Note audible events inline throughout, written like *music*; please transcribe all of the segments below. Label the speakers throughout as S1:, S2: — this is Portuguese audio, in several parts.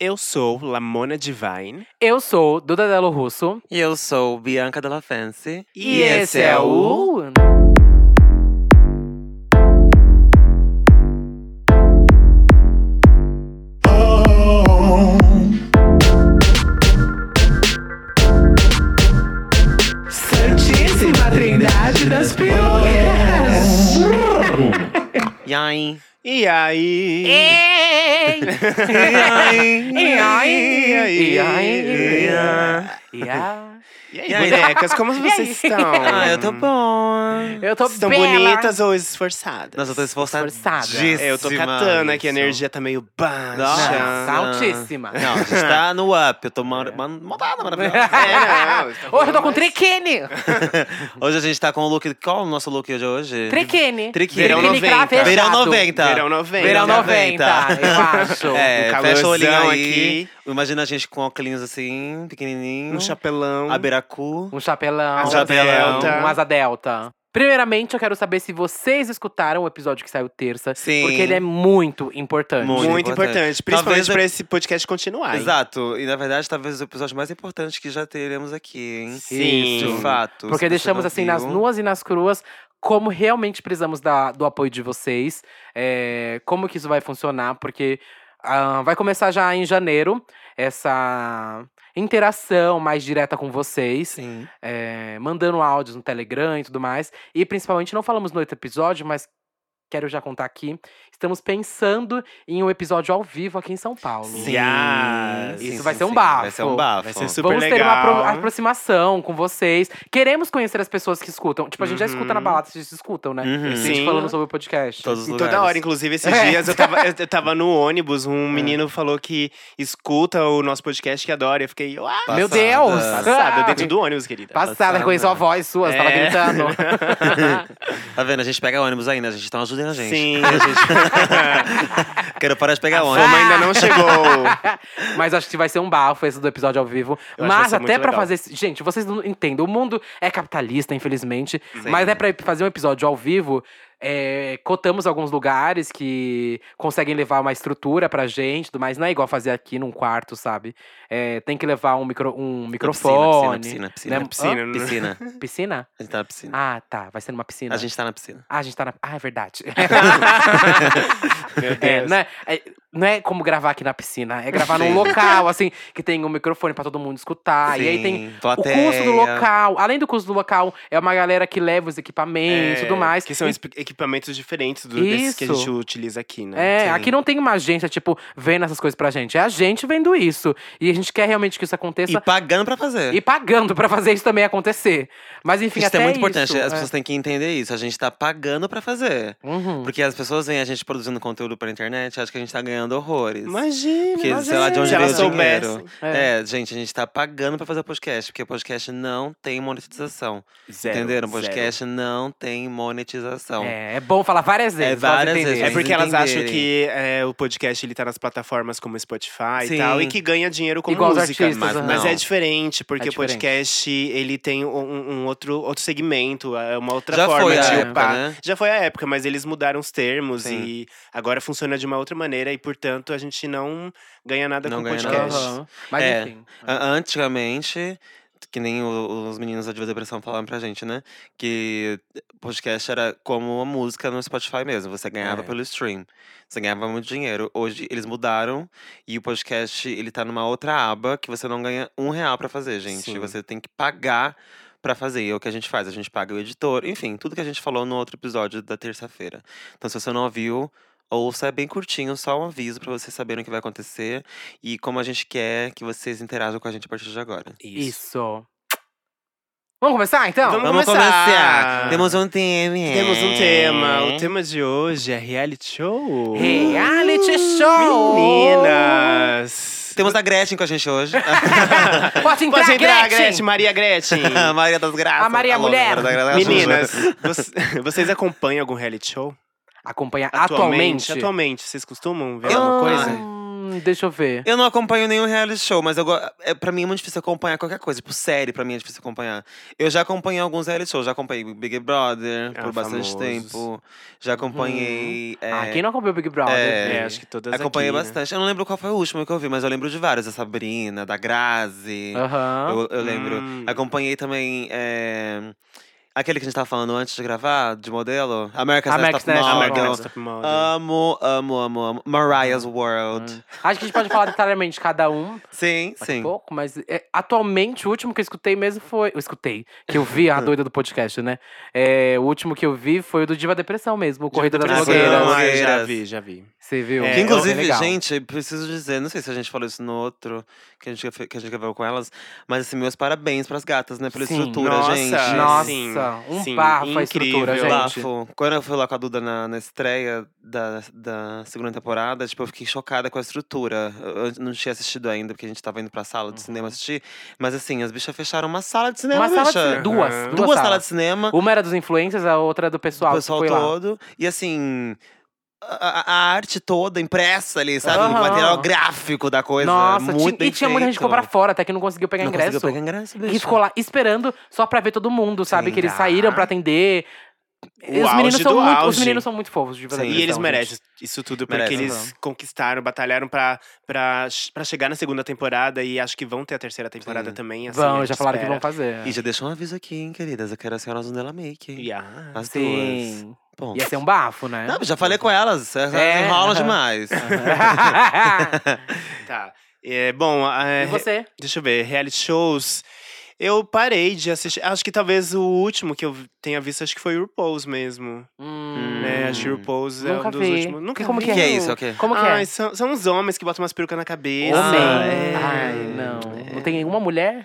S1: Eu sou Lamona Divine.
S2: Eu sou Duda Delo Russo.
S3: E eu sou Bianca Della Fancy.
S1: E esse é o-
S4: Santíssima Trindade das Peruqueiras.
S3: E aí?
S1: E aí?
S2: Ei!
S3: E
S2: *laughs*
S3: aí?
S2: E aí?
S1: E aí?
S2: E aí?
S1: E aí?
S2: E a-
S1: E
S3: *laughs* E
S1: aí,
S3: aí?
S1: bonecas, como vocês estão?
S3: Ah, eu tô boa.
S2: Eu tô
S1: Estão
S2: bela.
S1: bonitas ou esforçadas?
S3: Nossa, eu tô esforçadíssima.
S2: Esforçada.
S1: Eu tô catando aqui, a
S3: isso.
S1: energia tá meio baixa.
S2: Nossa,
S3: Nossa.
S2: altíssima.
S3: Não, a gente tá no up. Eu tô mar... man-
S2: *laughs*
S3: montada, maravilhosa.
S1: É, não,
S3: *laughs*
S2: Hoje eu tô com trequene.
S3: Hoje a gente tá com o look… Qual o nosso look de hoje?
S2: Trequene.
S3: Triquine.
S1: Verão
S2: Trequene
S1: 90.
S2: cravejado.
S3: Verão 90.
S1: Verão 90.
S2: Verão 90, eu acho.
S3: É,
S1: Um
S3: fecha o olhinho
S1: calorzão
S3: aí.
S1: aqui.
S3: Imagina a gente com óculos assim, pequenininho.
S1: Um chapelão.
S3: A beiracu.
S2: Um chapelão.
S1: Asa
S3: chapelão.
S1: delta.
S2: Um asa delta. Primeiramente, eu quero saber se vocês escutaram o episódio que saiu terça.
S3: Sim.
S2: Porque ele é muito importante.
S3: Muito
S1: Muito,
S3: importante.
S1: importante. Principalmente
S3: Talvez eu-
S1: pra esse podcast continuar. hein?
S3: Exato. E na verdade, talvez o episódio mais importante que já teremos aqui, hein?
S1: Sim.
S3: De fato. se
S2: Porque
S3: você
S2: deixamos
S3: não
S2: assim
S3: viu.
S2: nas nuas e nas cruas como realmente precisamos da- do apoio de vocês, é, como que isso vai funcionar, porque ah, vai começar já em janeiro essa interação mais direta com vocês,
S3: Sim.
S2: é, mandando áudios no Telegram e tudo mais. E principalmente, não falamos no outro episódio, mas quero já contar aqui, estamos pensando em um episódio ao vivo aqui em São Paulo.
S1: Sim. Yes.
S2: Isso vai ser um bafo.
S3: Vai ser um bafo.
S1: Vai ser super
S2: Vamos ter uma
S1: legal.
S2: apro- aproximação com vocês. Queremos conhecer as pessoas que escutam. Tipo, a gente já
S1: Uhum.
S2: escuta na balada, vocês escutam, né?
S3: Uhum.
S2: A gente
S1: Sim.
S2: falando sobre o podcast.
S3: Todos os
S1: Em
S3: lugares.
S1: toda hora, inclusive, esses
S2: *laughs* É.
S1: dias eu tava, eu tava no ônibus,
S3: É.
S1: um menino falou que escuta o nosso podcast que adora. Eu fiquei, ah,
S2: Meu
S3: Passada.
S2: Deus!
S1: passada,
S2: Ah,
S1: dentro
S3: *laughs*
S1: do ônibus, querida.
S2: Passada,
S3: Passada.
S2: reconheceu a voz sua, você tava
S1: É. *laughs*
S2: gritando.
S3: Tá vendo? A gente pega ônibus ainda, a gente tá ajudando *laughs* a gente. É,
S1: Sim, a gente.
S3: *laughs* Quero parar de pegar
S2: Ah,
S1: a
S3: ônibus.
S1: fama ainda não
S3: *laughs*
S1: chegou.
S2: Mas acho que vai ser um bafo esse do episódio ao vivo.
S1: Eu acho que vai
S2: mas
S1: ser muito
S2: até pra
S1: legal.
S2: fazer. esse- Gente, vocês não entendem. O mundo é capitalista, infelizmente. Mas é pra fazer um episódio ao vivo. é, cotamos alguns lugares que conseguem levar uma estrutura pra gente, tudo mais não é igual fazer aqui num quarto, sabe? É, tem que levar um, micro, um microfone.
S3: Piscina, piscina, piscina.
S1: Hã?
S2: né?
S3: Piscina. piscina.
S2: Hã? Piscina?
S3: A gente tá na piscina.
S2: Ah, tá. Vai ser numa piscina.
S3: A gente tá na piscina.
S2: Ah, a gente tá na. Ah, é
S3: *laughs*
S2: verdade.
S1: Meu
S2: É,
S1: Deus.
S2: não, é, é- não é como gravar aqui na piscina, é gravar num local, assim, que tem um microfone pra todo mundo escutar. Ah, E aí tem
S3: Sim,
S2: o
S3: plateia.
S2: custo do local. Além do custo do local, é uma galera que leva os equipamentos
S3: É,
S2: e tudo mais.
S1: É, Que são
S2: E-
S1: espe- equipamentos diferentes do, desses que a
S2: Isso.
S1: gente utiliza aqui, né?
S2: é,
S3: Sim.
S2: aqui não tem uma agência, tipo, vendo essas coisas pra gente. É a gente vendo isso. E a gente quer realmente que isso
S3: E
S2: aconteça.
S3: pagando pra fazer.
S2: E, pagando pra fazer isso também acontecer. Mas enfim,
S3: isso
S2: até
S3: é muito importante,
S2: isso,
S3: as
S2: é.
S3: pessoas têm que entender isso. A gente tá pagando pra fazer.
S2: Uhum.
S3: Porque as pessoas veem a gente produzindo conteúdo pela internet, acham que a gente tá ganhando horrores.
S1: Imagina.
S3: Porque,
S1: imagina.
S3: sei lá, de onde
S1: Se
S3: veio
S1: elas
S3: o dinheiro.
S1: soubessem.
S2: É.
S3: É. gente, a gente tá pagando pra fazer podcast, porque o podcast não tem monetização.
S1: Zero,
S3: entenderam? O
S1: zero.
S3: podcast não tem monetização.
S2: É, é bom falar várias vezes. pra
S3: Então, várias
S2: vocês
S3: vezes.
S1: É
S2: entenderem.
S1: porque elas acham
S3: entenderem.
S1: que é, o podcast ele tá nas plataformas como Spotify
S3: Sim.
S1: e tal, e que ganha dinheiro com
S2: Igual os
S1: música.
S2: artistas,
S1: mas,
S3: aham.
S1: mas é
S3: não.
S1: diferente, porque
S2: É
S1: o podcast ele tem um, um outro, outro segmento, é uma outra
S3: Já
S1: forma
S3: foi a
S1: de
S3: época,
S1: upar.
S3: né?
S1: Já foi a época, mas eles mudaram os termos
S3: Sim.
S1: e agora funciona de uma outra maneira, e portanto a gente não ganha nada
S3: Não
S1: com o
S3: ganha nada.
S1: podcast.
S2: Aham. Mas
S3: É.
S2: enfim.
S3: A- Antigamente, que nem o- os meninos da Diva Depressão falavam pra gente, né? Que podcast era como uma música no Spotify mesmo. Você ganhava
S2: É.
S3: pelo stream. Você ganhava muito dinheiro. Hoje eles mudaram e o podcast ele tá numa outra aba que você não ganha um real pra fazer, gente.
S1: Sim.
S3: Você tem que pagar pra fazer. E é o que a gente faz. A gente paga o editor, enfim, tudo que a gente falou no outro episódio da terça-feira. Então, se você não ouviu. Ouça, é bem curtinho, só um aviso pra vocês saberem o que vai acontecer e como a gente quer que vocês interajam com a gente a partir de agora.
S2: Isso. Vamos começar então?
S1: Vamos começar.
S3: Temos um tema.
S1: Temos um tema. O tema de hoje é reality show.
S2: Reality show!
S1: Meninas!
S3: Temos a Gretchen com a gente
S1: *laughs*
S3: hoje.
S2: *laughs* Pode entrar,
S1: Pode entrar,
S2: Gretchen!
S1: Gretchen, Maria *laughs* Gretchen!
S3: *laughs* a Maria das Graças.
S2: A Maria
S3: Alô,
S2: Mulher.
S3: Maria das Graças.
S1: Meninas, voc- vocês acompanham algum reality show?
S2: Acompanhar atualmente.
S1: Atualmente, vocês costumam ver
S3: Eu-
S1: alguma
S2: Ah,
S1: coisa?
S3: Ai.
S2: hum, Hum, deixa eu ver.
S3: Eu não acompanho nenhum reality show, mas eu go- é, pra mim é muito difícil acompanhar qualquer coisa. Tipo, série, pra mim é difícil acompanhar. Eu já acompanhei alguns reality shows. Já acompanhei Big Brother
S1: Ah,
S3: por bastante
S1: famosos.
S3: tempo. Já acompanhei. é,
S2: Ah, quem não acompanhou o Big Brother?
S3: É,
S1: É, acho que todas
S3: acompanhei
S1: aqui, né?
S3: bastante. Eu não lembro qual foi o último que eu vi, mas eu lembro de vários. Da Sabrina, da Grazi.
S2: Aham.
S3: Eu, eu lembro.
S1: Hum.
S3: Acompanhei também. é, Aquele que a gente tava falando antes de gravar, de modelo. America's
S2: America's
S3: Next
S1: Ah,
S3: Top
S2: Next Top
S3: Model.
S1: American
S2: Model. Uhum.
S1: Next Top Model.
S3: Amo, amo, amo, amo. Mariah's World.
S2: Acho que a gente pode falar detalhadamente de cada um.
S3: Sim,
S2: Daqui a
S3: sim.
S2: pouco, mas é, atualmente o último que eu escutei mesmo foi. Eu escutei, que eu vi a doida do podcast, né? É, o último que eu vi foi o do Diva Depressão mesmo, o Corrida das
S3: Depressão,
S2: Blogueiras.
S1: Ah,
S3: é.
S1: já
S3: Blogueiras.
S1: vi, já vi.
S2: Você viu?
S1: É,
S3: que,
S2: Bem
S3: inclusive,
S2: legal.
S3: gente, preciso dizer, não sei se a gente falou isso no outro que a gente, grava- que a gente gravou com elas, mas assim, meus parabéns pras gatas, né? Pela
S2: Sim.
S3: estrutura,
S1: Nossa,
S3: gente.
S2: Nossa,
S1: Sim,
S2: um
S1: sim,
S2: bafo a estrutura,
S1: incrível.
S2: gente.
S3: Bafo. Quando eu fui lá com a Duda na, na estreia da, da segunda temporada, tipo, eu fiquei chocada com a estrutura. Eu eu não tinha assistido ainda, porque a gente tava indo pra sala de cinema assistir. Mas assim, as bichas fecharam uma sala de cinema,
S2: Uma sala de
S3: bicha.
S2: cinema. Duas,
S1: Aham.
S2: duas,
S3: Duas salas
S2: salas.
S3: de cinema.
S2: Uma era dos influencers, a outra do pessoal.
S3: o
S2: que
S3: pessoal
S2: foi lá.
S3: todo. E assim. A, a- a arte toda impressa ali, sabe?
S2: Aham.
S3: O material gráfico da coisa.
S2: Nossa,
S3: é, muito
S2: tinha-
S3: bem
S2: e tinha muita gente
S3: feito.
S2: comprar fora, até que não conseguiu pegar
S3: Não
S2: ingresso.
S3: conseguiu pegar ingresso, bicho.
S2: Que ficou lá esperando só pra ver todo mundo, sabe?
S3: Sim.
S2: Que eles saíram pra atender.
S1: O
S2: os, meninos
S1: auge
S2: são
S1: do
S2: muito, os
S1: auge.
S2: meninos são muito fofos de
S3: Sim.
S2: verdade. então,
S1: E eles merecem isso tudo, porque
S3: Merecem,
S1: eles
S2: aham.
S1: conquistaram, batalharam pra, pra, pra chegar na segunda temporada e acho que vão ter a terceira temporada
S3: Sim.
S1: também. Assim, a
S2: Vão,
S1: gente
S2: já falaram que
S1: espera.
S2: vão fazer.
S3: E já deixou um aviso aqui, hein, queridas. Eu quero as senhoras no Della Make. hein?
S1: Yeah.
S3: As duas.
S2: Sim.
S3: Bom.
S2: Ia ser um bafo, é, né?
S3: Não, já falei com elas. Elas
S2: É,
S3: enrolam
S2: aham.
S3: demais.
S1: Tá. É, bom,
S2: *laughs* e
S1: é,
S3: *laughs*
S2: você?
S1: deixa eu ver, reality shows. Eu parei de assistir. Acho que talvez o último que eu tenha visto, acho que foi o RuPaul's mesmo.
S2: Hum,
S1: Né? Acho que o RuPaul's é
S2: Nunca
S1: um dos
S2: vi.
S1: últimos. Nunca
S2: Como
S1: vi.
S3: O que
S2: é?
S3: é isso? O quê?
S2: Como que
S1: Ai,
S2: é?
S1: são, são os homens que botam umas perucas na cabeça.
S2: Homem.
S1: É.
S2: Ai, não. Não tem nenhuma mulher?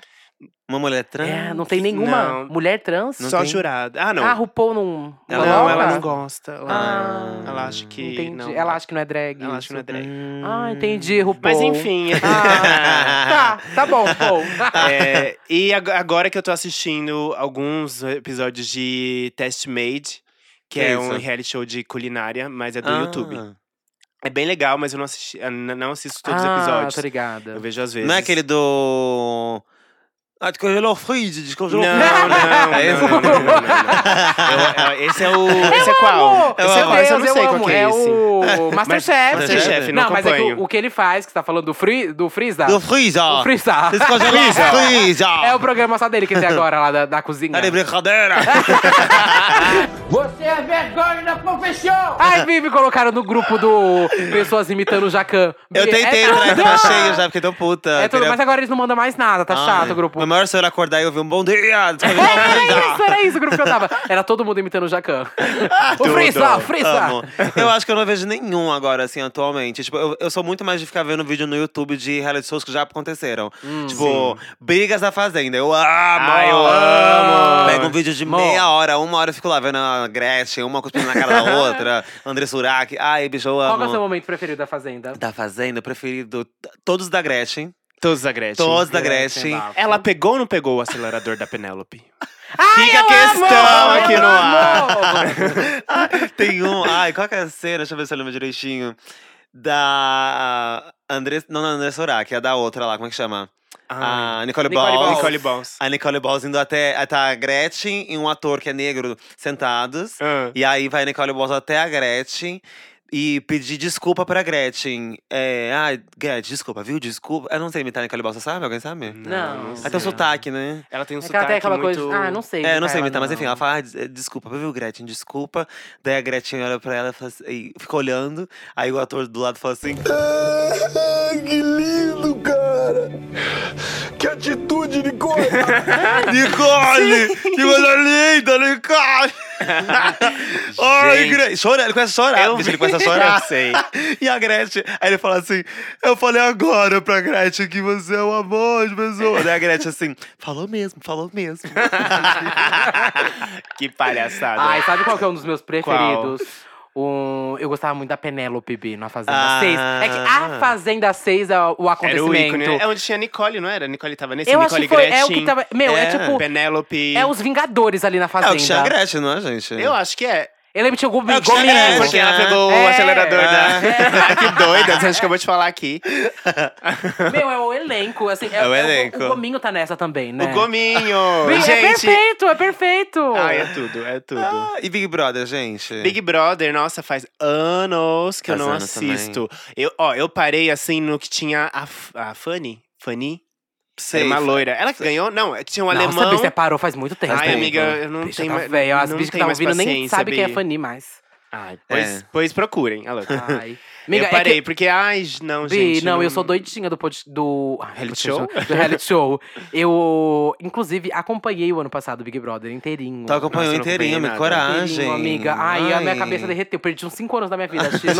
S3: Uma mulher trans?
S2: É, não tem nenhuma
S1: Não.
S2: mulher trans?
S3: Não
S1: Só
S3: tem?
S1: jurada. Ah, não.
S2: Ah, RuPaul não.
S1: Ela
S3: Ela
S1: não,
S3: não
S1: ela não
S2: gosta.
S1: gosta. Ela,
S2: Ah,
S1: ela acha que.
S2: Entendi.
S1: Não,
S2: ela acha que não é drag.
S1: ela acha que não é
S2: isso.
S1: drag.
S3: Hum.
S2: Ah, entendi, RuPaul.
S1: Mas
S2: *laughs*
S1: enfim.
S2: Ah, tá, tá bom, RuPaul.
S1: *laughs* é, e ag- agora que eu tô assistindo alguns episódios de Test Made, que é
S3: Isso.
S1: um reality show de culinária, mas é do
S3: Ah.
S1: YouTube. É bem legal, mas eu não, assisti, eu n- não assisto todos os
S2: ah,
S1: episódios.
S2: tô ligada.
S1: Eu vejo às vezes.
S3: Não é aquele do. Ah, descongelou o freeze,
S1: Não,
S3: descongelou o
S1: não,
S2: *laughs*
S3: freeze.
S1: não, não,
S3: É esse?
S1: não, não, não, não, não. Eu- eu- Esse é o. Esse é qual?
S2: Eu
S1: Esse é
S2: amo,
S1: qual? Esse eu
S2: Deus,
S1: não sei qual
S2: amo.
S1: que é esse.
S2: o *laughs* Masterchef.
S1: Masterchef, não
S2: mas é que
S1: acompanho.
S2: o, o que ele faz, que você tá falando do, free, do Freeza.
S3: Do freeze,
S2: o
S3: ó.
S2: Freeza. *laughs*
S3: *laughs* Descongelou o freeze, ó.
S2: É o programa só dele
S1: *laughs*
S2: que tem agora lá da, da cozinha.
S3: Tá
S2: *laughs*
S3: de brincadeira.
S2: É
S4: *laughs* Você é vergonha da profissão!
S2: Ai, vi, me colocaram no grupo do Pessoas Imitando o Jacan. é
S3: Eu tentei entrar
S2: tudo!
S3: e tá cheio já, fiquei tão puta.
S2: É tudo,
S3: Queria-
S2: mas agora eles não mandam mais nada, tá
S3: Ai,
S2: chato o grupo. É,
S3: Meu maior sonho era acordar e ouvir um bom dia. Descongelou o
S2: Era
S3: freeze, ó.
S2: é isso, era isso o grupo que eu tava. Era todo mundo imitando o Jacan. o
S1: tudo.
S2: Freeza, Freeza.
S3: Amo. Eu acho que eu não vejo nenhum agora, assim, atualmente. Tipo, eu, eu sou muito mais de ficar vendo vídeo no YouTube de reality shows que já aconteceram.
S2: Hum,
S3: tipo, Brigas da Fazenda. Eu amo!
S2: Ah,
S1: Ai, eu amo.
S3: Pego um vídeo de
S2: Amor.
S3: meia hora, uma hora eu fico lá vendo a Gretchen, uma cuspindo na
S2: *laughs*
S3: cara da outra, André Surak. Ai, bicho, eu
S2: Qual que é o seu
S3: amo.
S2: momento preferido da Fazenda?
S3: Da Fazenda, preferido. t- Todos da Gretchen.
S1: Todos da Gretchen.
S3: Todos da
S2: Gretchen,
S3: *laughs* Gretchen.
S2: lá.
S1: Ela pegou ou não pegou o acelerador da Penélope?
S2: Ai,
S1: Fica a
S2: eu
S1: questão
S2: amo,
S1: aqui
S2: eu
S1: no
S2: amo.
S3: Tem um. Ai, qual que é a cena? Deixa eu ver se eu lembro direitinho. Da. André, não, não, André Surak, é da outra lá, como é que chama? A Nicole,
S2: Nicole
S3: Balls.
S2: Balls.
S1: Nicole Balls.
S3: A Nicole Balls indo até. Tá a Gretchen e um ator que é negro sentados.
S1: Ah.
S3: E aí vai a Nicole Balls até a Gretchen e pedir desculpa pra Gretchen. É, ai, Gretchen, desculpa, viu? Desculpa. Eu não sei imitar a Nicole Balls, você sabe? Alguém sabe?
S2: Não, não
S3: Até o sotaque, né?
S1: Ela tem um
S2: É que ela
S1: sotaque
S2: tem aquela
S1: muito...
S2: coisa. Ah, não sei.
S3: É, não
S2: imitar
S3: sei
S2: ela,
S3: imitar, mas
S2: não.
S3: enfim, ela fala, "Ah, des- eh, desculpa, viu, Gretchen, desculpa. Daí a Gretchen olha pra ela e fala assim- e fica olhando. Aí o ator do lado fala assim.
S5: Ah, que lindo, cara! Que atitude,
S1: *laughs*
S5: Nicole!
S3: Nicole! Que coisa linda,
S1: *laughs*
S3: Nicole! Ai,
S1: Gente.
S3: Gretchen. Chora, ele começa a chorar.
S1: Eu
S3: bicho, ele
S1: vi.
S3: começa a chorar.
S1: Eu sei.
S3: *laughs* E a Gretchen, aí ele fala assim: Eu falei agora pra Gretchen que você é um amor de pessoa. Daí a Gretchen assim, falou mesmo, falou mesmo.
S1: *laughs* que palhaçada.
S2: Ai, sabe qual que é um dos meus preferidos? Um, eu gostava muito da Penélope B na Fazenda
S3: Ah.
S2: 6. É que a Fazenda 6 é o
S1: era o
S2: acontecimento.
S1: ícone. né? É onde tinha a Nicole, não era? A Nicole tava nesse,
S2: Eu acho
S1: Nicole
S2: que foi.
S1: Gretchen.
S2: É o que tava. Meu, é,
S3: É.
S2: tipo.
S1: Penélope.
S2: É os Vingadores ali na
S3: É
S2: Fazenda.
S3: o que tinha a Gretchen, não é, gente?
S1: Eu acho que é.
S2: Eu lembro que tinha o Gomi-
S3: É o que
S2: Gominho.
S3: É,
S1: Porque ela
S3: já.
S1: pegou o
S2: É.
S1: acelerador da.
S2: É.
S1: *laughs* que doida, a gente acabou de falar aqui.
S2: Meu, é o elenco, assim.
S1: *laughs*
S2: É,
S3: É o
S2: é
S3: elenco.
S2: o, o Gominho tá nessa também, né?
S1: O gominho!
S2: *laughs* Bem, É
S1: gente!
S2: perfeito, é perfeito.
S1: Ai, é tudo, é tudo.
S3: Ah, e Big Brother, gente?
S1: Big Brother, nossa, faz anos que
S3: Faz
S1: eu não
S3: anos também.
S1: assisto. Eu, ó, eu parei assim no que tinha a, F- a Fanny. Fanny?
S3: Sei,
S1: Era É uma loira. Ela que ganhou? Não, tinha um
S2: Nossa,
S1: alemão.
S2: bicho, você parou faz muito tempo.
S1: Ai,
S3: tempo.
S1: amiga, eu não
S2: Bicha
S1: tenho
S2: tá
S1: mais.
S2: velha, as
S1: não
S2: bichas que
S1: tenho
S2: estão
S1: mais
S2: ouvindo nem
S1: paciência,
S2: sabem quem é
S1: Bi. *laughs*
S2: Fanny mais.
S1: Ai, pois,
S3: É.
S1: pois procurem, a louca.
S2: Ai.
S1: eu
S2: Amiga, é
S1: parei,
S2: que-
S1: porque, ai, não,
S2: Bi,
S1: Tipo, gente.
S2: não,
S1: *laughs*
S2: eu sou doidinha do, pod- do... ah,
S1: Reality
S2: podcast não, Do reality show. Eu, inclusive, acompanhei o ano passado o Big Brother inteirinho.
S3: Tu acompanhou
S1: Nossa, eu não
S3: inteirinho,
S1: acompanhei
S3: me
S1: nada.
S3: coragem.
S2: Inteirinho, amiga. Ai, a minha cabeça derreteu. Perdi uns 5 anos da minha vida assistindo.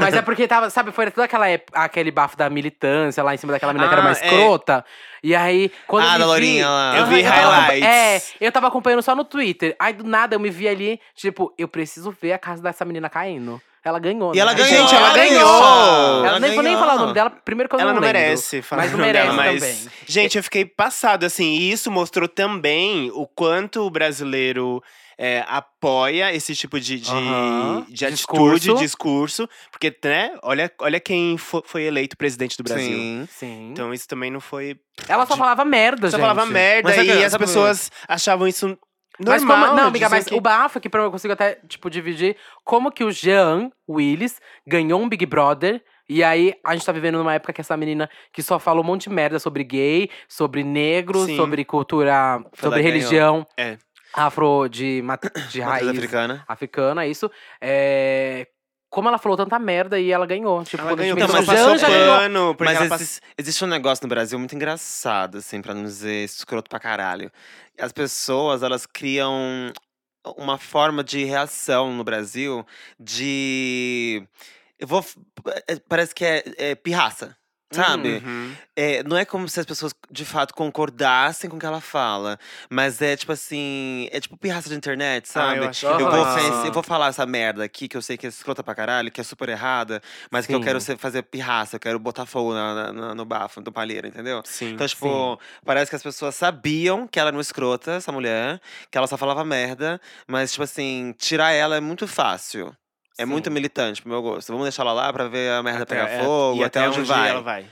S2: Mas é porque tava, sabe, foi toda aquela ép- aquele bafo da militância lá em cima daquela menina que era
S1: Ah,
S2: mais
S1: é.
S2: escrota. E aí, quando. eu
S3: Ah,
S2: me
S3: da
S2: vi-
S3: Lourinha lá.
S1: Eu vi
S2: Aham, tava acompa-
S1: highlights.
S2: É, eu tava acompanhando só no Twitter. Aí do nada eu me vi ali, tipo, eu preciso ver a casa dessa menina caindo. Ela ganhou.
S3: E ela
S2: né?
S3: ganhou!
S1: Gente, ela
S3: olha
S1: ganhou!
S3: só,
S2: Ela,
S1: Ela
S2: nem vou nem
S3: ganhou.
S2: falar o nome dela, primeiro que *laughs* eu
S1: Ela não,
S2: não lembro.
S1: merece falar
S2: Mas não
S1: o nome dela,
S2: merece
S1: mas-
S2: também.
S1: Gente, eu fiquei passado, assim. E isso mostrou também o quanto o brasileiro é, apoia esse tipo de, de,
S2: Aham.
S1: de
S2: Discurso.
S1: atitude, discurso. Porque, né, olha, olha quem fo- foi eleito presidente do Brasil.
S3: Sim.
S2: Sim.
S1: Então isso também não foi.
S2: ela só falava merda,
S1: Só
S2: gente.
S1: falava merda
S3: Mas sabe é?
S1: e
S3: que-
S1: as
S3: sabe-
S1: pessoas achavam isso normal.
S2: Mas
S3: é-
S2: como- não, amiga,
S1: dizer
S2: mas
S1: que-
S2: o bafo aqui, pra eu consigo até, tipo, dividir. Como que o Jean Willis ganhou um Big Brother? E aí, a gente tá vivendo numa época que essa menina que só fala um monte de merda sobre gay, sobre negro,
S1: Sim.
S2: sobre cultura,
S3: Foi lá
S2: sobre
S3: e ganhou.
S2: religião.
S1: É.
S2: Afro de, mat- de
S3: Matriz
S2: raiz
S3: africana.
S2: africana, isso. É, Como ela falou tanta merda e ela ganhou. Tipo,
S1: Ela
S2: quando
S1: ganhou,
S2: a
S1: porque
S2: gente
S3: então,
S1: ela
S3: mas
S2: pensa,
S1: passou
S2: "Jean já
S3: pano,
S2: ganhou.
S1: pano. Porque
S3: Mas
S1: ela
S3: exi- existe um negócio no Brasil muito engraçado, assim, pra não dizer escroto pra caralho. As pessoas, elas criam uma forma de reação no Brasil de. Eu vou. f- é, Parece que é, é pirraça. Sabe?
S1: Uhum.
S3: É, não é como se as pessoas de fato concordassem com o que ela fala, mas é tipo assim, é tipo pirraça de internet,
S1: Ah,
S3: sabe?
S1: eu acho
S2: Eu
S1: que
S3: Eu
S1: eu
S3: vou,
S2: Ah.
S3: ofens- eu vou falar essa merda aqui, que eu sei que é escrota pra caralho, que é super errada, mas que eu
S2: Sim.
S3: quero ser- fazer pirraça, eu quero botar fogo na- na- na- no bafo, no palheiro, entendeu?
S1: Sim.
S3: Então, tipo, parece que as pessoas sabiam que ela era uma escrota, essa mulher, que ela só falava merda, mas, tipo assim, tirar ela é muito fácil. É
S2: Sim.
S3: muito militante pro meu gosto. Vamos deixar ela lá pra ver a merda
S1: Até-
S3: pegar
S1: é-
S3: fogo,
S1: e
S3: até, onde, vai.
S1: ela vai.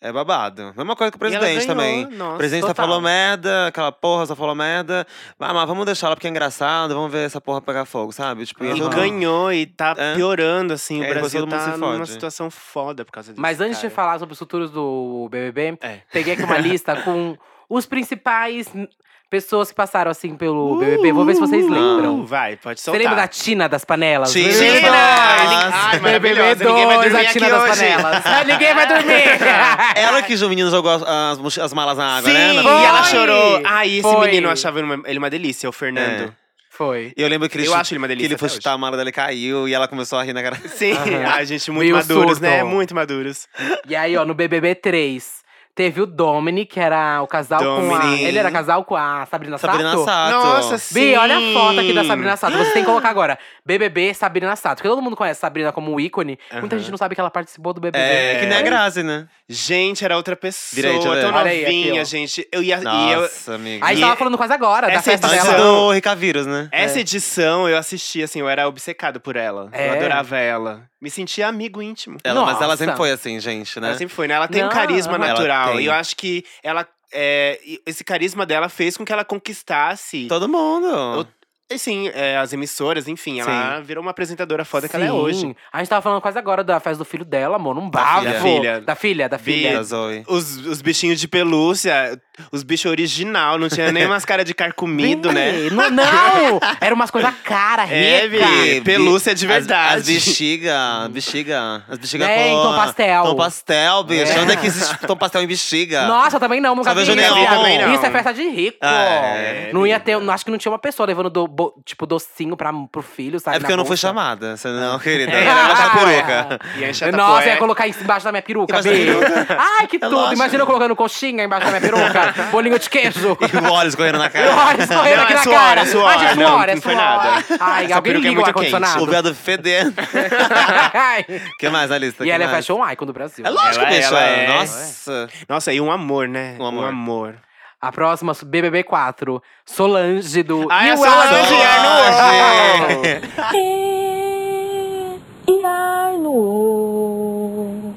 S3: É babado. Mesma coisa que o
S1: E ela ganhou,
S3: presidente também.
S1: nossa,
S3: o presidente tá só
S1: total.
S3: falou merda, aquela porra só falou merda. Ah, mas vamos deixar ela porque é engraçado, vamos ver essa porra pegar fogo, sabe? Tipo,
S1: E
S3: todo mundo-
S1: ganhou e tá
S3: É.
S1: piorando, assim.
S3: É,
S1: o
S3: depois
S1: Brasil
S3: todo mundo
S1: tá
S3: se
S1: numa
S3: fode.
S1: situação foda por causa disso.
S2: Mas antes de
S1: cara.
S2: falar sobre os futuros do BBB,
S1: É.
S2: peguei aqui uma
S1: *laughs*
S2: lista com os principais n- pessoas que passaram assim pelo BBB. Vou ver se vocês
S1: Uh,
S2: lembram.
S1: vai, pode
S2: Você
S1: soltar.
S2: lembra da Tina das panelas?
S3: Tina!
S1: Tina!
S3: Nossa.
S1: Ai,
S2: BBB
S1: maravilhosa. Ninguém vai
S2: 2,
S1: dormir
S2: a
S1: aqui
S2: Tina das
S1: hoje.
S2: panelas. Ah, Ninguém
S1: *laughs*
S2: vai dormir!
S3: é Ela que os meninos jogou as, as mochi- as malas na água, né?
S1: Sim,
S3: na
S1: e ela
S3: piscina?
S2: Foi!
S1: chorou. Ai, esse
S2: Foi. É.
S1: menino eu achava ele uma, ele uma delícia, o Fernando.
S2: Foi.
S3: E eu lembro que ele,
S1: Eu
S3: chu-
S1: acho ele uma delícia
S3: que ele foi
S1: até
S3: chutar a mala dela e caiu, e ela começou a rir na cara.
S1: *laughs* Sim,
S2: Aham.
S1: ai, gente, muito
S2: Meio
S1: maduros, né?
S2: surto.
S1: Muito maduros.
S2: E aí, ó, no BBB 3, teve o Domini, que era o casal com a.
S1: Domini.
S2: Ele era casal com a Sabrina Sato?
S3: Sabrina Sato.
S1: Nossa, sim.
S2: Bi, olha a foto aqui da Sabrina Sato. Você tem que colocar agora. BBB Sabrina Sato. Porque todo mundo conhece Sabrina como um ícone. Muita
S1: Aham.
S2: gente não sabe que ela participou do BBB.
S3: É, que nem a
S2: Olha
S3: Grazi, né?
S1: Gente, era outra pessoa,
S3: Vira aí, deixa eu ver.
S1: tão
S2: Olha aí, aqui,
S1: novinha,
S2: ó.
S1: gente. Eu ia, e eu,
S3: Nossa, amiga.
S2: A gente
S1: E-
S2: tava falando quase agora, da
S1: Essa
S2: festa
S1: edição-
S3: Antes
S2: dela.
S3: do Ricavírus, né?
S1: Essa edição eu assisti, assim, eu era obcecado por ela.
S2: É.
S1: Eu adorava ela. Me sentia amigo íntimo.
S3: Ela, mas ela
S2: Nossa.
S3: sempre foi assim, gente, É, né?
S1: É. Ela sempre foi, né? Ela tem
S2: Não,
S1: um carisma
S2: ela-
S1: natural.
S3: Ela
S1: E
S3: tem.
S1: eu acho que ela. é, e esse carisma dela fez com que ela conquistasse.
S3: Todo mundo.
S1: Assim, é, as emissoras, enfim, ela virou uma apresentadora foda que ela é
S2: Sim.
S1: hoje.
S2: A gente tava falando quase agora da festa do filho dela, amor. Num bafo.
S1: filha. Filha.
S2: Da filha, da filha.
S3: Da Zoe.
S1: Os, os bichinhos de pelúcia, os bichos original, não tinha nem umas caras de carcomido, né?
S2: Bi, Não, não! Era umas coisas cara,
S1: *laughs* É,
S2: rica.
S1: Bi. Pelúcia de
S3: As-
S1: verdade.
S3: As, bexiga, bexiga. As bexiga
S2: É, em
S3: com
S1: então,
S2: tom pastel.
S3: Tom pastel, bicho.
S2: É.
S3: Onde é que existe tom pastel em bexiga?
S2: Nossa, também não, nunca
S3: Sabe,
S2: vi isso.
S3: Julião?
S2: viado.
S1: Também não.
S2: Isso é festa de rico.
S3: Ah, é,
S2: não
S1: Bi.
S2: ia ter, não- acho que não tinha uma pessoa levando, do, bo- tipo, docinho pra, pro filho, sabe?
S3: É porque
S2: na
S3: eu não fui
S2: bolsa.
S3: chamada, né? senão, querida.
S1: É.
S3: Eu ia botar a peruca.
S1: *laughs* E a enxada
S2: *laughs* Nossa, eu
S1: poé-
S2: ia colocar isso embaixo da minha peruca,
S3: Embaixo da
S2: Bi.
S3: peruca.
S2: Ai, que tudo!
S3: É lógico.
S2: Imagina eu colocando coxinha embaixo da minha peruca, *laughs* bolinho de queijo.
S3: E o óleo escorrendo na
S2: *laughs* Eu
S3: cara.
S2: olho escorrendo
S1: Não,
S2: aqui
S1: é
S2: na
S1: suor,
S2: cara.
S1: é suor.
S2: Ai, gente,
S1: Não,
S2: suor, é
S1: não foi
S2: suor.
S1: nada.
S2: Ai,
S1: Essa
S2: alguém
S1: peruca é
S2: liga o
S1: muito quente.
S3: O
S2: ar-condicionado. *laughs*
S3: viado fedendo.
S2: Ai.
S3: O que mais, Alice?
S2: e ela é
S3: mais?
S2: fashion icon do Brasil.
S3: É lógico,
S1: Ela é,
S3: bicho.
S1: ela é.
S3: Nossa.
S1: Nossa, e um amor, né?
S3: Um amor.
S1: Um amor.
S2: A próxima, BBB 4. Solange do.
S1: Ai, a
S2: You
S1: Solange
S2: Are-
S1: Ah, é no
S3: Solange! *laughs*
S6: Irai no O,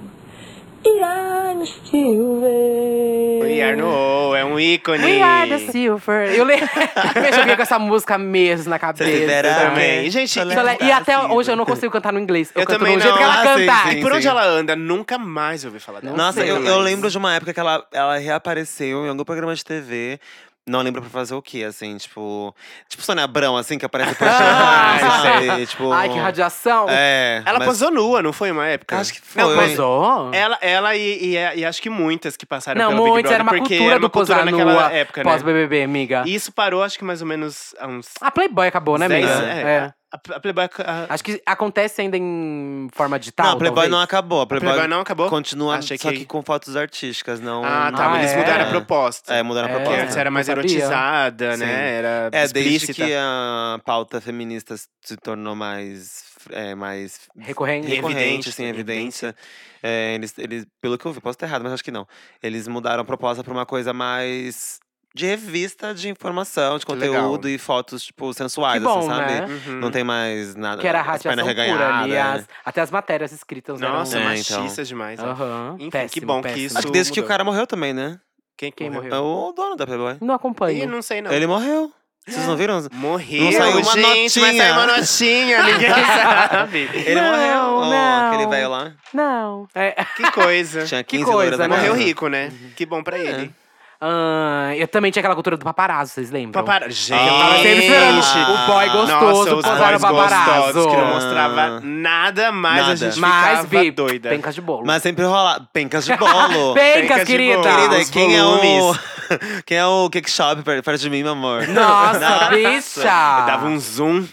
S6: Irai no Silver.
S1: We are no O, é um ícone.
S2: We are the silver. Eu, le... *laughs* eu joguei com essa música meses na cabeça.
S3: libera
S2: sabe?
S1: também. E, gente,
S2: Isso
S3: tá,
S2: ela- E até hoje eu não consigo cantar no inglês. Eu,
S1: Eu
S2: canto
S1: também
S2: no jeito
S1: não.
S2: que ela
S3: Ah, assim. sim,
S2: canta.
S1: E por onde ela anda, nunca mais ouvi falar dela.
S3: Nossa,
S2: sei
S3: eu,
S2: mais.
S3: eu lembro de uma época que ela, ela reapareceu em algum programa de TV. Não lembro pra fazer o quê, assim, tipo. Tipo Sônia Abrão, assim, que
S2: *laughs*
S3: aparece por
S1: Ah,
S3: sabe? Tipo.
S2: Ai, que radiação.
S3: É.
S1: Ela
S3: mas
S1: posou nua, não foi É uma época?
S3: Acho que foi.
S2: Ela posou?
S1: Ela, ela e, e- e acho que muitas que passaram
S2: Não,
S1: pelo Big
S2: muitos.
S1: Brother,
S2: Era uma
S1: porque
S2: cultura
S1: era
S2: do
S1: uma cultura
S2: posar
S1: naquela
S2: nua
S1: época, né?
S2: pós-BBB, amiga.
S1: E isso parou, acho que mais ou menos há uns...
S2: A Playboy acabou, né,
S1: dez-
S2: amiga?
S1: é, A, a Playboy, a- a
S2: Acho que acontece ainda em forma digital,
S3: Não, a Playboy
S2: Tá talvez.
S3: não acabou. A Playboy,
S1: Playboy não acabou?
S3: continua,
S1: Achei
S3: só que
S1: que-
S3: com fotos artísticas, não.
S1: Ah, tá,
S2: Ah,
S1: mas eles
S2: é?
S1: mudaram a proposta.
S3: É, mudaram a
S2: É.
S1: Porque antes
S3: proposta.
S1: era mais
S2: Não sabia.
S1: erotizada,
S3: Sim.
S1: né? Era
S3: É, desde
S1: explícita.
S3: que a pauta feminista se tornou mais. É, mais
S2: Recorrente.
S3: recorrente, assim,
S1: Evidente.
S3: evidência. É, eles, eles, pelo que eu vi, posso estar errado, mas acho que não. Eles mudaram a proposta pra uma coisa mais de revista de informação, de
S1: Que legal.
S3: conteúdo e fotos, tipo, sensuais,
S2: Que bom,
S3: assim, sabe?
S2: né?
S1: Uhum.
S3: Não tem mais nada.
S2: Que era a
S3: as
S2: radiação
S3: pernas
S2: pura
S3: reganhadas,
S2: ali.
S3: né?
S2: as- Até as matérias escritas eram-
S1: Nossa,
S3: É,
S1: machista
S3: então.
S1: demais. ó.
S2: Aham.
S1: Enfim, que
S2: péssimo,
S1: bom que
S2: péssimo.
S1: isso-
S3: Acho que desde que o
S1: mudou.
S3: cara morreu também, né?
S1: Quem,
S2: Quem
S1: morreu?
S2: morreu? um.
S3: É o dono da Playboy.
S2: Não
S1: Ih,
S2: acompanho.
S1: não sei, não.
S3: Ele morreu. Vocês não viram?
S1: Morreu,
S3: Não saiu uma
S1: gente, mas
S3: notinha.
S1: saiu uma notinha, ninguém *laughs* sabe.
S3: Ele
S2: Não,
S3: morreu. Oh,
S2: não.
S3: Aquele velho lá.
S2: Não. É,
S1: Que coisa.
S3: Tinha
S2: Que
S3: 15
S2: coisa,
S3: loiras na
S2: né?
S1: Morreu
S3: casa.
S1: rico, né? Que bom pra ele.
S2: ah, eu também tinha aquela cultura do paparazzo, vocês lembram?
S1: Papara... Gente,
S2: Eu tava sempre esperando o boy gostoso
S1: Ah. Nossa, os
S2: posar
S1: boys
S2: no
S1: gostosos
S2: paparazzo.
S1: que não
S3: Ah.
S1: mostrava nada, mas a
S3: Nada.
S1: gente
S2: Mas,
S1: ficava
S2: Bi,
S1: doida.
S2: pencas de bolo.
S3: Mas sempre rola. Pencas de bolo.
S2: *laughs* pencas,
S1: pencas de
S2: querida!
S1: bolo.
S3: Querida,
S1: Os
S3: quem é o.
S1: volumes.
S3: *laughs* Quem é o cake shop per- perto de mim, meu amor?
S2: Nossa, bicha!
S1: Eu dava um zoom.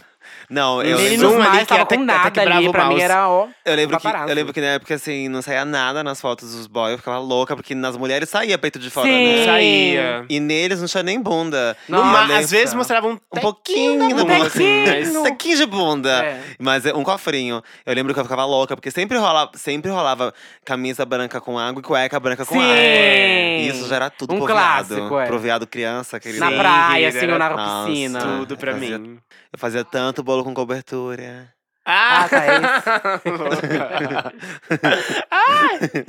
S3: Não, eu
S2: Ele
S3: lembro,
S2: não
S1: zoom ali
S2: mais
S1: que
S2: tava
S1: até-
S2: com
S1: até
S2: nada
S1: quebrava
S2: ali,
S1: o
S2: pra mim
S1: mouse. Um
S2: era ó.
S3: eu, lembro que,
S2: paparazzo.
S3: eu lembro que na época, assim, não saía nada nas fotos dos boys. Eu ficava louca, porque nas mulheres saía peito de fora,
S2: Sim. Ah,
S3: né?
S1: Saía.
S3: E neles não tinha nem bunda.
S2: No
S3: E eu
S2: ma-
S1: Mas
S3: lembro-
S1: às vezes mostrava um
S3: um pouquinho
S2: da
S3: da
S2: bunda,
S3: bunda.
S2: tequinho.
S3: Assim, tequinho de bunda.
S2: É.
S3: Mas é um cofrinho. Eu lembro que eu ficava louca, porque sempre, rola, sempre rolava camisa branca com água e cueca branca com
S2: Sim.
S3: água. E isso já era tudo
S2: Um
S3: pro viado.
S2: clássico, é.
S3: Pro viado criança, querido.
S2: Na
S1: Sim,
S2: praia,
S1: querida,
S2: assim, ou na
S3: era- Nossa.
S2: piscina.
S1: Tudo pra
S3: Fazia-
S1: mim.
S3: Eu fazia tanto bolo com cobertura.
S2: Ah,
S1: *laughs*
S2: tá, é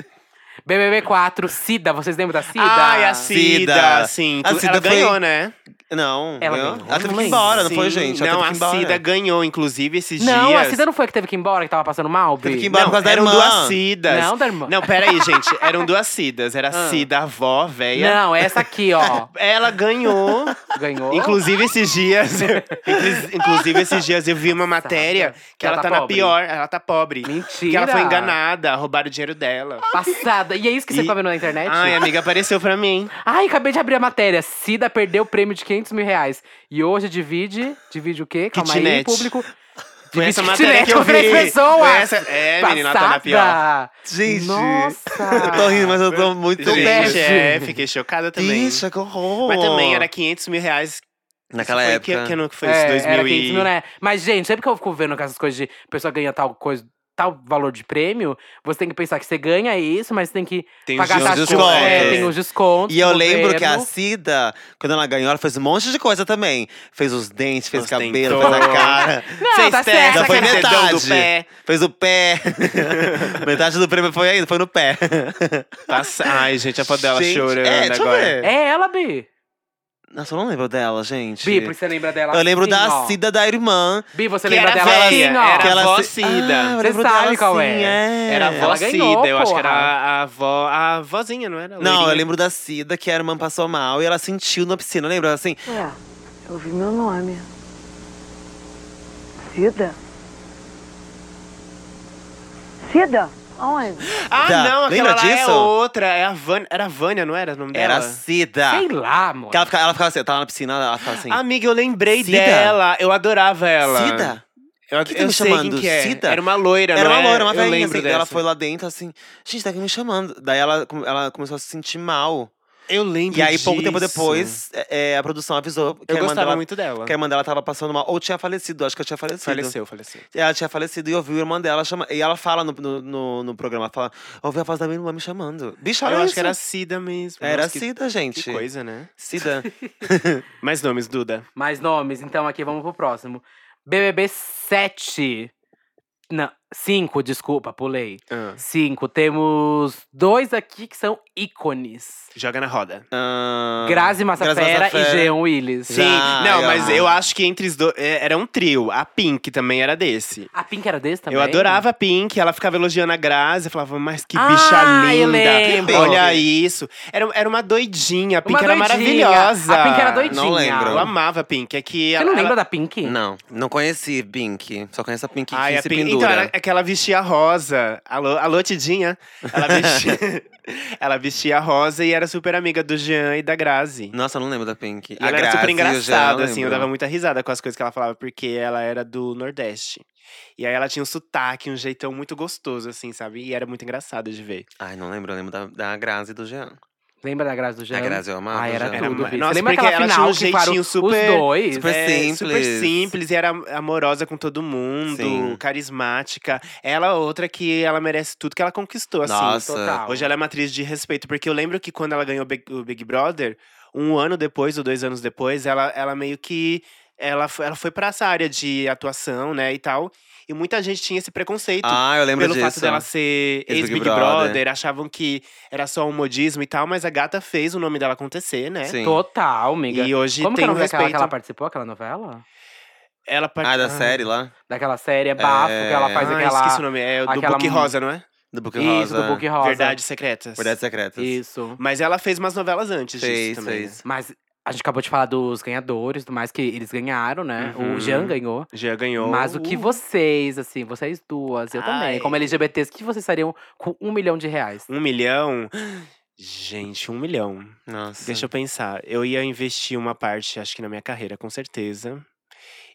S2: BBB 4, Cida, vocês lembram da Cida?
S1: Ai, a Cida,
S3: Cida.
S1: sim.
S3: A
S1: tu-
S3: Cida
S1: ela
S3: foi-
S1: ganhou, né?
S3: Não,
S2: Ela
S3: ganhou?
S2: ganhou?
S3: ela teve
S2: Não
S3: que ir
S2: lembro.
S3: embora, não foi,
S1: Sim,
S3: gente? Ela
S1: Não,
S3: teve
S1: a
S3: que ir embora.
S1: Cida ganhou, inclusive, esses
S2: Não,
S1: dias.
S2: a Cida não foi a que teve que ir embora, que tava passando mal, Bi?
S3: Teve que ir embora por causa da
S1: eram
S3: irmã.
S1: duas Cidas.
S2: Não, da irmã.
S1: Não,
S2: *laughs*
S1: peraí, gente. Eram duas Cidas. Era a
S2: Ah.
S1: Cida, a avó, velha.
S2: Não, essa aqui, ó.
S1: *laughs* Ela ganhou.
S2: Ganhou.
S1: Inclusive esses
S2: *laughs*
S1: dias. inclus- inclusive esses dias eu vi uma matéria que ela, tá, na
S2: pobre.
S1: pior. Ela tá pobre.
S2: Mentira.
S1: Que ela foi enganada, roubaram o dinheiro dela.
S2: Passada. E é isso que você
S1: E-
S2: tá vendo na internet?
S1: Ai, é. amiga, apareceu pra mim.
S2: Ai, acabei de abrir a matéria. Cida perdeu o prêmio de 500 mil reais. E hoje divide. Divide o quê? Calma aí,
S1: Kitnet.
S2: público.
S1: Foi
S2: Divide
S1: essa matéria
S2: kitnet
S1: que eu
S2: com
S1: vi.
S2: três pessoas.
S1: Foi essa- É, menina, ela tá na pior.
S2: Passada.
S3: Gente,
S2: Nossa.
S3: eu tô rindo, mas eu tô muito
S2: Gente,
S3: bem.
S1: Gente, é, fiquei chocada também.
S3: Bicha, que horror.
S1: Mas também era 500 mil reais.
S3: Naquela
S1: Isso foi
S3: época.
S1: Que, que ano que foi
S2: É,
S1: isso? 2000
S2: era 500 mil,
S1: e...
S2: né? Mas, gente, sempre que eu fico vendo com essas coisas de pessoa ganha tal coisa, tal valor de prêmio, você tem que pensar que você ganha isso, mas tem que
S1: Tem
S2: pagar
S1: os
S2: taxa de
S3: descontos.
S2: é, tem os descontos.
S3: E eu
S2: do
S3: lembro que a
S2: governo.
S3: Cida, quando ela ganhou, ela fez um monte de coisa também. Fez os dentes, fez o
S1: Ostentou.
S3: cabelo, fez a cara.
S2: Não, tá certo.
S3: Já foi
S2: aquela-
S1: aquele dedão do
S3: metade.
S1: pé.
S3: Fez o pé. *laughs* metade do prêmio foi aí, foi no pé.
S1: Passa- Tá Ai, gente, a foto dela
S3: Gente,
S1: chorando
S3: é, deixa eu
S1: agora.
S3: ver.
S2: É ela, Bi.
S3: Nossa, eu não lembro dela, gente.
S2: Bi, porque você lembra dela
S3: eu lembro
S2: assim,
S3: da
S2: ó.
S3: Cida da irmã.
S2: Bi, você
S1: Que
S2: lembra
S1: era
S2: dela
S1: velha,
S2: assim, ó.
S1: era
S3: que ela
S1: avó
S3: se-
S1: Cida.
S3: Ah, eu
S2: Você
S3: lembro
S2: sabe
S3: dela,
S2: qual
S3: sim,
S2: é.
S3: é.
S1: Era a avó
S2: Ela ganhou,
S1: Cida, eu acho que era
S2: porra.
S1: a, a avó. A avózinha, não era?
S3: Não, eu
S1: Loirinha.
S3: lembro da Cida, que a irmã passou mal e ela sentiu na piscina, lembra? Assim,
S6: É, eu ouvi meu nome. Cida? Cida? Aonde?
S1: Ah,
S3: Tá,
S1: não, aquela
S3: lembra
S1: lá é
S3: disso?
S1: outra. É a Vânia. Era a Vânia, não era o nome
S3: era assim. a
S1: dela?
S3: Cida.
S2: Sei lá, amor.
S3: Que ela ficava, ela ficava assim, eu tava na piscina, ela ficava assim.
S1: Amiga, eu lembrei
S3: Cida?
S1: dela. Eu adorava ela.
S3: Cida?
S1: Eu,
S3: que tá
S1: eu
S3: me
S1: sei
S3: chamando?
S1: quem que é.
S3: Cida?
S1: Era uma loira,
S3: Era
S1: não
S3: uma
S1: é?
S3: loira, uma
S1: Eu
S3: velhinha,
S1: lembro
S3: assim. Ela
S1: dessa.
S3: foi lá dentro, assim, gente, tá aqui me chamando. Daí ela, ela começou a se sentir mal.
S1: Eu lembro
S3: E aí, pouco tempo
S1: disso.
S3: depois, é, é, a produção avisou que
S1: Eu
S3: a irmã
S1: gostava
S3: dela,
S1: muito dela.
S3: que a irmã dela tava passando mal. Ou tinha falecido, acho que ela tinha falecido.
S1: Faleceu, faleceu.
S3: Ela tinha falecido e ouviu a irmã dela chamar. E ela fala no, no, no, no programa, fala, ouvi a voz da minha irmã me chamando. Bicho, olha
S1: Eu acho
S3: isso.
S1: que era Cida mesmo.
S3: Era
S1: Nossa, que-
S3: Cida, gente.
S1: Que coisa, né?
S3: Cida.
S1: Mais nomes, Duda.
S2: Mais nomes, então aqui vamos pro próximo. BBB 7. Não, 5, desculpa, pulei.
S1: *laughs* Ah,
S2: 5. Temos dois aqui que são ícones.
S1: Joga na roda.
S3: Ah,
S2: Grazi Massafera e
S3: Massafera.
S2: Jean Willis.
S1: Sim,
S3: Já,
S1: não,
S3: já.
S1: mas eu acho que entre os dois. é, Era um trio. A Pink também era desse.
S2: A Pink era desse também?
S1: Eu adorava a Pink, ela ficava elogiando a Grazi, eu falava, mas que
S2: Ah,
S1: bicha
S2: eu
S1: linda.
S2: lembro.
S1: Olha isso. Era, era uma doidinha, a Pink
S2: Uma
S1: era
S2: doidinha.
S1: maravilhosa.
S2: A Pink era doidinha.
S3: Não lembro.
S1: Eu amava a Pink. É que
S2: Você
S1: ela,
S2: não lembra
S1: ela-
S2: da Pink?
S3: Não, não conheci Pink. Só conheço a Pink
S1: Ai,
S3: que
S1: a
S3: se
S1: Pink.
S3: pendura.
S1: Então, era, é que ela vestia rosa. Alô, alô Tidinha.
S2: *laughs*
S1: Ela vestia, *laughs* ela vestia rosa e era super amiga do Jean e da Grazi.
S3: Nossa, eu não lembro da Pink.
S1: E ela era
S3: Grazi
S1: super
S3: e o Jean,
S1: engraçada, assim, eu
S3: lembro.
S1: dava muita risada com as coisas que ela falava, porque ela era do Nordeste. E aí ela tinha um sotaque, um jeitão muito gostoso, assim, sabe? E era muito engraçado de ver.
S3: Ai, não lembro, eu lembro da, da Grazi e do Jean.
S2: Lembra da Grazi do Jean?
S3: A Grazi eu amava.
S2: Ah, era
S3: o Jean.
S1: um Era
S2: tudo,
S1: ma-
S2: bicho.
S1: Nossa,
S2: Lembra
S1: porque
S2: aquela
S1: ela tinha
S2: final
S1: um
S2: que parou
S1: jeitinho
S2: os
S1: super-
S2: dois?
S3: super-
S1: É, Super
S3: simples.
S1: simples, e era amorosa com todo mundo,
S3: Sim.
S1: carismática. Ela é outra que ela merece tudo que ela conquistou, assim.
S3: Nossa.
S2: total.
S1: Hoje ela é uma atriz de respeito, porque eu lembro que quando ela ganhou o Big- o Big Brother, um ano depois ou dois anos depois, ela, ela meio que. Ela foi, ela foi pra essa área de atuação, né, e tal. E muita gente tinha esse preconceito.
S3: Ah, eu lembro
S1: pelo
S3: disso.
S1: fato dela ser
S3: Ex-Big
S1: ex-Big Brother.
S3: Brother.
S1: achavam que era só um modismo e tal, mas a gata fez o nome dela acontecer, né?
S3: Sim.
S2: Total, amiga.
S1: E hoje
S2: Como
S1: tem
S2: que
S1: um
S2: é a novela que ela-
S1: respeito.
S2: que ela participou, aquela novela?
S1: Ela part...
S3: Ah, da série lá?
S2: Daquela série É Bafo, que ela faz
S1: ah, esqueci o
S2: aquela…
S1: nome. É do
S2: aquela
S1: Book
S2: mu-
S1: Rosa, não é?
S3: Do Book
S2: Isso,
S3: Rosa.
S2: do Book Rosa.
S1: Verdades Secretas.
S3: Verdades Secretas.
S2: Isso.
S1: Mas ela fez umas novelas antes
S3: Fez,
S1: disso também. né?
S3: fez.
S2: Mas a gente acabou de falar dos ganhadores, do mais que eles ganharam, né?
S1: Uhum.
S2: O Jean ganhou.
S1: Já ganhou.
S2: Mas o que vocês, assim, vocês duas, eu
S1: Ai.
S2: também, como LGBTs, o que vocês fariam com um milhão de reais?
S1: Um milhão? *gasps* Gente, um milhão.
S3: Nossa.
S1: Deixa eu pensar. Eu ia investir uma parte, acho que na minha carreira, com certeza.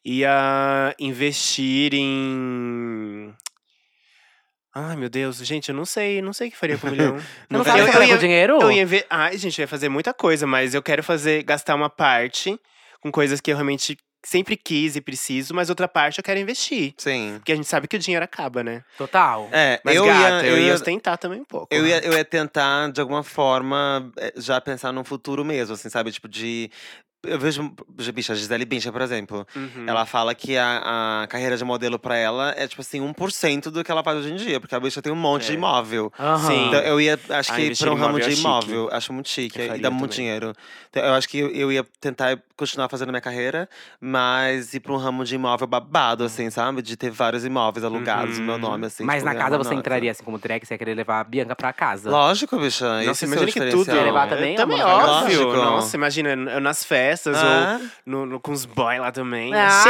S1: Ia investir em. Ai, meu Deus, gente, eu não sei, não sei o que faria com um
S3: *laughs*
S1: milhão. Não
S2: Não, não sabe
S1: faria-
S2: o que é
S1: eu
S2: faria com
S1: ia-
S2: o dinheiro?
S1: Eu ia ver. Ai, gente, eu ia fazer muita coisa, mas eu quero fazer, gastar uma parte com coisas que eu realmente sempre quis e preciso, mas outra parte eu quero investir.
S3: Sim.
S1: Porque a gente sabe que o dinheiro acaba, né?
S2: Total.
S3: É,
S1: Mas
S3: eu,
S1: gata,
S3: ia,
S1: eu ia ostentar também um pouco.
S3: Eu ia, eu ia tentar, de alguma forma, eh, já pensar num futuro mesmo, assim, sabe? Tipo, de. Eu vejo, bicha, a Gisele Bündchen, por exemplo.
S1: Uhum.
S3: Ela fala que a, a carreira de modelo pra ela é, tipo assim, 1% do que ela faz hoje em dia, porque a bicha tem um monte de
S1: É.
S3: imóvel.
S2: Aham.
S1: Sim.
S3: Então, eu ia, acho
S1: Ah,
S3: que,
S1: investir
S3: pra um
S1: em
S3: ramo
S1: imóvel é
S3: de
S1: chique.
S3: imóvel. Acho muito chique.
S1: Eu
S3: E
S1: faria
S3: dá muito
S1: também.
S3: dinheiro. Então, eu acho que eu, eu ia tentar continuar fazendo minha carreira, mas ir pra um ramo de imóvel babado, assim, sabe? De ter vários imóveis alugados no meu
S1: Hum. Uhum.
S3: nome, assim.
S2: Mas
S3: tipo,
S2: na
S3: ganhar
S2: casa
S3: uma
S2: você
S3: nota.
S2: entraria, assim, como drag, você ia querer levar a Bianca pra casa.
S3: Lógico,
S2: Ah,
S3: bicha.
S1: Nossa,
S3: Esse
S1: imagina
S3: é o
S1: que tudo
S3: diferencial.
S2: Ia levar também
S1: Eu
S2: uma
S1: também,
S2: bagagem?
S1: óbvio.
S3: Lógico.
S1: Nossa, imagina, eu nas festas
S3: Ah,
S1: ou no- no- com os boys lá também.
S2: Ah,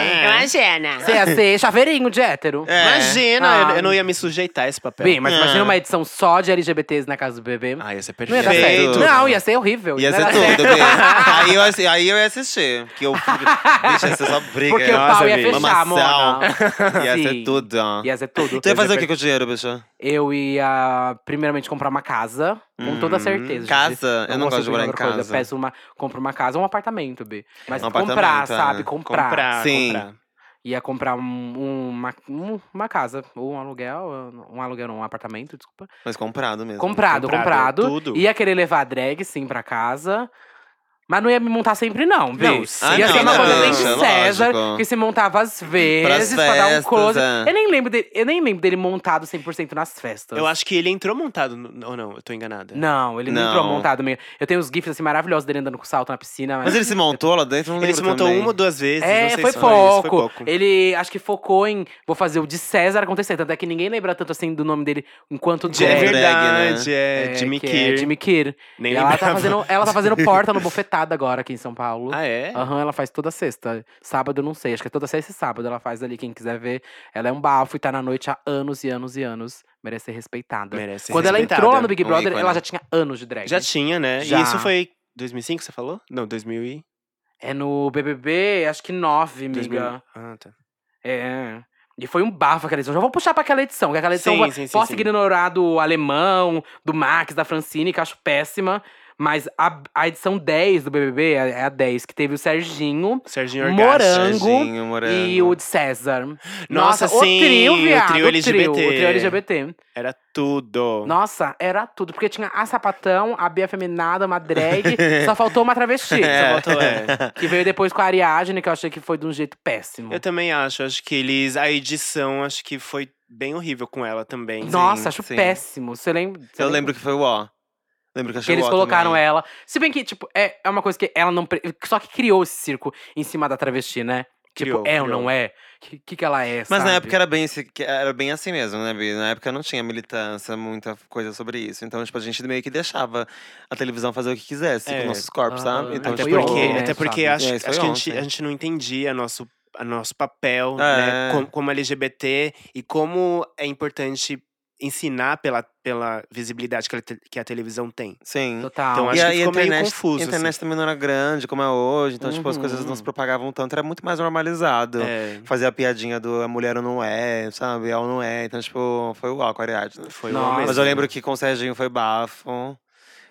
S1: É. Imagina!
S6: Imagina.
S2: Você ia ser chaveirinho de hétero.
S3: É.
S1: Imagina!
S2: Ah.
S1: Eu, eu não ia me sujeitar a esse papel.
S2: Bem, mas
S3: É.
S2: imagina uma edição só de LGBTs na casa do bebê.
S1: Ah, ia ser
S2: não
S1: perfeito.
S2: ia dar certo.
S3: perfeito.
S2: Não, ia ser horrível.
S3: Ia
S2: Não
S3: ser
S2: dar
S3: tudo, *laughs*
S2: certo.
S3: bem.
S2: *laughs*
S3: aí, eu, assi- aí eu ia assistir. Porque eu. Bicha, ia ser só briga.
S2: Porque
S1: Nossa,
S2: o pau ia
S1: amiga.
S2: fechar,
S3: Mamação.
S2: mona.
S3: *laughs* Ia
S2: Sim.
S3: ser tudo. ó.
S2: Ia ser tudo.
S3: Tu ia fazer o que com o dinheiro, bicha?
S2: Eu ia, primeiramente, comprar uma casa, com toda certeza. gente.
S3: Hum, Casa? Eu não gosto
S2: consigo
S3: de morar em
S2: outra coisa.
S3: casa.
S2: Eu peço uma, compro uma casa ou um apartamento, B. Mas
S3: Um
S2: comprar,
S3: apartamento,
S2: sabe?
S3: é.
S2: Comprar.
S1: Comprar,
S3: Sim.
S1: comprar.
S2: Ia comprar um- um- uma, um- uma casa, ou um aluguel, um aluguel não, um apartamento, desculpa.
S3: Mas comprado mesmo.
S2: Comprado,
S1: comprado,
S2: comprado.
S1: tudo.
S2: Ia querer levar a drag, sim, pra casa. Mas não ia me montar sempre, não, B.
S1: Não, é
S3: Ah,
S2: ia
S3: não,
S2: ser uma
S3: né,
S2: coisa bem
S3: bicha?
S2: César,
S3: Lógico.
S2: que se montava às vezes pra dar um
S3: festas,
S2: close.
S3: é.
S2: Eu, nem lembro dele, eu nem lembro dele montado 100% nas festas.
S1: Eu acho que ele entrou montado, no- ou não? Eu tô enganada.
S2: Não, ele não,
S3: Não.
S2: entrou montado mesmo. Eu tenho uns gifs assim maravilhosos dele andando com salto na piscina.
S3: Mas ele se montou lá dentro, não
S1: Ele
S3: lembro
S1: se montou
S3: também.
S1: uma ou duas vezes, não
S2: É,
S1: sei
S2: foi,
S1: se isso,
S2: pouco.
S1: foi pouco.
S2: Ele acho que focou em vou fazer o de César acontecer. Tanto é que ninguém lembra tanto assim do nome dele enquanto
S1: É
S3: drag,
S2: drag.
S3: né?
S1: verdade, é,
S2: É,
S1: Jimmy
S2: que é
S1: Kier.
S2: Jimmy Kier.
S1: Nem
S2: E ela, tá
S1: lembrava.
S2: fazendo, ela tá
S1: *laughs*
S2: fazendo porta no bofetada agora aqui em São Paulo.
S1: Ah, é?
S2: Aham, ela faz toda sexta. Sábado, eu não sei. Acho que é toda sexta e sábado ela faz ali. Quem quiser ver, ela é um bafo e tá na noite há anos e anos e anos. Merece ser respeitada.
S1: Merece ser
S2: Quando ela
S1: respeitada.
S2: entrou lá no Big
S3: Um
S2: Brother,
S3: ícone.
S2: ela já tinha anos de drag.
S1: Já tinha, né? E
S2: É Já.
S1: isso foi 2005, você falou? Não, 2000 e...
S2: É no BBB, acho que nove, amiga.
S1: 2000. Ah, tá.
S2: É. E foi um bafo aquela edição. Já vou puxar pra aquela edição, que aquela edição
S1: Sim,
S2: vai-
S1: sim, sim,
S2: posso
S1: sim.
S2: ignorar do alemão, do Max, da Francine, que eu acho péssima. Mas a, a edição 10 do BBB é é a 10, que teve o Serginho,
S1: Serginho Orgasmo.
S2: Morango,
S3: Serginho, Morango.
S2: e o de César.
S1: Nossa,
S2: o
S1: sim,
S2: trio,
S1: o
S2: viado,
S1: trio LGBT.
S2: O trio, o trio LGBT.
S1: Era tudo.
S2: Nossa, era tudo. Porque tinha a sapatão, a Bia Feminada, uma drag.
S1: *laughs*
S2: só faltou uma travesti.
S1: Só botou, é.
S2: Que veio depois com a Ariadne, que eu achei que foi de um jeito péssimo.
S1: Eu também acho, acho que eles. A edição acho que foi bem horrível com ela também.
S2: Nossa,
S3: sim,
S2: acho
S3: sim.
S2: péssimo. Você lembra? você
S3: *laughs* Eu
S2: lembra?
S3: lembro que foi o ó. Lembro que achei
S2: Que eles
S3: o ó
S2: colocaram
S3: também.
S2: ela. Se bem que, tipo, é, é uma coisa que ela não. pre- Só que criou esse circo em cima da travesti, né?
S1: Criou,
S2: tipo, é ou
S1: criou.
S2: não é? O que, que, que ela é?
S3: Mas na
S2: sabe?
S3: época era bem, esse- que era bem assim mesmo, né, Bi? Na época não tinha militância, muita coisa sobre isso. Então, tipo, a gente meio que deixava a televisão fazer o que quisesse
S1: É.
S3: com nossos corpos,
S2: Ah,
S3: sabe? Então,
S1: Até
S2: foi
S1: porque,
S2: ontem, né,
S1: até porque
S2: sabe?
S1: acho,
S3: É, isso foi
S1: acho que a gente,
S3: ontem.
S1: a gente não entendia nosso, a nosso papel né,
S3: É.
S1: como, como LGBT e como é importante ensinar pela, pela visibilidade que a, te- que a televisão tem.
S3: Sim.
S2: Total.
S1: Então, acho
S3: e
S1: que
S3: aí a
S1: ficou meio
S3: internet,
S1: confuso, assim.
S3: a internet também não era grande, como é hoje. Então, tipo, as coisas
S2: Uhum.
S3: não se propagavam tanto. Era muito mais normalizado.
S1: É,
S3: Fazer a piadinha do a mulher não é, sabe? Ela não é. Então, tipo, foi o Aquariate. Ariadne.
S1: foi
S2: Nossa.
S1: uma
S3: Mas eu lembro que com o Serginho foi bafo.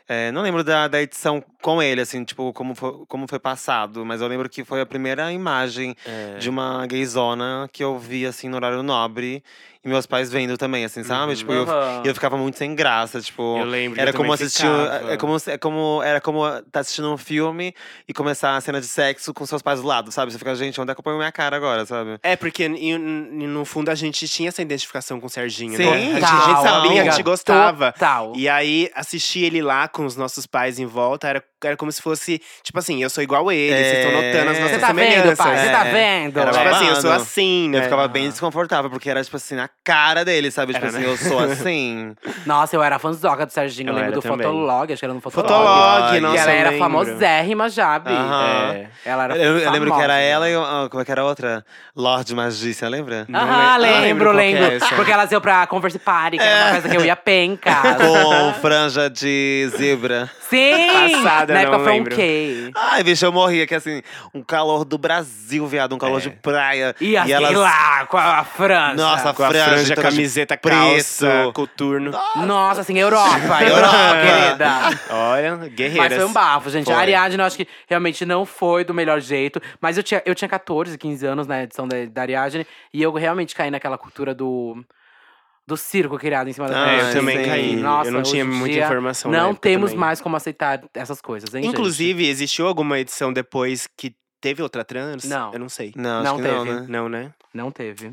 S3: É, não lembro da, da edição com ele, assim, tipo, como foi, como foi passado. Mas eu lembro que foi a primeira imagem
S1: É.
S3: de uma gayzona que eu vi, assim, no horário nobre. E meus pais vendo também, assim, sabe? Tipo, eu-
S2: Aham.
S3: e eu, ficava muito sem graça, tipo…
S1: Uhum. Eu lembro que
S3: Era
S1: eu
S3: como
S1: também
S3: assistir.
S1: ficava.
S3: É como, se- é como, era como tá assistindo um filme e começar a cena de sexo com seus pais do lado, sabe? Você fica, gente, onde é que eu ponho minha cara agora, sabe?
S1: É, porque e- e no fundo a gente tinha essa identificação com o Serginho,
S3: Sim,
S1: né? A gente-
S2: Total,
S1: a gente sabia, a
S2: amiga,
S1: gente gostava.
S2: Total.
S1: E aí, assistir ele lá com os nossos pais em volta era, era como se fosse, tipo assim, eu sou igual a ele, vocês estão
S3: É.
S1: notando as nossas
S2: Você tá vendo,
S1: semelhanças.
S2: pai? Você
S1: né?
S2: tá
S3: É.
S2: vendo?
S3: Era
S1: Tipo assim, eu sou
S3: babado.
S1: assim, né?
S3: Eu ficava bem desconfortável, porque era, tipo assim, na cara dele, sabe? Tipo
S1: Era,
S3: assim,
S1: né?
S3: eu
S1: *laughs*
S3: sou assim.
S2: Nossa, eu era fãzoca do Serginho. Eu,
S1: Eu
S2: lembro
S1: era
S2: do
S1: também.
S2: Fotolog, acho que era no Fotolog.
S1: Fotolog,
S2: que
S1: nossa,
S2: ela
S1: eu
S2: era
S1: lembro.
S2: famosérrima já, Bi.
S3: Aham.
S1: É.
S2: Ela era
S3: Eu, eu lembro que era
S1: assim,
S2: famosa.
S3: ela e. o- ah, como é que era a outra? Lorde Magícia, lembra?
S1: né? Não
S2: Aham,
S1: lembro.
S2: lembro,
S1: Não lembro qual
S2: lembro.
S1: que é essa. É.
S2: porque elas iam pra Converse Party, que era uma festa que eu
S1: *laughs*
S2: ia penca.
S3: Com franja de zebra.
S2: Sim!
S1: Passada,
S2: Na
S1: não
S2: época foi um
S1: lembro.
S2: quê?
S3: Ai, bicho, eu morria, que assim, um calor do Brasil, viado, um
S1: É.
S3: calor de praia.
S2: E, assim,
S3: elas-
S2: lá, com a França.
S3: Nossa,
S1: Com a
S3: franja,
S1: franja,
S3: toda de
S1: camiseta,
S3: preto.
S1: calça, coturno.
S2: Nossa, assim,
S1: *laughs*
S2: Europa, *laughs* Europa, querida.
S1: Olha,
S2: Mas
S1: guerreiras.
S2: foi um bafo, gente. A
S1: Foi.
S2: Ariadne, eu acho que realmente não foi do melhor jeito. Mas eu tinha, eu tinha 14, 15 anos na edição da, da Ariadne. E eu realmente caí naquela cultura do, do circo criado em cima da
S3: Ah,
S1: É, eu
S3: Ai,
S2: travesti.
S1: também
S3: sim.
S1: caí.
S2: Nossa,
S1: eu não tinha
S2: hoje em
S1: muita
S2: dia,
S1: informação. na
S2: Não
S1: época
S2: temos
S1: também.
S2: mais como aceitar essas coisas, hein, gente?
S1: Inclusive, existiu alguma edição depois que teve outra trans?
S2: Não.
S1: Eu não sei.
S3: Não, acho
S2: Não
S3: que não,
S2: teve.
S3: né?
S1: Não, né?
S2: Não teve.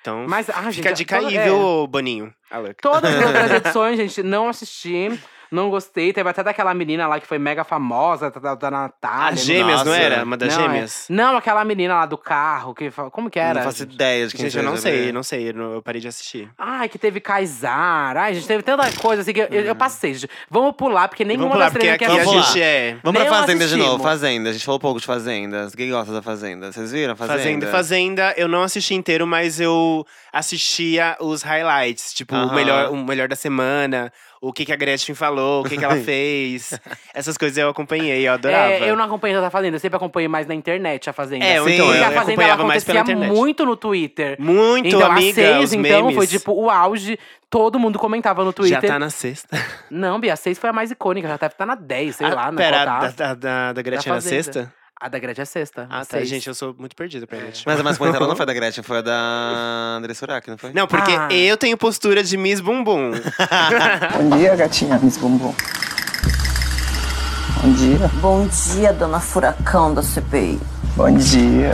S1: Então,
S2: Mas, ah,
S1: fica
S2: gente,
S1: de cair,
S2: toda- é.
S1: viu, Boninho? A louca.
S2: Todas as outras edições, gente, não assisti. Não gostei. Teve até daquela menina lá que foi mega famosa, da- da, da Natália.
S1: A gêmeas, não
S3: Nossa.
S1: era? Uma das
S2: Ah, Não, é.
S1: gêmeas?
S2: Não, aquela menina lá do carro, que fa- como que era?
S3: não faço
S2: gente?
S3: ideia de quem
S1: Gente, eu não
S3: seja, né?
S1: sei, não sei. eu não- Eu parei de assistir.
S2: Ai, que teve Kaysar. Ai, gente, teve tanta coisa assim que eu, eu- eu passei. gente. Vamos pular, porque nenhuma
S1: Vamos lá,
S2: das
S1: porque
S2: três
S1: aqui
S2: quer
S1: a
S3: Vamos lá.
S1: gente é.
S3: Vamos
S2: Nem
S3: pra Fazenda de novo.
S2: assistimos.
S3: Fazenda. A gente falou pouco de Fazenda. Quem gosta da Fazenda? Vocês viram a
S1: Fazenda.
S3: Fazenda?
S1: Fazenda, eu não assisti inteiro, mas eu assistia os highlights. Tipo, o,
S3: Aham.
S1: melhor, o melhor da semana, o que, que a Gretchen falou, o que, que *laughs* ela fez. Essas coisas eu acompanhei, eu adorava.
S2: É, eu não acompanhei tanto a Fazenda, eu sempre acompanhei mais na internet a Fazenda.
S1: É,
S3: eu- então,
S2: Porque
S3: eu
S2: a Fazenda ela
S1: acompanhava mais pela
S2: acontecia
S1: internet.
S2: muito no Twitter.
S1: Muito,
S2: então,
S1: amiga,
S2: a seis,
S1: os
S2: então,
S1: memes.
S2: foi tipo o auge. Todo mundo comentava no Twitter.
S1: Já tá na sexta.
S2: Não, Bia, a 6 foi a mais icônica, já deve estar na 10, sei
S1: Ah,
S2: lá, né?
S1: Pera,
S2: qual
S1: da,
S2: tá.
S1: da, da, da Gretchen é na
S2: Fazenda. É.
S1: sexta?
S2: A da Gretchen é sexta.
S1: Ah,
S2: a
S1: tá.
S2: seis.
S1: Gente, eu sou muito perdida pra Gretchen.
S3: Mas a mais comentada não foi a da Gretchen, foi a da André Surak, não foi?
S1: *laughs* Não, porque
S2: Ah.
S1: eu tenho postura de Miss Bumbum.
S2: *laughs*
S7: Bom dia, gatinha Miss Bumbum. Bom dia.
S6: Bom dia, dona Furacão da CPI.
S7: Bom dia.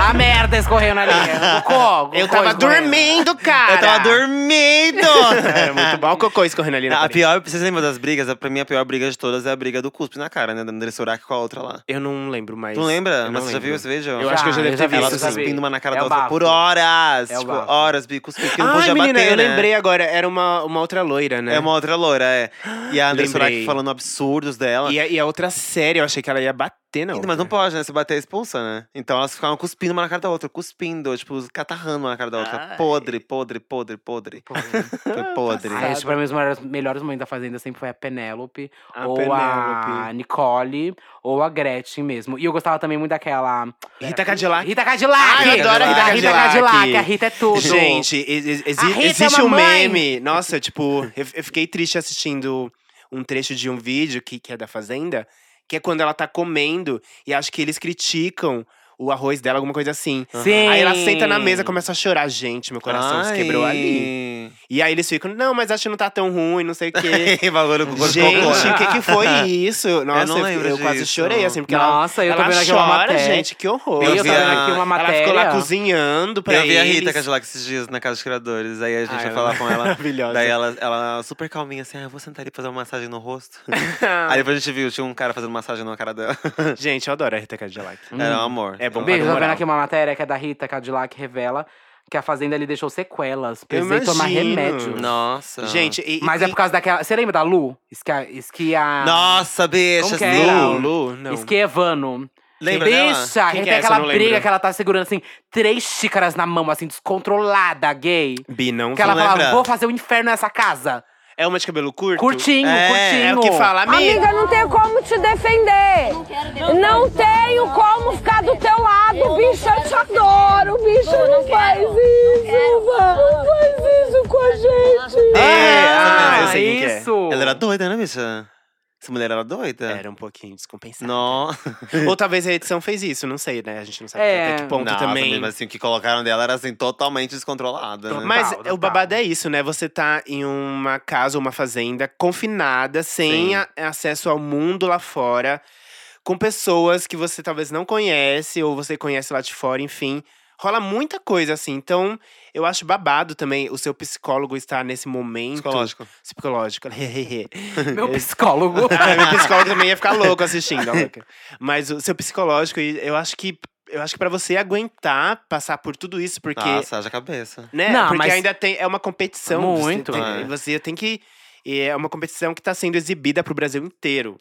S2: A merda escorreu na
S1: *laughs*
S2: linha. O cocô
S1: eu tava
S2: escorreu.
S1: dormindo, cara!
S3: Eu tava
S1: *laughs*
S3: tá dormindo!
S1: É, muito bom. Olha o cocô escorrendo ali na
S3: Ah, A
S1: parede.
S3: pior, vocês lembram das brigas? A- Pra mim, a pior briga de todas é a briga do cuspe na cara, né? Da André Surak com a outra lá.
S1: Eu não lembro mais.
S3: Tu lembra?
S1: Eu
S3: Mas você já viu
S1: lembro.
S3: esse vídeo?
S1: Eu acho que eu já
S2: Já,
S1: devo ter
S2: Ah, eu já vi,
S1: visto.
S2: isso
S3: Ela
S2: eu já
S3: tá
S2: vi.
S3: cuspindo uma na cara
S2: É
S3: da
S2: o
S3: outra
S2: bafo.
S3: por horas.
S2: É o
S3: tipo,
S2: bafo.
S3: horas, bi, cuspindo, porque não
S1: Ai,
S3: podia bater,
S1: Ah, menina, eu
S3: né?
S1: lembrei agora. Era uma, uma outra loira, né?
S3: É uma outra loira, é. E a André
S1: Lembrei.
S3: Surak falando absurdos dela.
S1: E, a, e a outra série, eu achei que ela ia bater, não. é.
S3: Então, Mas não pode, né? Se bater, expulsa, né? Então elas ficavam cuspindo uma na cara da outra, cuspindo, tipo, catarrando uma na cara da outra.
S1: Ai.
S3: Podre, podre, podre, podre.
S1: *laughs*
S3: Foi podre.
S1: Ah,
S2: Ai, acho que É, tipo, pra mim, os melhores, melhores momentos da Fazenda sempre foi a Penélope,
S1: A
S2: ou a
S1: Penélope.
S2: Nicole, ou a Gretchen mesmo. E eu gostava também muito daquela.
S1: Rita Cadillac.
S2: Rita Cadillac!
S1: Ai, eu adoro a Rita
S2: Rita
S1: Cadillac.
S2: Cadillac, a Rita é tudo.
S1: Gente, e- e- exi-
S2: A Rita é
S1: existe
S2: uma
S1: um
S2: mãe.
S1: meme. Nossa, tipo, eu, eu fiquei triste assistindo um trecho de um vídeo que, que é da Fazenda, que é quando ela tá comendo e acho que eles criticam o arroz dela, alguma coisa assim.
S2: Sim.
S1: Aí ela senta na mesa e começa a chorar. Gente, meu coração se quebrou ali.
S3: Ai.
S1: E aí eles ficam, não, mas acho que não tá tão ruim, não sei o quê.
S2: *laughs*
S3: *laughs* Bagulho com gosto de
S1: Gente,
S3: cocô, né?
S1: o que, que foi isso? Nossa, eu,
S3: não lembro
S1: eu quase
S3: disso.
S1: chorei, assim, porque
S2: Nossa, eu
S1: ela,
S2: tô
S1: ela
S2: vendo aqui uma
S1: chora,
S2: matéria.
S1: gente, que horror.
S2: Eu tô
S3: vi
S2: vendo
S3: a-
S2: aqui uma
S1: ela
S2: matéria.
S1: ficou lá cozinhando pra
S3: Eu vi a Rita
S1: eles.
S3: Cadillac esses dias na Casa dos Criadores. Aí a gente
S1: Ai,
S3: foi
S1: ela-
S3: falar com
S1: *laughs*
S3: ela.
S1: Maravilhosa.
S3: Daí ela, ela super calminha, assim, ah, eu vou sentar ali e fazer uma massagem no
S1: *laughs*
S3: rosto. aí depois a gente viu, tinha um cara fazendo massagem na cara dela. *laughs*
S1: Gente, eu adoro a Rita Cadillac.
S2: Hum.
S3: Era um amor.
S1: É bom pra
S2: Beijo, tô
S1: namorar.
S2: vendo aqui uma matéria que é da Rita Cadillac que revela que a Fazenda lhe deixou sequelas. Precisei tomar
S1: imagino.
S2: remédio.
S3: Nossa.
S1: Gente, e,
S2: Mas
S1: e,
S2: é por causa daquela. Você lembra da Lu? Esquia. Esquia.
S3: Nossa, bicha,
S2: Como que
S1: é?
S3: assim.
S2: era?
S1: Lu, Lu, não.
S2: Esquievano.
S3: Lembra dela?
S2: Bicha,
S1: Quem
S2: que
S1: que
S2: é tem
S1: é essa? Eu
S2: aquela
S1: não
S2: briga
S1: lembro.
S2: que ela tá segurando, assim, três xícaras na mão, assim, descontrolada, gay.
S1: Bi, não.
S2: Que ela
S1: fala-
S2: falava,
S3: lembra?
S2: vou fazer o inferno nessa casa.
S1: É uma de cabelo curto?
S2: Curtinho, curtinho.
S1: É, é o que fala, amiga.
S8: Amiga, não tenho como te defender. Não tenho como ficar do teu lado, bicho. Eu te adoro, bicho. Não faz isso, vá. Não faz isso com a gente.
S1: É,
S2: Ah,
S1: ah, eu sei quem que é.
S2: isso.
S3: Ela era doida, né, bicha? Essa mulher era doida?
S1: Era um pouquinho descompensado.
S3: Nossa.
S1: Ou talvez a edição fez isso, não sei, né? A gente não sabe
S2: É.
S1: até que ponto
S3: Nossa,
S1: também.
S3: mesmo assim, o que colocaram dela era assim, totalmente descontrolada. Né?
S1: Mas
S2: Total,
S1: o
S2: total.
S1: babado é isso, né? Você tá em uma casa ou uma fazenda confinada, sem
S3: Sim.
S1: a- acesso ao mundo lá fora, com pessoas que você talvez não conhece ou você conhece lá de fora, enfim. Rola muita coisa assim. Então, eu acho babado também o seu psicólogo estar nesse momento
S3: Psicológico.
S1: psicológico. *laughs*
S2: Meu psicólogo.
S1: Ah, meu psicólogo também ia ficar louco assistindo, a louca. Mas o seu psicológico, e eu acho que eu acho que para você aguentar passar por tudo isso, porque
S3: Nossa, haja Ah, cabeça.
S1: né?
S2: Não,
S1: Porque
S2: mas-
S1: ainda tem. É uma competição.
S2: Muito.
S1: Você
S3: É.
S1: tem, você tem que. e É uma competição que está sendo exibida pro Brasil inteiro.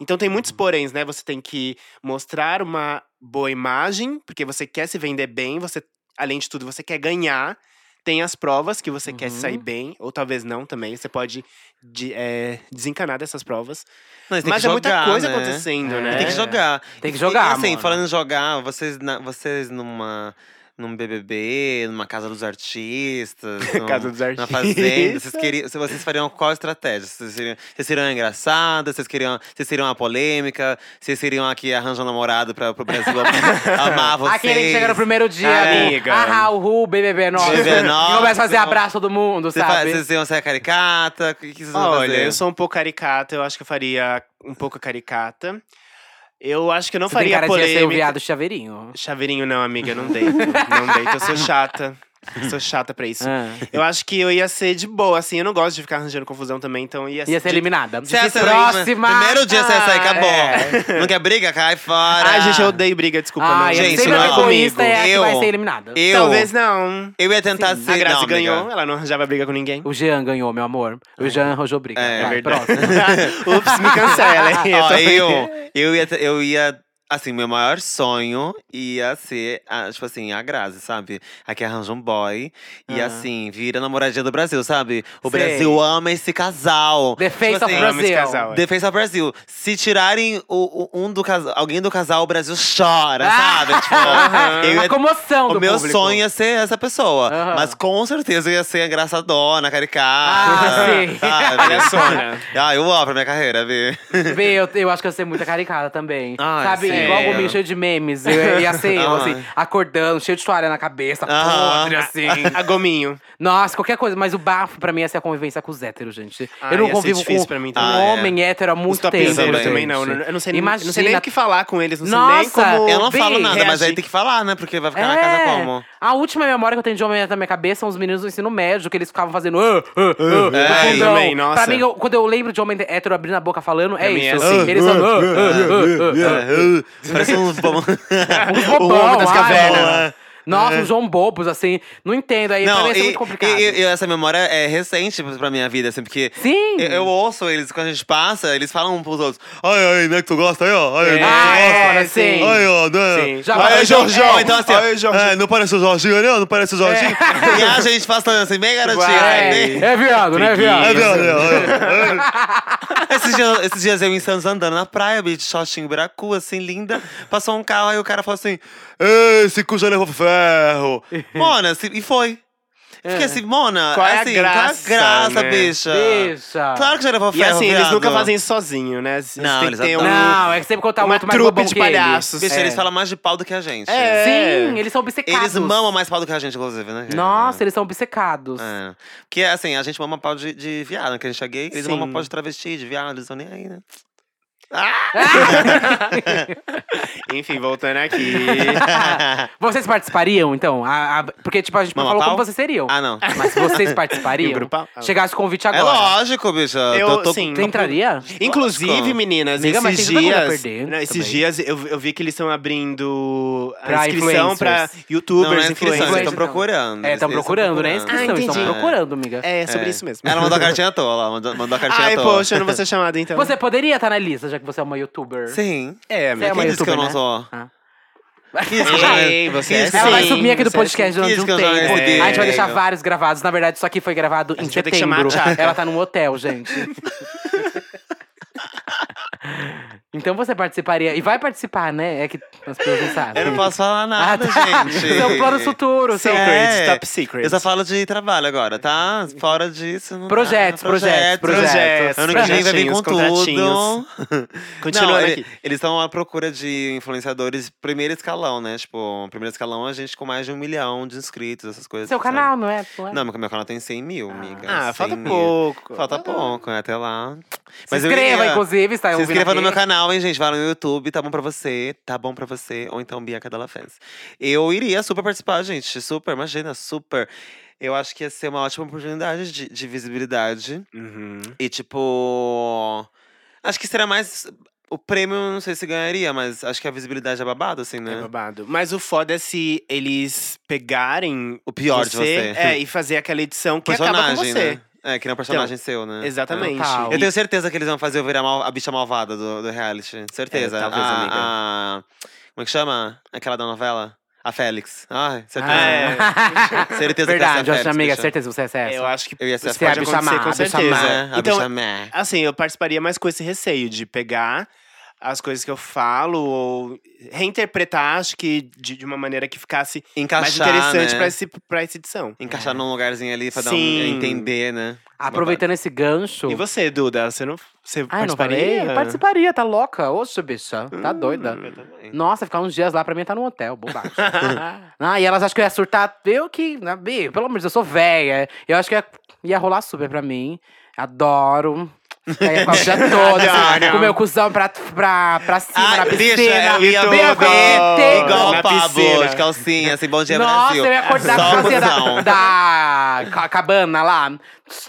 S1: Então tem muitos
S3: Uhum.
S1: poréns, né? Você tem que mostrar uma boa imagem, porque você quer se vender bem, você, além de tudo, você quer ganhar. Tem as provas que você quer
S2: Uhum.
S1: sair bem, ou talvez não também. Você pode de- é, desencanar dessas provas.
S3: Não, e tem
S1: Mas
S3: que
S1: é muita
S3: jogar,
S1: coisa
S3: né?
S1: acontecendo,
S2: É.
S1: né?
S3: Tem que jogar.
S2: Tem que
S3: E-
S2: jogar,
S3: E, assim,
S2: mano.
S3: falando em jogar, vocês, na- vocês numa. Num BBB, numa casa dos artistas,
S1: *laughs*
S3: num-
S1: Casa dos
S3: na
S1: artistas.
S3: fazenda. Vocês, queriam, se vocês fariam qual estratégia? Vocês seriam, vocês seriam engraçadas? Vocês, queriam, vocês seriam a polêmica? Vocês seriam a que arranja um namorado pra, pro Brasil
S1: *laughs*
S3: amar vocês?
S2: Aquele que chega no primeiro dia,
S1: É.
S2: amiga. Ah, o Ru, BBB 9.
S3: BBB
S2: E *laughs* começa a fazer
S3: não.
S2: abraço todo mundo,
S3: Vocês, fa-
S2: sabe?
S3: vocês iam ser a caricata? O que, que vocês iam fazer?
S1: Olha, eu sou um pouco caricata, eu acho que eu faria um pouco caricata. Eu acho que eu não
S2: Você tem
S1: faria
S2: cara de
S1: polêmica.
S2: ser o viado chaveirinho.
S1: Chaveirinho não, amiga, eu não deito. não deito, eu sou chata. Sou chata pra isso.
S2: Ah.
S1: Eu acho que eu ia ser de boa, assim. Eu não gosto de ficar arranjando confusão também, então ia,
S2: Ia ser
S1: de-
S2: eliminada.
S3: Você ia ser
S2: Próxima!
S3: Primeiro dia você ia sair,
S2: Ah,
S3: acabou.
S2: é.
S3: Não quer briga? Cai fora.
S1: Ai, Ah, gente, eu odeio briga, desculpa.
S2: Ah,
S1: não,
S2: gente,
S1: gente,
S2: sempre
S1: não é
S2: a egoísta
S1: comigo.
S2: é a que
S3: Eu-
S2: vai ser eliminada.
S3: Eu,
S1: Talvez não.
S3: eu ia tentar ser.
S1: A Grazi
S3: não, amiga.
S1: ganhou, ela não arranjava briga com
S2: *laughs*
S1: ninguém.
S2: O Jean ganhou, meu amor. O Jean arranjou briga.
S3: É, é
S2: Vai,
S3: verdade.
S1: *laughs*
S2: próximo.
S1: Tipo Ups, me cancela. hein?
S3: *laughs* Ó,
S1: tô-
S3: eu, eu, ia, te- eu ia. Assim, meu maior sonho ia ser, a- tipo assim, a Grazi, sabe? Aqui arranja um boy e, assim, vira namoradinha do Brasil, sabe? O
S2: Ah. Sei.
S3: Brasil ama esse casal.
S2: The Face
S3: Tipo
S2: of
S3: assim,
S1: amo esse
S2: Brazil.
S1: casal.
S3: Defesa ao Brasil. Se tirarem o, o- um do casal, alguém do casal, o Brasil chora, sabe?
S2: *laughs*
S3: Tipo, eu ia-
S2: Ah! a comoção
S3: o
S2: do
S3: meu
S2: público.
S3: sonho ia ser essa pessoa.
S2: Aham.
S3: Mas com certeza eu ia ser engraçadona, caricata.
S2: Ah, sim. *laughs* né?
S3: sabe?
S1: Palhaçona.
S3: Ah, eu amo pra minha carreira, Vi.
S2: Vê, eu, eu acho que eu ia ser muito caricada também.
S3: Ah,
S2: Sabe,
S3: sim.
S2: igual o Gominho cheio de memes. Eu ia ser eu,
S3: Ah.
S2: assim, acordando, cheio de toalha na cabeça,
S3: Ah.
S2: podre, assim.
S1: *laughs* A Gominho.
S2: Nossa, qualquer coisa. Mas o bafo pra mim ia ser a convivência com os héteros, gente.
S1: Ah,
S2: eu não
S1: ia ser
S2: convivo com
S1: difícil pra mim também.
S2: um
S3: Ah, é.
S2: homem hétero há
S1: Os
S2: muito tempo.
S1: topinhos
S3: também.
S1: deles também não.
S2: gente.
S1: Eu não sei, nem- eu não sei nem
S2: Imagina-
S1: o que falar com eles, não sei nem
S2: Nossa,
S1: como.
S3: Eu não
S2: Vi,
S3: falo nada, mas aí
S1: reagir.
S3: tem que falar, né? Porque vai ficar na
S2: É.
S3: casa como?
S2: A última memória que eu tenho de homem na minha cabeça são os meninos do ensino médio, que eles ficavam fazendo. "Ah, ah, ah", no
S3: É,
S2: fundão.
S1: também, nossa.
S2: Pra mim, eu- quando eu lembro de homem hétero abrindo a boca falando, é
S1: Também é
S2: isso.
S1: assim.
S2: Eles falam. "Ah, ah, ah, ah, ah".
S3: Parece *laughs* um bom.
S2: *laughs* Uns bobão,
S1: O homem das
S2: ai,
S1: cavernas.
S2: mano. Nossa, um João Bobos, assim. Não entendo. Aí pra mim
S3: Não,
S2: ia ser
S3: e,
S2: muito complicado.
S3: e- e- e essa memória é recente pra minha vida, assim, porque.
S2: Sim.
S3: Eu, eu ouço eles, quando a gente passa, eles falam um pros outros. Ai, ai, né, que tu gosta? Aí, ó. Ai, né, que tu
S2: Ah,
S3: gosta?
S2: é, sim.
S3: Ai, ó,
S1: Sim.
S3: né?
S2: Já
S3: ai,
S2: vai-
S3: Jorginho.
S2: é.
S3: Então, assim, ó, é, não parece o Jorginho, né? Não parece o Jorginho. E a gente passando assim, bem garantido.
S1: Vai.
S3: né?
S2: É viado, né,
S3: Ai,
S2: viado?
S3: meu Deus, ai, ai. *laughs* Esses dias, esses dias eu em Santos andando na praia, bicho, shortinho buracu, assim, linda. Passou
S1: *laughs*
S3: um carro, aí o cara falou assim: "Ei, Esse cu já levou ferro. Mona, se- assim, e foi. Fica assim, Mona,
S1: Qual é a
S3: assim,
S1: graça,
S3: qual é a graça,
S1: né?
S3: bicha?
S2: Deixa.
S3: Claro que já levou
S1: E
S3: ferro,
S1: assim, eles
S3: viado.
S1: nunca fazem isso sozinho, né? Eles
S3: Não,
S1: têm
S3: eles
S1: que ter um,
S3: adoram.
S2: Não, é que sempre contar o
S1: uma
S2: outro mais bobão
S1: trupe de
S2: que ele.
S1: palhaços.
S3: Bicha,
S1: é.
S3: eles falam mais de pau do que a gente.
S1: É.
S2: Sim, eles são obcecados.
S3: Eles mamam mais pau do que a gente, inclusive, né?
S2: Nossa, eles são obcecados.
S3: É. Porque, assim, a gente mama pau de, de viado, né? Que a gente é gay, eles
S1: Sim.
S3: mamam pau de travesti, de viado, eles estão nem aí, né?
S1: Enfim, voltando
S3: *laughs*
S1: aqui.
S2: Vocês participariam, então? A- a- porque, tipo, a gente não
S3: Mama
S2: falou
S3: pau?
S2: como vocês seriam.
S3: ah, não.
S2: Mas
S1: *laughs*
S2: vocês
S1: E o
S2: participariam?
S1: grupal? Ah.
S2: Chegasse o convite
S3: É
S2: agora.
S3: lógico, bicha.
S1: Eu-
S3: tô, tô-
S1: sim.
S2: Você entraria?
S1: Inclusive,
S3: Lógico.
S1: meninas,
S2: Amiga, mas
S1: esses
S2: tem tanta coisa a
S1: dias.
S2: perder
S1: né, esses
S2: também.
S1: dias eu, eu vi que eles estão abrindo a
S2: Pra
S1: inscrição pra
S2: influencers.
S3: Não,
S1: youtubers,
S3: não é inscrição, eles
S1: influencers.
S2: influencer.
S3: estão procurando.
S2: É,
S3: eles-
S2: estão
S3: eles tão
S2: procurando, né?
S3: procurando.
S2: Inscrição,
S1: então. Ah,
S2: eles estão
S1: entendi.
S2: procurando, amiga.
S1: É, sobre
S3: É.
S1: isso mesmo.
S3: Ela
S1: *laughs*
S3: mandou a cartinha à toa, lá. Mandou, mandou a cartinha
S1: Ai,
S3: à toa.
S1: poxa, eu não vou ser chamada então.
S2: Você poderia estar na lista, já que você é uma youtuber.
S3: Sim.
S1: é,
S2: Você é
S1: amiga.
S2: uma
S3: Quem disse que eu
S2: youtuber,
S3: não
S2: né?
S3: sou?
S2: Ah.
S3: Quem disse que eu não-
S1: Ei, você
S3: Quem
S1: é
S3: disse que eu
S2: Ela
S3: não-
S2: vai
S1: Sim,
S2: sumir aqui do
S3: você é
S2: podcast durante
S3: sim,
S2: um
S3: que eu
S2: tempo.
S3: sou
S1: esse
S2: A gente vai deixar
S3: gay.
S2: vários gravados. Na verdade, isso aqui foi gravado em
S1: gente vai ter que chamar
S2: setembro.
S1: É. a Tchaka.
S2: Ela tá num
S1: *laughs*
S2: hotel, gente. então você participaria. E vai participar, né? É que as pessoas não sabem.
S3: Eu não posso
S2: Ah,
S3: falar nada,
S2: tá.
S3: gente.
S2: São planos futuros.
S1: Sim.
S2: são-
S1: Secret, um top secret.
S3: é. Eu só falo de trabalho agora, tá? Fora disso. não dá.
S2: Projetos, projetos, projetos.
S3: Ano que vem vai vir com tudo.
S1: Contratinhos, Continuando
S3: Não, ele-
S1: aqui.
S3: Eles estão à procura de influenciadores primeiro escalão, né? Tipo, primeiro escalão a gente com mais de um milhão de inscritos, essas coisas.
S2: Seu
S3: sabe?
S2: canal, não é? Não é?
S3: Não, meu canal tem 100 mil, amiga.
S1: Ah,
S3: 100
S1: falta
S3: mil.
S1: pouco.
S3: Falta pouco, né? Até lá.
S2: Se
S3: eu
S2: inscreva,
S3: iria-
S2: inclusive, está
S3: se
S2: ouvindo
S3: inscreva no
S2: aqui.
S3: meu canal, hein, gente. Vai no YouTube, tá bom pra você, tá bom pra você. Ou então Bianca Della Fans. Eu iria super participar, gente. Super, imagina, super. Eu acho que ia ser uma ótima oportunidade de, de visibilidade.
S1: Uhum.
S3: E, tipo. Acho que será mais. O prêmio, não sei se ganharia, mas acho que a visibilidade é babado, assim,
S1: É
S3: né?
S1: babado. Mas o foda é se eles pegarem
S3: o pior de você. *laughs*
S1: É, e fazer aquela edição que acaba com
S3: personagem,
S1: você. Então,
S3: né? É, que não é um personagem seu, né? É.
S1: Exatamente.
S2: Total.
S3: Eu tenho certeza que eles vão fazer eu virar mal- a bicha malvada do, do reality. Certeza.
S1: É, talvez,
S3: a,
S1: amiga.
S3: a- como é que chama? Aquela da novela? A Félix. Ai, certeza.
S2: *laughs*
S1: Ah,
S3: É, *laughs* Certeza
S2: Verdade,
S3: que
S2: eu acho,
S3: essa é a Félix,
S2: amiga,
S3: bicha.
S2: certeza que você é essa.
S1: Eu acho que
S3: Eu ia ser a
S1: isso
S2: Você é a
S1: pode
S3: Félix.
S1: acontecer
S2: bicha má,
S1: com
S2: a
S1: certeza.
S2: bicha má.
S3: É, a
S1: Então,
S3: bicha má.
S1: assim, eu participaria mais com esse receio de pegar as coisas que eu falo ou reinterpretar, acho que de, de uma maneira que ficasse mais
S3: Encaixar,
S1: interessante
S3: né?
S1: pra, esse, pra essa edição. É.
S3: Encaixar num lugarzinho ali pra dar um
S1: Sim.
S3: entender, né?
S2: Aproveitando esse gancho.
S1: E você, Duda, você não você
S2: Ah, eu não
S1: participaria?
S2: falei? Eu participaria, tá louca? Oxe, bicha, tá
S3: Hum,
S2: doida. Nossa, ficar uns dias lá pra mim tá num hotel, bobagem. *laughs* ah, e elas acham que eu ia surtar. Eu que, né, bi, pelo amor de Deus, eu sou velha. Eu acho que ia, ia rolar super pra mim. Adoro. Eu ia ficar
S3: *laughs*
S2: o dia todo, assim,
S1: Adoro.
S2: com o meu cuzão pra, pra, pra cima,
S3: Ah,
S2: na piscina.
S3: bicha, eu ia
S2: Bem,
S3: ver
S2: eu
S1: igual-
S2: ia
S3: Igual
S1: então, Na
S3: o Pablo,
S1: piscina.
S3: de calcinha, assim, bom dia,
S2: nossa,
S3: Brasil.
S2: eu ia acordar
S3: Só
S2: com a cozinha da,
S3: cuzão.
S2: da ca- cabana lá.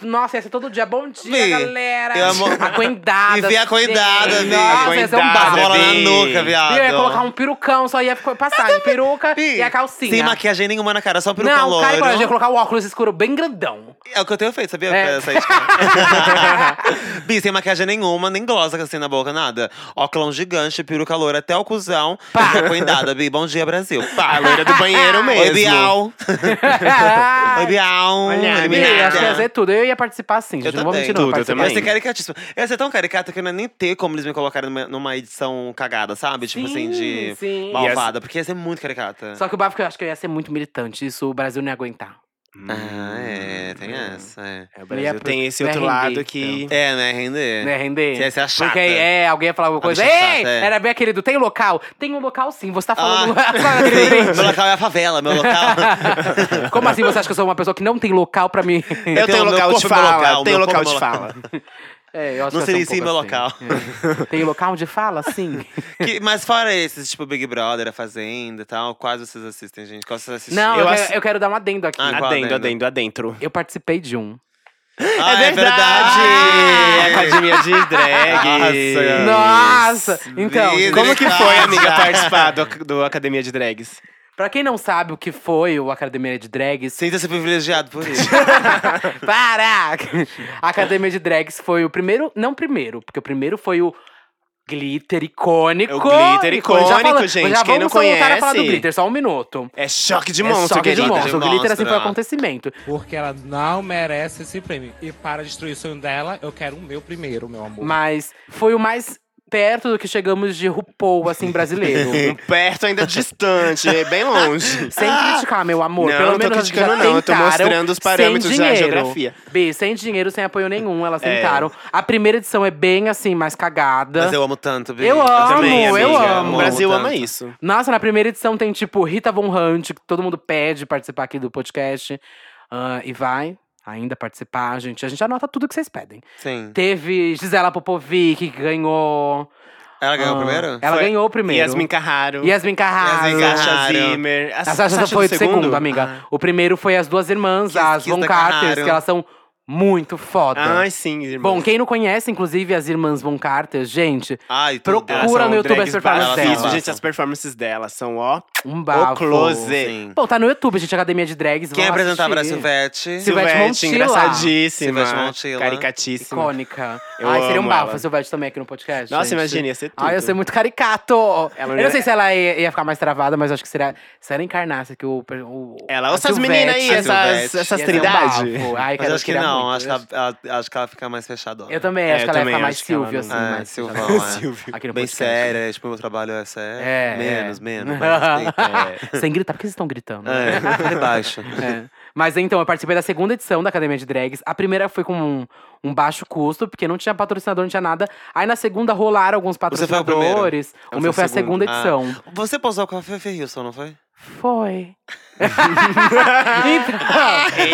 S2: Nossa, ia ser todo dia. Bom dia,
S3: Vi.
S2: galera.
S3: Eu amo-
S2: A coindada.
S3: E ver a coindada,
S2: gente.
S3: Vi.
S2: Nossa, ia ser um
S1: Coindada,
S3: As
S2: barro.
S3: bolas na
S1: Bi.
S3: nuca, viado.
S2: Eu ia colocar um perucão, só ia ficar- passar de peruca
S3: Ih,
S2: e a calcinha.
S3: Sem maquiagem nenhuma na cara, só um perucão
S2: Não, cara,
S3: loiro.
S2: eu ia colocar o óculos escuro bem grandão.
S3: É o que eu tenho feito, sabia?
S2: É.
S3: Pra sair de casa. *laughs* Bi, sem maquiagem nenhuma, nem glosa assim na boca, nada. Óculão gigante, peruca loira até o cuzão. Pá, coindada, Bi. Bom dia, Brasil. Pá,
S1: A loira do banheiro mesmo.
S3: Oi, Bial. *laughs* Oi,
S2: Ai,
S3: Bial.
S1: Olha,
S2: Bi,
S1: eliminada.
S2: acho que ia ser tudo. Eu ia participar sim, gente.
S3: Eu
S2: não vou
S3: também.
S2: mentir, não.
S1: Tudo, eu
S3: Eu ia
S1: também.
S3: ser caricatíssimo. Eu ia ser tão caricata que eu não ia nem ter como eles me colocarem numa, numa edição cagada, sabe? tipo assim, de
S2: sim.
S3: malvada. Porque ia ser muito caricata.
S2: Só que o bafo eu acho que eu ia ser muito militante. Isso o Brasil não ia aguentar.
S3: Ah, é.
S2: Hum.
S3: Tem essa, é.
S1: Hum. É, o
S2: Ia
S1: Brasil
S2: pro-
S1: tem esse
S2: vai
S1: outro
S2: render, então.
S1: lado que.
S3: É, né? Render.
S2: né, render.
S3: Você ia ser a chata.
S2: Porque aí, é, alguém ia falar alguma coisa.
S3: bicha chata,
S2: Ei,
S3: é.
S2: era bem aquele do tem local? Tem um local sim, você tá *laughs* falando.
S3: Ah.
S2: Sabe
S3: *laughs*
S2: aquele
S3: meu
S2: print?
S3: local é a favela, meu local.
S2: *laughs* Como assim você acha que eu sou uma pessoa que não tem local pra mim?
S1: Eu tenho um
S3: Então, meu
S1: local de
S3: corpo é meu
S1: fala.
S3: local,
S1: Tenho um
S3: meu
S1: local
S3: corpo é
S1: de
S3: meu
S1: fala.
S2: *laughs*
S3: *laughs*
S2: É, eu acho
S3: Não
S2: que eu
S3: seria
S2: sou
S3: sim meu
S2: pouco
S3: local.
S2: assim. É. Tem local onde fala?
S3: *laughs*
S2: Sim.
S3: Que- mas fora esses, tipo Big Brother, A Fazenda e tal, quais vocês assistem, gente? Quais vocês assistem?
S2: Não, eu,
S1: Eu
S2: quero,
S1: assi-
S2: eu quero dar um adendo aqui.
S3: Ah, qual
S1: Adendo,
S3: adendo?
S1: adendo, adentro.
S2: Eu participei de um.
S3: Ah, É.
S1: é verdade!
S2: Ah,
S1: Ah. Academia de drag.
S2: Nossa! Então,
S3: Vida.
S1: Como que foi, amiga, participar do, do Academia de Drags?
S2: pra quem não sabe o que foi o Academia de Drags,
S3: Sinta-se privilegiado por isso.
S2: *laughs* Para! A Academia de Drags foi o primeiro. Não primeiro, porque o primeiro foi o. Glitter icônico.
S1: É o glitter
S2: Já
S1: icônico, gente,
S2: Já
S1: quem não
S2: vamos voltar a falar do
S1: conhece?
S2: glitter, só um minuto.
S1: É choque de
S2: É
S1: monstro,
S2: choque de
S1: querida.
S2: monstro. O glitter, assim,
S3: monstro,
S2: foi um
S3: né?
S2: acontecimento.
S9: Porque ela não merece esse prêmio. E para destruir o sonho dela, eu quero o meu primeiro, meu amor.
S2: Mas foi o mais perto do que chegamos de RuPaul, assim, brasileiro.
S1: *laughs* Um perto ainda distante, é bem *laughs* longe.
S2: Sem criticar, meu amor.
S1: Não,
S2: Pelo
S1: não tô
S2: menos elas
S1: criticando,
S2: já
S1: não. Eu tô
S2: tentaram,
S1: mostrando os
S2: sem
S1: parâmetros da
S2: dinheiro.
S1: geografia.
S2: Bi, sem dinheiro, sem apoio nenhum, elas
S1: É.
S2: tentaram. A primeira edição é bem assim, mais cagada.
S3: Mas eu amo tanto, Bi.
S2: Eu amo,
S3: também,
S2: eu
S3: amiga,
S2: amo.
S1: O Brasil
S3: tanto.
S1: ama isso.
S2: Nossa, na primeira edição tem tipo Rita Von Hunt, que todo mundo pede participar aqui do podcast. Ah, e vai ainda participar, gente. A gente anota tudo que vocês pedem.
S3: Sim.
S2: Teve Gisela Popovic, que ganhou.
S3: Ela ganhou
S2: ah,
S3: primeiro?
S2: Ela
S1: Foi
S2: ganhou o primeiro.
S1: Yasmin Carraro.
S2: Yasmin Carraro.
S3: Yasmin Carraro.
S1: Sasha
S3: Carraro.
S1: Zimmer.
S2: A Sasha já foi do segundo, amiga. O primeiro foi as duas irmãs,
S3: Kiss,
S2: as
S3: Kiss
S2: Von
S3: da
S2: Carters,
S3: Carraro.
S2: que elas são muito foda.
S1: Ai, sim, irmão.
S2: Bom, quem não conhece, inclusive, as irmãs Von Carter, gente,
S3: Ai, tudo.
S2: Procura tá no YouTube as performances
S3: dela.
S1: Gente, as performances dela são, ó,
S2: um bafo.
S1: o close.
S3: Sim.
S2: Bom, tá no YouTube, gente, Academia de Drags.
S3: Quem
S2: vão
S3: apresentava era a
S2: assistir.
S3: Silvete.
S2: Sil- Silvete Montilla.
S1: engraçadíssima.
S3: Silvete Montilla.
S1: Caricatíssima.
S2: Icônica.
S1: Eu
S2: Ai, seria um
S1: amo
S2: bafo
S1: ela.
S2: se eu tivesse também aqui no podcast.
S1: Nossa,
S2: gente.
S1: imagina, ia ser tudo.
S2: Ai, eu ser muito caricato.
S1: Ela é-
S2: eu não
S1: ia-
S2: sei se ela ia, ia ficar mais travada, mas acho que seria, se ela encarnasse aqui o. o
S1: Ela,
S2: a
S1: ou essas
S2: Silvete,
S1: meninas aí,
S3: a
S1: essas,
S3: Silvete.
S1: essas
S2: ia ser um
S1: trindade.
S2: bafo. Ai,
S3: Mas
S2: quero-
S3: acho que
S2: queria
S3: não,
S2: muito.
S3: acho que, ela, ela- acho que ela fica mais fechada.
S2: Eu também
S1: É,
S2: acho
S1: eu
S2: que ela ia
S1: também
S2: ficar mais
S1: acho que ela
S2: Silvio,
S1: não-
S2: assim.
S3: Ah,
S2: mais
S3: Silvão, é.
S1: Silvio.
S2: Aqui no
S3: Bem
S2: podcast.
S3: séria, tipo, meu trabalho é sério.
S2: É,
S3: menos,
S2: é. *laughs*
S3: menos. mas respeito.
S2: Sem gritar, por que vocês estão
S1: Ah,
S2: gritando?
S3: É, baixo.
S2: É. Mas então, eu participei da segunda edição da Academia de Drags. A primeira foi com um, um baixo custo, porque não tinha patrocinador, não tinha nada. Aí na segunda rolaram alguns
S3: Você foi o primeiro?
S2: patrocinadores. o,
S1: Eu
S2: meu
S1: fui
S2: foi
S1: o
S2: a segunda Ah.
S3: segundo.
S2: edição.
S3: Você posou com a Fefe Hilson, não foi?
S2: *laughs* Foi. então,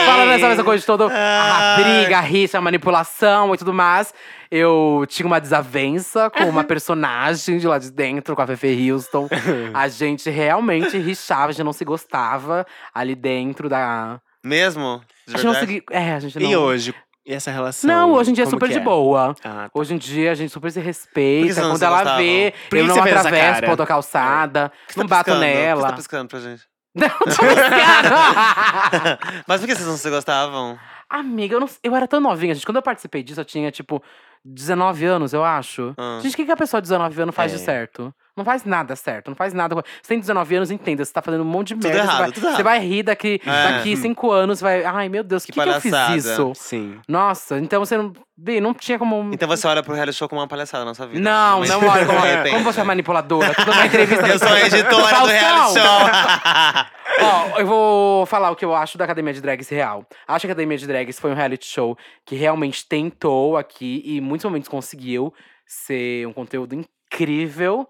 S2: falando essa mesma coisa de todo a
S3: Ai.
S2: briga, a rixa, a manipulação e tudo mais, eu tinha uma desavença com *laughs* uma personagem de lá de dentro, com a Fefe Houston. a gente realmente rixava, a gente não se gostava ali dentro da.
S3: Mesmo? De
S2: A gente não
S3: verdade?
S2: se. É, a gente não.
S1: E hoje? E essa relação?
S2: Não, hoje em dia é
S1: Como
S2: super
S1: que
S2: de boa.
S1: Ah, tá.
S2: Hoje em dia a gente super se
S3: Por que
S2: respeita.
S3: vocês não
S2: Quando
S3: se
S2: ela
S3: gostavam?
S2: vê,
S1: Por
S2: eu
S1: que
S2: não
S1: você fez essa
S2: atravesso,
S1: cara?
S2: ponto a calçada,
S3: Por que você
S2: não
S3: tá
S2: bato
S3: piscando? Por que
S2: *laughs*
S3: você
S2: nela.
S3: tá piscando pra gente?
S2: Não, tô
S3: *laughs*
S2: piscando.
S3: Mas por que vocês não se gostavam?
S2: Amiga, eu, não- eu era tão novinha, gente. Quando eu participei disso, eu tinha, tipo, 19 anos, eu acho.
S3: Ah. É.
S2: Gente, o que, que a pessoa de 19 anos faz de certo? Não faz nada certo, não faz nada. Você tem 19 anos, entenda, você tá fazendo um monte de merda.
S3: errado,
S2: você, vai,
S3: tudo errado.
S2: você vai rir daqui,
S3: É.
S2: daqui 5 anos, vai. Ai, meu Deus, o que,
S3: Que
S2: que eu fiz
S3: palhaçada.
S2: isso? *laughs*
S1: Sim.
S2: Nossa, então você não. Bem, não tinha como.
S3: Então você olha pro reality show como uma palhaçada na sua vida.
S2: Não,
S3: Mas-
S2: não olha
S3: *laughs*
S2: como,
S3: De repente.
S2: como você é manipuladora. Tudo na entrevista.
S3: Eu sou a editora do reality show.
S2: Ó, eu vou falar o que eu acho da Academia de Drags real. Acho que a Academia de Drags foi um reality show que realmente tentou aqui e em muitos momentos conseguiu ser um conteúdo incrível.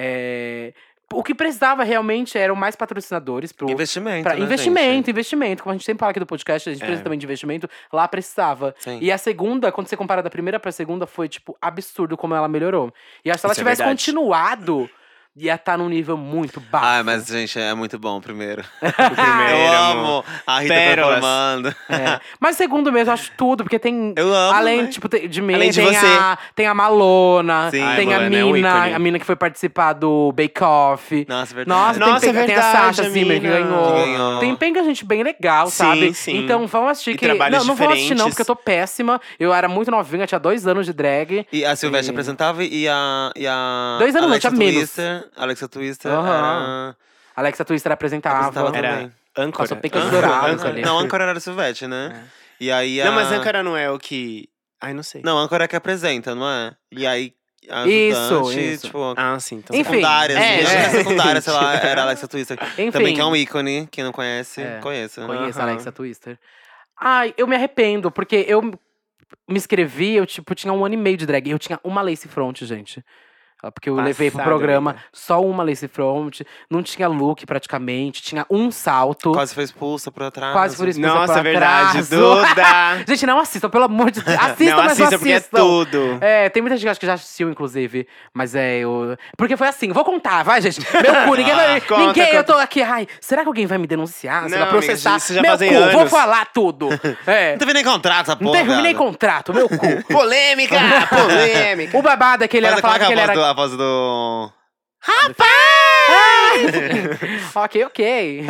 S2: É, O que precisava realmente eram mais patrocinadores pro,
S3: investimento,
S2: Pra-
S3: né,
S2: investimento, investimento. Como a gente sempre fala aqui do podcast, a gente
S1: É.
S2: precisa também de investimento. Lá precisava.
S3: Sim.
S2: E a segunda, quando você compara da primeira pra segunda, foi, tipo, absurdo como ela melhorou. E acho que se ela
S1: Isso é
S2: tivesse
S1: verdade.
S2: continuado, ia estar num nível muito baixo.
S1: Ah,
S3: Ai, mas, gente, é muito
S2: *laughs*
S3: bom o primeiro.
S1: O primeiro,
S3: eu
S1: amor.
S3: amo. A Rita
S1: Pérolas.
S3: performando.
S2: É. Mas segundo mesmo, eu acho tudo, porque tem.
S3: Eu amo.
S2: Além,
S3: né?
S2: tipo, te- de mim,
S1: Além de
S2: tem,
S1: você.
S2: a, tem a Malona,
S3: Sim.
S2: tem
S1: Ai,
S2: a
S1: Malona é um
S2: mina,
S1: ícone.
S2: a mina que foi participar do Bake Off.
S3: Nossa, verdade.
S2: Nossa,
S1: Nossa,
S2: tem,
S1: é
S2: tem a
S1: verdade,
S2: Sasha Zimmer que
S1: mina.
S2: ganhou.
S3: Que ganhou.
S2: Tem penga gente bem legal,
S1: Sim,
S2: sabe?
S1: sim.
S2: Então vão assistir
S1: E
S2: que.
S1: trabalhos
S2: Não, não vão assistir, não,
S1: diferentes.
S2: porque eu tô péssima. Eu era muito novinha, tinha dois anos de drag.
S3: E a Silvestre apresentava e a. E a
S2: Dois anos
S3: Alexa
S2: não, tinha menos.
S3: Twister, Alexa Twister.
S2: Aham.
S3: Aham.
S2: Alexa Twister apresentava.
S3: Apresentava
S1: Era
S3: também.
S1: âncora.
S2: Nossa, pecas
S1: Âncora,
S2: douradas
S1: âncora.
S2: ali.
S3: Não, âncora era a Silvete, né?
S2: É.
S3: E aí a.
S1: Não, mas âncora não é o que... Ai, não sei.
S3: Não, âncora é que apresenta, não é? E aí. a
S2: Isso,
S3: ajudante,
S2: isso.
S3: Tipo,
S1: Ah, sim. Então
S2: Enfim.
S3: secundária,
S2: é,
S3: assim,
S2: é.
S3: acho que a secundária,
S2: *laughs*
S3: sei lá, era a Alexa Twister.
S2: Enfim.
S3: Também que é um ícone, quem não conhece,
S2: É,
S3: conheça. né?
S1: né?
S2: Conheço a
S3: Aham.
S2: Alexa Twister. Ai, eu me arrependo, porque eu me inscrevi, eu, tipo, tinha um ano e meio de drag. Eu tinha uma lace front, gente. Ah, Porque eu levei pro
S1: Passada, né?
S2: programa
S1: amiga.
S2: só uma lace front, não tinha look praticamente, tinha um salto.
S3: Quase foi expulsa por atrás.
S2: Quase por isso.
S1: Nossa,
S2: pra
S1: é verdade,
S2: trás. *laughs*
S1: Duda!
S2: Gente, não assistam, pelo amor
S1: *laughs*
S2: de Deus. Assistam,
S1: não,
S2: mas não
S1: assista, porque é
S2: assistam.
S1: tudo.
S2: É, tem muita gente que acha que já assistiu, inclusive. Mas é, eu. Porque foi assim, vou contar, vai, gente. Meu cu,
S1: *laughs*
S2: ninguém vai.
S1: Ah, conta,
S2: ninguém,
S1: conta.
S2: eu tô aqui, ai, será que alguém vai me denunciar? Será
S1: Não, amiga,
S2: processar?
S1: isso já
S2: Meu
S1: fazem
S2: cu, vou
S1: anos.
S2: falar
S1: *laughs*
S2: tudo. É.
S3: Não teve nem contrato, essa
S2: Não
S3: porra.
S2: terminei
S3: viado.
S2: contrato, meu cu.
S1: Polêmica!
S2: *laughs*
S1: Polêmica!
S2: O babado é que ele
S3: Mas
S2: era
S3: qual é
S2: falava que ele era.
S3: a voz do- a voz do.
S2: *laughs* ok, ok.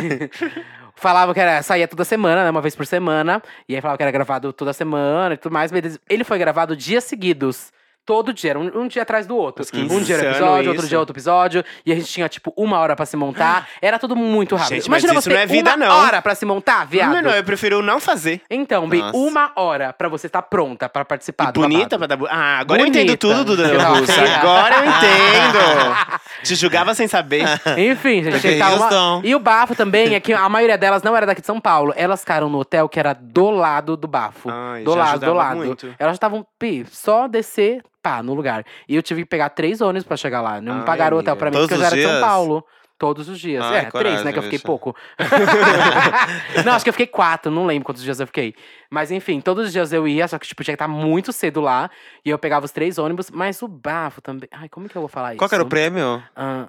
S2: *laughs* Falava que era, saía toda semana, né? Uma vez por semana. E aí falava que era gravado toda semana e tudo mais. mas Ele foi gravado dias seguidos. todo dia, era um, um dia atrás do outro.
S1: Uns 15
S2: Um dia era
S1: anos,
S2: episódio, outro
S1: isso.
S2: dia outro episódio. E a gente tinha, tipo, uma hora pra
S1: *gasps*
S2: se montar. Era tudo muito rápido.
S1: Gente, mas
S2: Imagina
S1: isso
S2: você
S1: não é vida,
S2: uma
S1: não.
S2: hora pra se montar, viado.
S1: Não, é- não, eu prefiro não fazer.
S2: Então, Bi,
S3: Nossa.
S2: uma hora pra você estar pronta pra participar Tá, do
S1: Bonita
S2: babado.
S1: pra dar. bu- Ah, agora eu entendo
S2: Bonita.
S1: tudo, Duda
S2: *laughs* Não,
S1: Russo.
S2: feia.
S1: Agora eu
S2: *laughs*
S1: entendo. Te julgava sem saber.
S2: Enfim, gente,
S3: Porque
S2: tá uma-
S3: Houston.
S2: E o bafo também é que a maioria delas não era daqui de São Paulo. Elas ficaram no hotel que era do lado do bafo.
S1: Ai,
S2: do
S1: já
S2: lado, do
S1: ajudava
S2: lado.
S1: muito.
S2: Elas estavam, pi, só descer, pá, no lugar. E eu tive que pegar três ônibus pra chegar lá. Não
S1: Ai,
S2: me pagaram o hotel
S1: amiga.
S2: pra mim,
S3: Todos
S2: porque eu já
S3: os
S2: era de São
S3: dias?
S2: Paulo. Todos os dias.
S3: Ai,
S2: é, três,
S3: coragem,
S2: né? Que eu fiquei
S3: bicha.
S2: pouco. *laughs* não, acho que eu fiquei quatro, não lembro quantos dias eu fiquei. Mas enfim, todos os dias eu ia, só que tipo, tinha que estar muito cedo lá. E eu pegava os três ônibus, mas o bafo também. Ai, como que eu vou falar isso?
S3: Qual que era
S1: *laughs*
S3: o prêmio?
S2: Ah,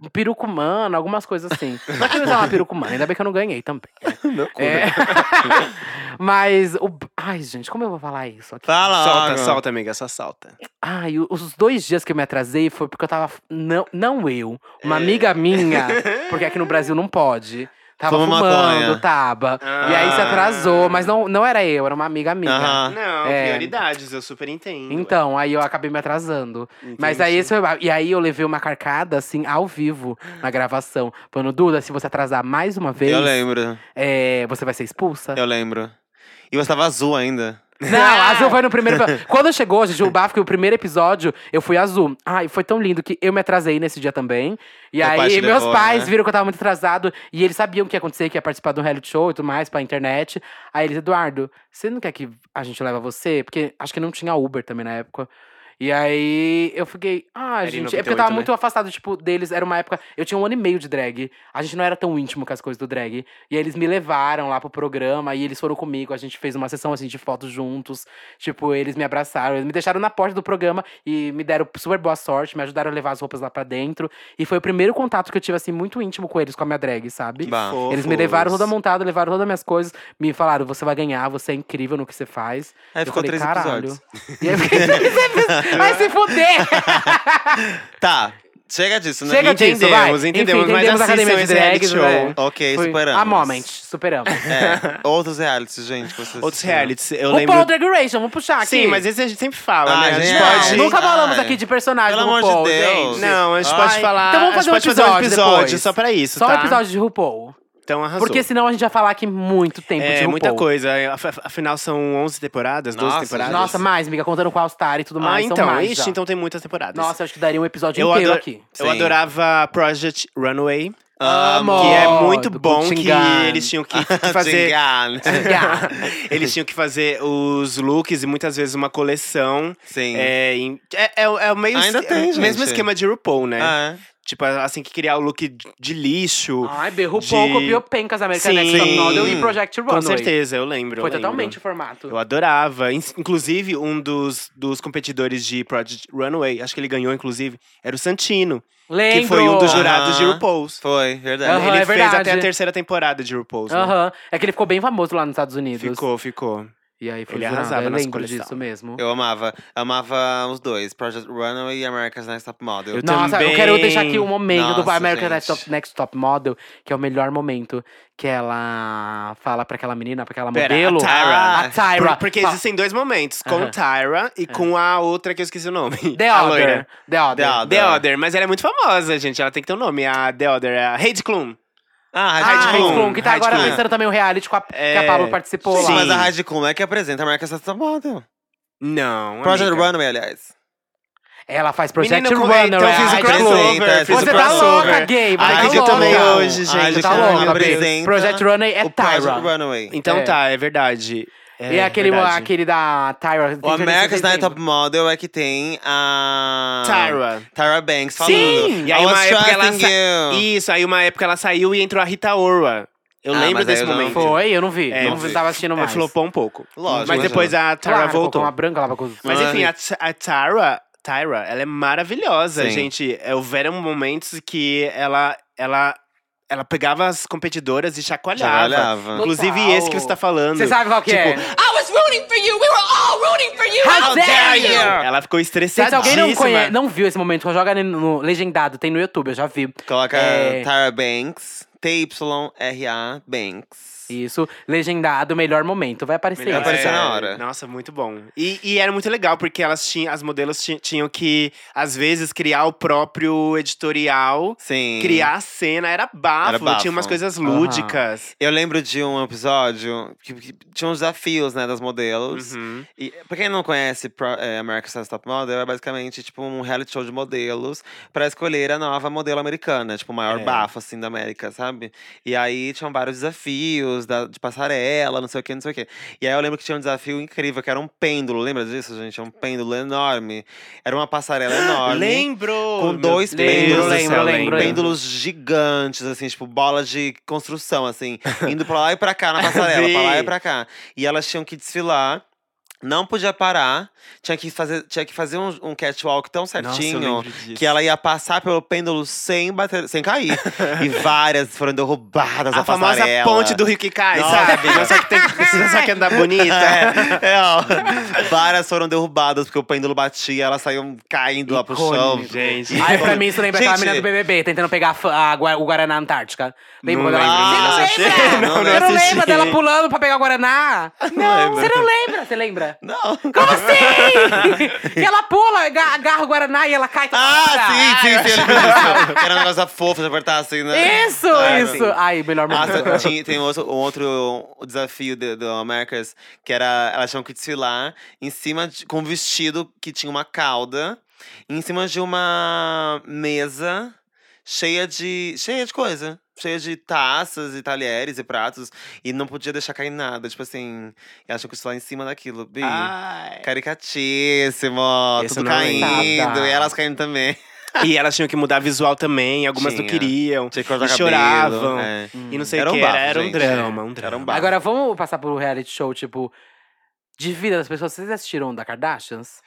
S2: um perucumano, algumas coisas
S3: *laughs*
S2: assim. Mas que usar uma perucumana, ainda bem que eu não ganhei também. É. Mas o. Ai, gente, como eu vou falar isso aqui?
S3: *laughs* Fala,
S1: Solta,
S3: logo.
S1: solta, amiga, só solta.
S2: Ai, o- os dois dias que eu me atrasei foi porque eu tava. Não, não eu,
S3: É.
S2: uma amiga minha, porque
S3: *laughs*
S2: aqui no Brasil não pode. Tava
S3: Fuma
S2: fumando,
S3: maconha.
S2: tava. E aí se
S1: Ah.
S2: atrasou, mas não, não era eu, era uma amiga minha.
S3: Aham.
S1: Não,
S2: É.
S1: prioridades, eu super entendo.
S2: Então, aí eu acabei me atrasando. Mas aí esse foi, ba- e aí eu levei uma carcada assim ao vivo na gravação. Falando, Duda, se você atrasar mais uma vez,
S3: Eu lembro,
S2: é, você vai ser expulsa.
S3: eu lembro. E você tava azul ainda.
S2: Não,
S3: Ah!
S2: azul foi no primeiro. epi- Quando chegou, gente, o bafo, que o primeiro episódio, eu fui azul. Ai, foi tão lindo que eu me atrasei nesse dia também. E
S3: Teu
S2: aí,
S3: pai te
S2: meus
S3: levou,
S2: pais
S3: né?
S2: viram que eu tava muito atrasado e eles sabiam o que ia acontecer, que ia participar de um reality show e tudo mais pra internet. Aí eles, Eduardo, você não quer que a gente leva você? Porque acho que não tinha Uber também na época. E aí eu fiquei, ah,
S1: Era em
S2: gente, é porque eu
S1: 98,
S2: tava
S1: né?
S2: muito afastado, tipo, deles. Era uma época. Eu tinha um ano e meio de drag. A gente não era tão íntimo com as coisas do drag. E aí eles me levaram lá pro programa e eles foram comigo. A gente fez uma sessão assim de fotos juntos. Tipo, eles me abraçaram, eles me deixaram na porta do programa e me deram super boa sorte, me ajudaram a levar as roupas lá pra dentro. E foi o primeiro contato que eu tive, assim, muito íntimo com eles, com a minha drag, sabe?
S3: Bah.
S2: Eles me levaram toda montada, levaram todas as minhas coisas, me falaram: você vai ganhar, você é incrível no que você faz.
S3: Aí
S2: Eu
S3: ficou
S2: falei,
S3: três
S2: caralho.
S3: episódios.
S2: E aí eu fiquei *laughs* três episódios. Vai
S1: *laughs*
S2: se fuder!
S3: Tá, chega disso, né?
S2: Chega disso, vai.
S1: Entendemos, entendemos,
S2: Enfim,
S1: mas
S2: entendemos a Academia de
S1: assistam esse
S2: Drags,
S1: reality
S2: né?
S1: show.
S3: Ok,
S2: Foi-
S3: superamos.
S2: A moment, superamos. *laughs*
S3: É, outros realities, gente. que vocês
S1: Outros
S3: assistiram. *laughs*
S1: realities, eu
S2: o
S1: lembro.
S2: Paul Drag Race, vamos puxar aqui.
S1: Sim, mas esse a gente sempre fala,
S3: Ah,
S1: né? A gente
S3: gente,
S1: pode.
S2: Não, nunca
S3: Ai.
S2: falamos aqui de personagem
S3: Pelo
S2: do
S3: amor de
S2: RuPaul,
S3: Deus.
S2: gente.
S1: Não, a gente pode
S3: Ai.
S1: falar.
S2: Então vamos
S1: a gente
S2: fazer um
S1: pode fazer um
S2: episódio
S1: episódio
S2: depois.
S1: só pra isso,
S2: Só
S1: tá?
S2: um episódio de RuPaul.
S1: Então arrasou.
S2: Porque senão a gente vai falar aqui muito tempo de
S1: é
S2: RuPaul.
S1: muita coisa. Af- Afinal, são 11 temporadas, 12
S3: Nossa,
S1: temporadas.
S2: Nossa, mais, amiga, contando com All Star e tudo
S1: ah,
S2: mais. são
S1: então,
S2: mais
S1: ixi,
S2: já.
S1: então tem muitas temporadas.
S2: Nossa, eu acho que daria um episódio
S1: eu,
S2: inteiro
S1: adoro-
S2: aqui.
S1: eu
S3: Sim. Ah,
S1: adorava Project Runway,
S2: Amo!
S1: que é muito
S2: Do
S1: bom que
S2: Guntingan.
S1: eles tinham
S3: *laughs*
S1: que fazer. *laughs*
S3: Gingan. *laughs*
S1: eles tinham que fazer os looks e muitas vezes uma coleção.
S3: *laughs* Sim.
S1: É, em- é, é o- é o meio
S3: Ainda tem,
S1: o mesmo
S3: gente.
S1: esquema de RuPaul, né?
S3: Ah, é.
S1: Tipo, assim, que criar o look de- de lixo.
S2: Ai, B, RuPaul
S1: de-
S2: copiou pencas American
S1: Sim.
S2: Next Top Model e Project Runway.
S1: Com certeza, eu lembro. eu
S2: Foi
S1: lembro.
S2: totalmente o formato.
S1: Eu adorava. In- Inclusive, um dos, dos competidores de Project Runway, acho que ele ganhou, inclusive, era o Santino,
S2: Lembro!
S1: que foi um dos
S3: Aham.
S1: jurados de RuPaul's.
S3: Foi, verdade.
S2: Aham,
S1: ele
S2: é
S1: fez
S2: verdade.
S1: até a terceira temporada de RuPaul's. né?
S2: Aham. É que ele ficou bem famoso lá nos Estados Unidos.
S1: Ficou, ficou.
S2: E aí foi
S1: Ele
S2: jurado.
S1: arrasava
S2: eu
S1: nas
S2: lembro
S1: coleções.
S2: disso mesmo.
S3: Eu amava. Amava os dois, Project Runway e America's Next Top Model. Ah,
S1: Eu
S2: Nossa,
S1: também.
S2: eu quero deixar aqui um momento do
S3: Nossa,
S2: American
S3: gente.
S2: Next Top, Next Top Model, que é o melhor momento. Que ela fala pra aquela menina, pra aquela
S1: Pera,
S2: modelo. Ah,
S1: a Tyra.
S2: A Tyra.
S1: Por- porque
S2: Fala,
S1: existem dois momentos, com
S2: Aham. É.
S1: Tyra e com a outra que eu esqueci o nome.
S2: The
S1: a loira.
S2: Other. The Other.
S3: The Other.
S1: The Other, mas ela é muito famosa, gente. Ela tem que ter um nome. A The Other é a Heidi Klum.
S3: Ah,
S2: Ah,
S3: Heidi
S2: Heidi
S3: Klum.
S2: Klum, que tá
S1: Heidi
S2: agora
S1: Klum.
S2: pensando também o reality com a, que
S1: É.
S2: a Pablo participou
S1: Sim,
S2: lá.
S3: Mas a Heidi Klum é que apresenta America's Next Top Model.
S1: Não.
S2: é,
S3: Project
S1: amiga.
S3: Runway, aliás.
S2: Ela faz Project
S1: Menino,
S2: Runner. é.
S1: então eu fiz o
S3: Ai,
S1: crossover.
S3: apresenta,
S1: Fiz
S2: Você
S1: o
S2: tá
S1: crossover.
S2: louca, gay. Você
S1: Ai,
S2: tá
S1: que eu
S2: louca.
S1: também hoje,
S3: Ai,
S1: gente.
S2: Você
S3: gente,
S2: tá
S1: eu
S3: ela
S2: louca,
S1: lembrei.
S2: baby.
S3: apresenta
S2: Project Runner é
S3: o Project
S2: Tyra.
S3: Runway.
S1: Então
S2: É.
S1: tá, é verdade. É
S2: e aquele,
S1: verdade.
S2: aquele da Tyra.
S3: O America's Next Top Model é que tem a...
S1: Ah, Tyra.
S3: Tyra Banks falando.
S1: Sim! E aí
S3: I was
S1: uma época ela
S3: trusting
S1: sa-
S3: you.
S1: Isso, aí uma época ela saiu e entrou a Rita Ora. Eu
S3: Ah,
S1: lembro
S3: mas aí
S1: desse
S3: eu não-
S1: momento.
S2: Foi, eu não vi.
S1: É,
S2: não
S1: eu vi.
S2: tava assistindo
S1: É,
S2: mais.
S1: flopou um pouco.
S3: Lógico,
S1: Mas
S3: imagina.
S1: depois a Tyra
S2: Claro, colocou
S1: voltou.
S2: uma branca lá pra coisa.
S1: Mas
S3: Mano.
S1: enfim, a, T- a Tyra, Tyra, ela é maravilhosa,
S3: Sim.
S1: gente. É, houveram momentos que ela, ela, ela pegava as competidoras e chacoalhava.
S3: Chacoalhava.
S1: Inclusive
S2: Total.
S1: esse que você tá falando.
S2: Você sabe qual que
S1: tipo,
S2: é?
S4: I was rooting for you. We were all rooting for you.
S2: How dare you!
S1: Ela ficou
S2: Se
S1: estressadíssima.
S2: alguém não, conhece, não viu esse momento, joga no- no Legendado, tem no YouTube, eu já vi.
S3: Coloca
S2: É.
S3: Tyra Banks, T-Y-R-A Banks. Deus.
S2: Isso, legendado, melhor momento. Vai aparecer
S1: Melhor
S2: isso.
S3: aparecer
S1: é.
S3: na hora.
S1: Nossa, muito bom. E, e era muito legal, porque elas tinham, as modelos ti- tinham que, às vezes, criar o próprio editorial,
S3: Sim.
S1: criar a cena. Era bafo,
S3: Era bafo.
S1: tinha umas coisas lúdicas.
S3: Eu lembro de um episódio que, que tinha uns desafios, né, das modelos.
S1: Uhum.
S3: E pra quem não conhece Pro- é, America's Next Top Model, é basicamente tipo um reality show de modelos pra escolher a nova modelo americana, tipo o maior
S1: É.
S3: bafo assim da América, sabe? E aí tinham vários desafios da- de passarela, não sei o que, não sei o que. E aí eu lembro que tinha um desafio incrível, que era um pêndulo, lembra disso, gente? É um pêndulo enorme. Era uma passarela enorme.
S1: Lembro!
S3: Com
S1: Meu
S3: dois
S1: Deus do
S3: pêndulos, assim,
S2: lembro,
S1: céu,
S2: lembro, lembro.
S3: pêndulos gigantes, assim, tipo bola de construção, assim, indo pra lá e pra cá na passarela,
S1: *laughs* Vi.
S3: pra lá e pra cá. E elas tinham que desfilar. Não podia parar, tinha que fazer, tinha que fazer um, um catwalk tão
S1: Nossa, eu
S3: certinho
S1: lembro disso.
S3: que ela ia passar pelo pêndulo sem bater, sem cair. e várias foram derrubadas
S1: A
S3: da
S1: famosa
S3: passarela.
S1: ponte do Rio que cai,
S3: Nossa,
S1: sabe?
S3: amiga.
S1: Só que
S2: *laughs*
S1: tem que, precisa só que andar bonita. *laughs*
S3: É, é, ó. Várias foram derrubadas porque o pêndulo batia, elas saíam caindo lá pro
S1: Icônico,
S3: chão.
S1: gente.
S2: Aí pra mim isso lembra aquela
S3: Gente,
S2: menina do BBB tentando pegar a fa- a Gua- o Guaraná Antártica. Lembra
S1: Não
S2: quando
S1: lembro,
S2: ela...
S1: não
S2: Você não
S1: assisti. Não,
S2: lembra?
S1: não
S2: você não lembra
S1: assisti.
S2: dela pulando pra pegar o Guaraná? Não,
S3: lembro.
S2: você não lembra, você lembra?
S3: Não.
S2: Como assim? *laughs* que ela pula, aga- agarra o Guaraná e ela cai. tá fora.
S3: Ah, sim, sim, sim. eu lembro disso. Era um negócio da fofa de apertar assim, né?
S2: Isso,
S3: Ah,
S2: isso.
S3: sim.
S2: Aí, melhor
S1: Ah,
S2: momento.
S1: tá-
S3: Nossa, tinha, tem um outro, um outro desafio do, do Americas, que era elas tinham que desfilar em cima de, com um vestido que tinha uma cauda, em cima de uma mesa cheia de. cheia de coisa. Cheia de taças e talheres e pratos. E não podia deixar cair nada. Tipo assim, elas tinham que desfilar em cima daquilo. Bi.
S1: Ai.
S3: Caricatíssimo,
S1: Ah. Esse
S3: tudo
S1: eu não lembro.
S3: caindo,
S2: Nada.
S3: e elas caindo também.
S1: E elas tinham que mudar visual também, algumas não
S3: Tinha.
S1: queriam.
S3: Tinha que cortar
S1: E
S3: cabelo,
S1: choravam.
S3: é.
S1: E não sei
S3: Era
S1: o
S3: um
S1: que
S3: bafo,
S1: era. Era um
S3: gente.
S1: drama, um drama.
S3: Era um bafo.
S2: Agora vamos passar pro reality show, tipo, de vida das pessoas. Vocês assistiram o da Kardashians?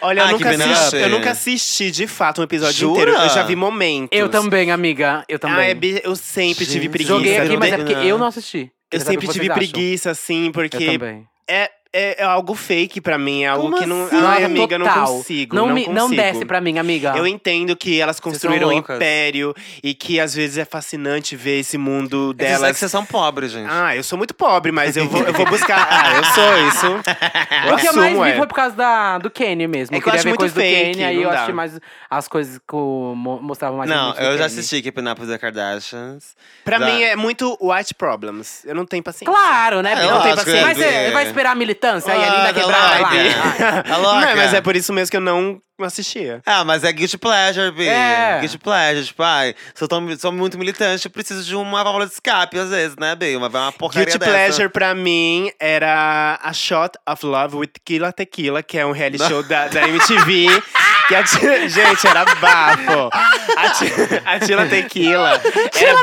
S1: Olha,
S3: Ah,
S1: eu, nunca
S3: Keeping Up.
S1: assisti, eu nunca assisti de fato um episódio
S3: Jura?
S1: inteiro. Eu já vi momentos.
S2: Eu também, amiga. Eu também.
S1: Ah, é bi- eu sempre tive
S3: Gente,
S1: preguiça. né?
S2: Joguei aqui,
S1: não
S2: mas
S1: tem-
S2: é porque eu não assisti.
S1: Eu
S2: Queria saber o
S1: sempre
S2: que
S1: tive
S2: vocês acham.
S1: preguiça, assim,
S2: Eu
S1: porque
S2: também.
S1: é, é, é algo fake pra mim. É algo
S3: Como
S1: que não.
S3: assim?
S1: Ai,
S2: Nossa,
S1: amiga, eu não
S2: total.
S1: consigo.
S2: Não,
S1: Não,
S2: me-
S1: consigo.
S2: não desce pra mim, amiga.
S1: Eu entendo que elas construíram um
S3: loucas.
S1: império e que às vezes é fascinante ver esse mundo
S3: É que
S1: delas.
S3: vocês são pobres, gente.
S1: Ah, eu sou muito pobre, mas eu vou, eu vou
S2: *laughs*
S1: buscar. Ah, eu sou isso. Eu
S2: O que eu mais
S1: assumo,
S2: vi
S1: é.
S2: foi por causa da, do Kenny mesmo.
S1: É
S2: eu
S1: que eu
S2: queria
S1: acho
S2: ver
S1: muito
S2: coisa
S1: fake,
S2: do Kenny, aí eu
S1: não dá.
S2: achei mais as coisas que o mo- mostravam
S1: é
S2: mais.
S3: não,
S2: momentos do
S3: eu já
S2: Kenny.
S3: assisti Keeping Up with the Kardashians.
S1: Pra
S3: Já-
S1: mim é muito white problems. Eu não tenho paciência.
S2: Claro,
S1: É
S2: né?
S3: Ah,
S2: Bia?
S3: eu
S2: não tem
S3: acho que
S2: paciência.
S3: eu
S2: Mas
S3: ia
S2: você
S3: ver.
S2: vai esperar a militância aí, a
S3: Ah,
S2: linda
S3: tá
S2: quebrada lá.
S3: louca. Tá louca.
S1: É. *laughs* Não, mas é por isso mesmo que eu não assistia.
S3: Ah, mas é guilty pleasure, Bi.
S2: É.
S3: Guilty pleasure, tipo, ai, sou, tão, sou muito militante, eu preciso de uma válvula de escape às vezes, né, Bi? Uma, uma porcaria
S1: Guilty
S3: dessa.
S1: Pleasure pra mim era A Shot of Love with Tequila Tequila, que é um reality show da, da MTV. que a tia- *laughs* gente, era bafo. A, tia- a Tila Tequila. Tila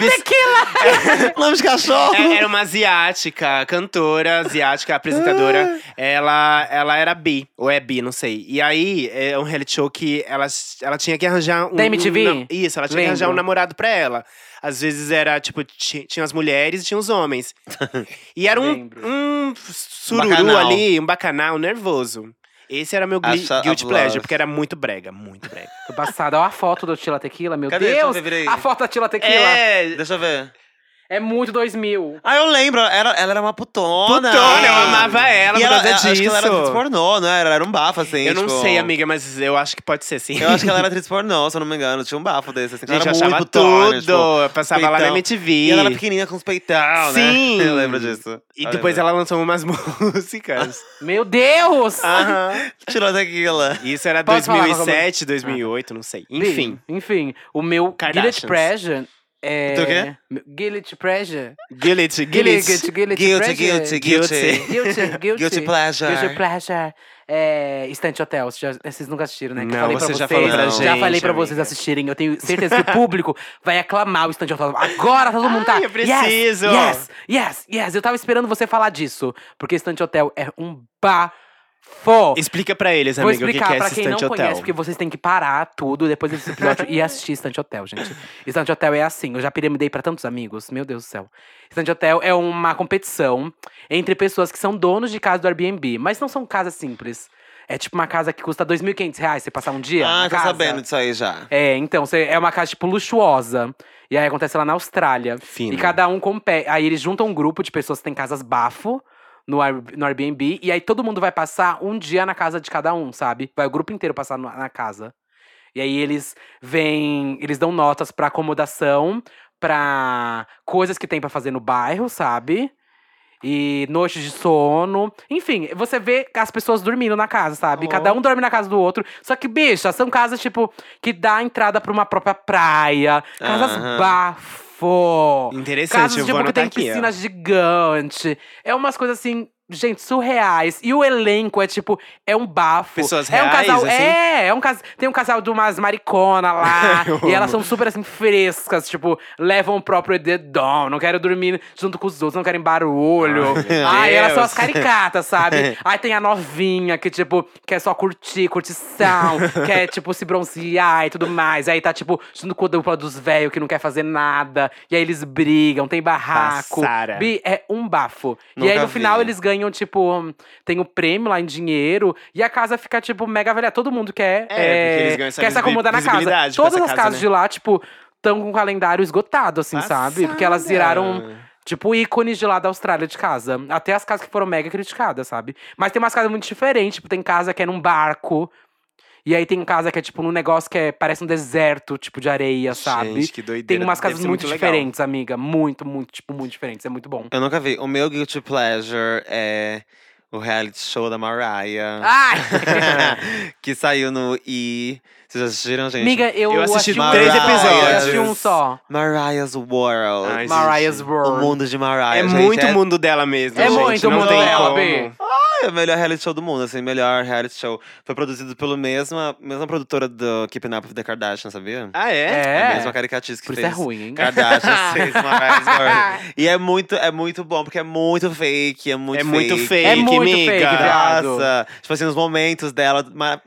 S3: Nome de cachorro!
S1: É, Era uma asiática, cantora asiática, apresentadora.
S2: Ah.
S1: ela, ela era bi, ou é bi, não sei. E aí, é um reality show que ela, ela tinha que arranjar um.
S2: Da MTV?
S1: um nam- isso, ela tinha que
S2: Lembro.
S1: arranjar um namorado pra ela. Às vezes era, tipo, ti- tinha as mulheres e tinha os
S2: *laughs*
S1: homens. E era um,
S2: Lembro.
S1: um sururu
S3: Bacanal.
S1: ali, um bacanal nervoso. Esse era meu gui-
S3: Acha-
S1: guilty
S3: a-
S1: pleasure, porque era muito brega, muito
S2: *laughs*
S1: brega.
S2: Tô passada. Olha a foto do Tila Tequila, meu
S3: Cadê? Deixa eu
S2: Deus.
S3: ver, vira aí.
S2: A foto da Tila Tequila. É,
S1: É,
S3: Deixa eu ver.
S2: muito 2000.
S3: Ah, eu lembro, era, ela era uma putona. Ah.
S1: Putona, eu amava ela
S3: e
S1: por
S3: ela,
S1: causa
S3: eu Acho que ela era
S1: disso.
S3: atriz pornô, né? Ela era um bafo, assim.
S1: eu não
S3: tipo-
S1: sei, amiga, mas eu acho que pode ser sim.
S3: Eu acho que ela era atriz pornô, se eu não me engano. Tinha um bafo desse, assim. que
S1: Gente,
S3: ela
S1: eu
S3: era
S1: achava então.
S3: muito
S1: tudo.
S3: Turner, tipo,
S1: eu passava lá na
S3: peitão.
S1: MTV.
S3: E ela era pequenininha com os peitão, né?
S1: Sim.
S3: *laughs* Eu lembro disso.
S1: E
S3: Eu
S1: depois
S3: lembro.
S1: ela lançou umas *laughs* músicas.
S2: Meu Deus!
S1: Ah, Aham.
S3: Tirou daquila.
S1: Isso era
S2: Posso falar,
S1: 2007, 2008, não sei. Enfim.
S2: Bem, Enfim, o meu
S1: Kardashians.
S2: Guilty Pleasure é...
S3: Teu quê?
S2: meu Guilty Pleasure?
S1: Guilty, Guilty.
S2: Guilty, guilty,
S3: Guilty,
S2: pleasure.
S3: guilty, guilty.
S2: Guilty,
S1: *laughs*
S2: guilty.
S3: Guilty pleasure.
S2: Guilty pleasure. É, Estante Hotel, vocês, já- vocês nunca assistiram, né? Que eu
S1: Não,
S2: falei pra
S1: você já
S2: vocês,
S1: falou pra
S2: Já
S1: gente,
S2: falei pra
S1: amiga.
S2: vocês assistirem. Eu tenho certeza que o público *laughs* vai aclamar o Estante Hotel. Agora todo mundo tá.
S1: Ai, eu preciso.
S2: Yes, yes, yes, yes. Eu tava esperando você falar disso. Porque Estante Hotel é um bafo.
S1: Explica pra eles,
S2: Vou
S1: amiga, o que que
S2: explicar
S1: é
S2: pra
S1: esse
S2: quem não
S1: estante hotel.
S2: conhece, porque vocês têm que parar tudo depois desse episódio e assistir Estante Hotel, gente. Estante Hotel é assim, eu já piramidei pra tantos amigos, meu Deus do céu. Estante Hotel é uma competição entre pessoas que são donos de casa do Airbnb, mas não são casas simples. É tipo uma casa que custa 2.500 reais você passar um dia.
S3: Ah,
S2: na
S3: tá
S2: casa.
S3: sabendo disso aí já.
S2: É, então, você- é uma casa, tipo, luxuosa. E aí acontece lá na Austrália.
S1: Fino.
S2: E cada um compete. Aí eles juntam um grupo de pessoas que têm casas bafo no, Air- no Airbnb. E aí todo mundo vai passar um dia na casa de cada um, sabe? Vai o grupo inteiro passar no- na casa. E aí eles vêm. Eles dão notas pra acomodação, pra coisas que tem pra fazer no bairro, sabe? E noites de sono. Enfim, você vê as pessoas dormindo na casa, sabe? Cada um dorme na casa do outro. Só que, bicha, são casas, tipo, que dá entrada pra uma própria praia. Casas
S3: Aham.
S2: bafo.
S1: Interessante,
S2: Casas,
S1: eu
S2: tipo,
S1: vou
S2: que
S1: anotar
S2: tem
S1: aqui. ó.
S2: piscina gigante. É umas coisas assim, gente, surreais. E o elenco é tipo, é um bafo.
S1: Pessoas
S2: é um
S1: reais,
S2: casal,
S1: assim?
S2: É, é um casal. Tem um casal de umas
S1: *laughs*
S2: maricona lá.
S1: É, Eu
S2: e elas
S1: amo.
S2: são super assim, frescas, tipo, levam o próprio edredom. Não quero dormir junto com os outros, não querem barulho.
S1: Ai, meu
S2: Ai, elas são
S1: Deus.
S2: as
S1: *laughs*
S2: caricatas, sabe? Aí tem a novinha que, tipo, quer só curtir,
S1: *laughs*
S2: curtição, quer, tipo, se bronzear e tudo mais. Aí tá, tipo, junto com a dupla dos velhos que não quer fazer nada. E aí eles brigam, tem barraco.
S1: Passara.
S2: Bi, é um bafo. e
S3: Nunca
S2: aí no final
S3: vi.
S2: eles ganham, tipo, hum, tem o prêmio lá em dinheiro. E a casa fica, tipo, mega velha. Todo mundo quer,
S1: É, porque
S2: é,
S1: eles ganham essa
S2: quer se acomodar na casa.
S1: visibilidade com
S2: Todas
S1: essa
S2: as
S1: casa,
S2: casas
S1: né?
S2: de lá, tipo, estão com o calendário esgotado, assim, sabe? Porque elas viraram.
S1: Passada.
S2: Tipo, ícones de lá da Austrália de casa. Até as casas que foram mega criticadas, sabe? Mas tem umas casas muito diferentes. Tipo, tem casa que é num barco. E aí tem casa que é, tipo, num negócio que é, parece um deserto, tipo, de areia, sabe?
S1: Gente, que doideira.
S2: tem umas
S1: deve
S2: casas
S1: ser
S2: muito,
S1: legal.
S2: diferentes, amiga. Muito, muito, tipo, muito diferentes. É muito bom.
S3: Eu nunca vi. O meu guilty pleasure é o reality show da Mariah.
S2: Ai!
S3: *laughs* que saiu no I. Vocês já assistiram, gente?
S2: amiga, eu,
S1: Eu assisti
S2: um-
S1: três episódios.
S2: Eu assisti um só.
S3: Mariah's World.
S1: Ai, gente.
S2: Mariah's
S3: o
S2: World.
S3: mundo de Mariah.
S1: É
S3: gente,
S1: muito
S3: é,
S1: mundo dela mesmo,
S2: É
S1: gente.
S2: muito
S1: não
S2: mundo
S1: tem
S2: dela,
S1: como.
S2: Bi.
S3: É o melhor reality show do mundo, assim, melhor reality show. Foi produzido pela mesma, mesma produtora do Keeping Up with the Kardashians, sabia?
S1: Ah, é?
S3: É a
S2: É.
S3: mesma caricatiz que
S2: Por isso
S3: fez.
S2: é ruim, hein?
S1: *laughs*
S3: Kardashians fez Mariah's World. E é muito, é muito bom, porque é muito fake, é muito
S1: É
S3: fake.
S1: muito fake,
S2: É muito
S1: amiga.
S2: fake, viado.
S3: Nossa, tipo assim, os momentos dela, ma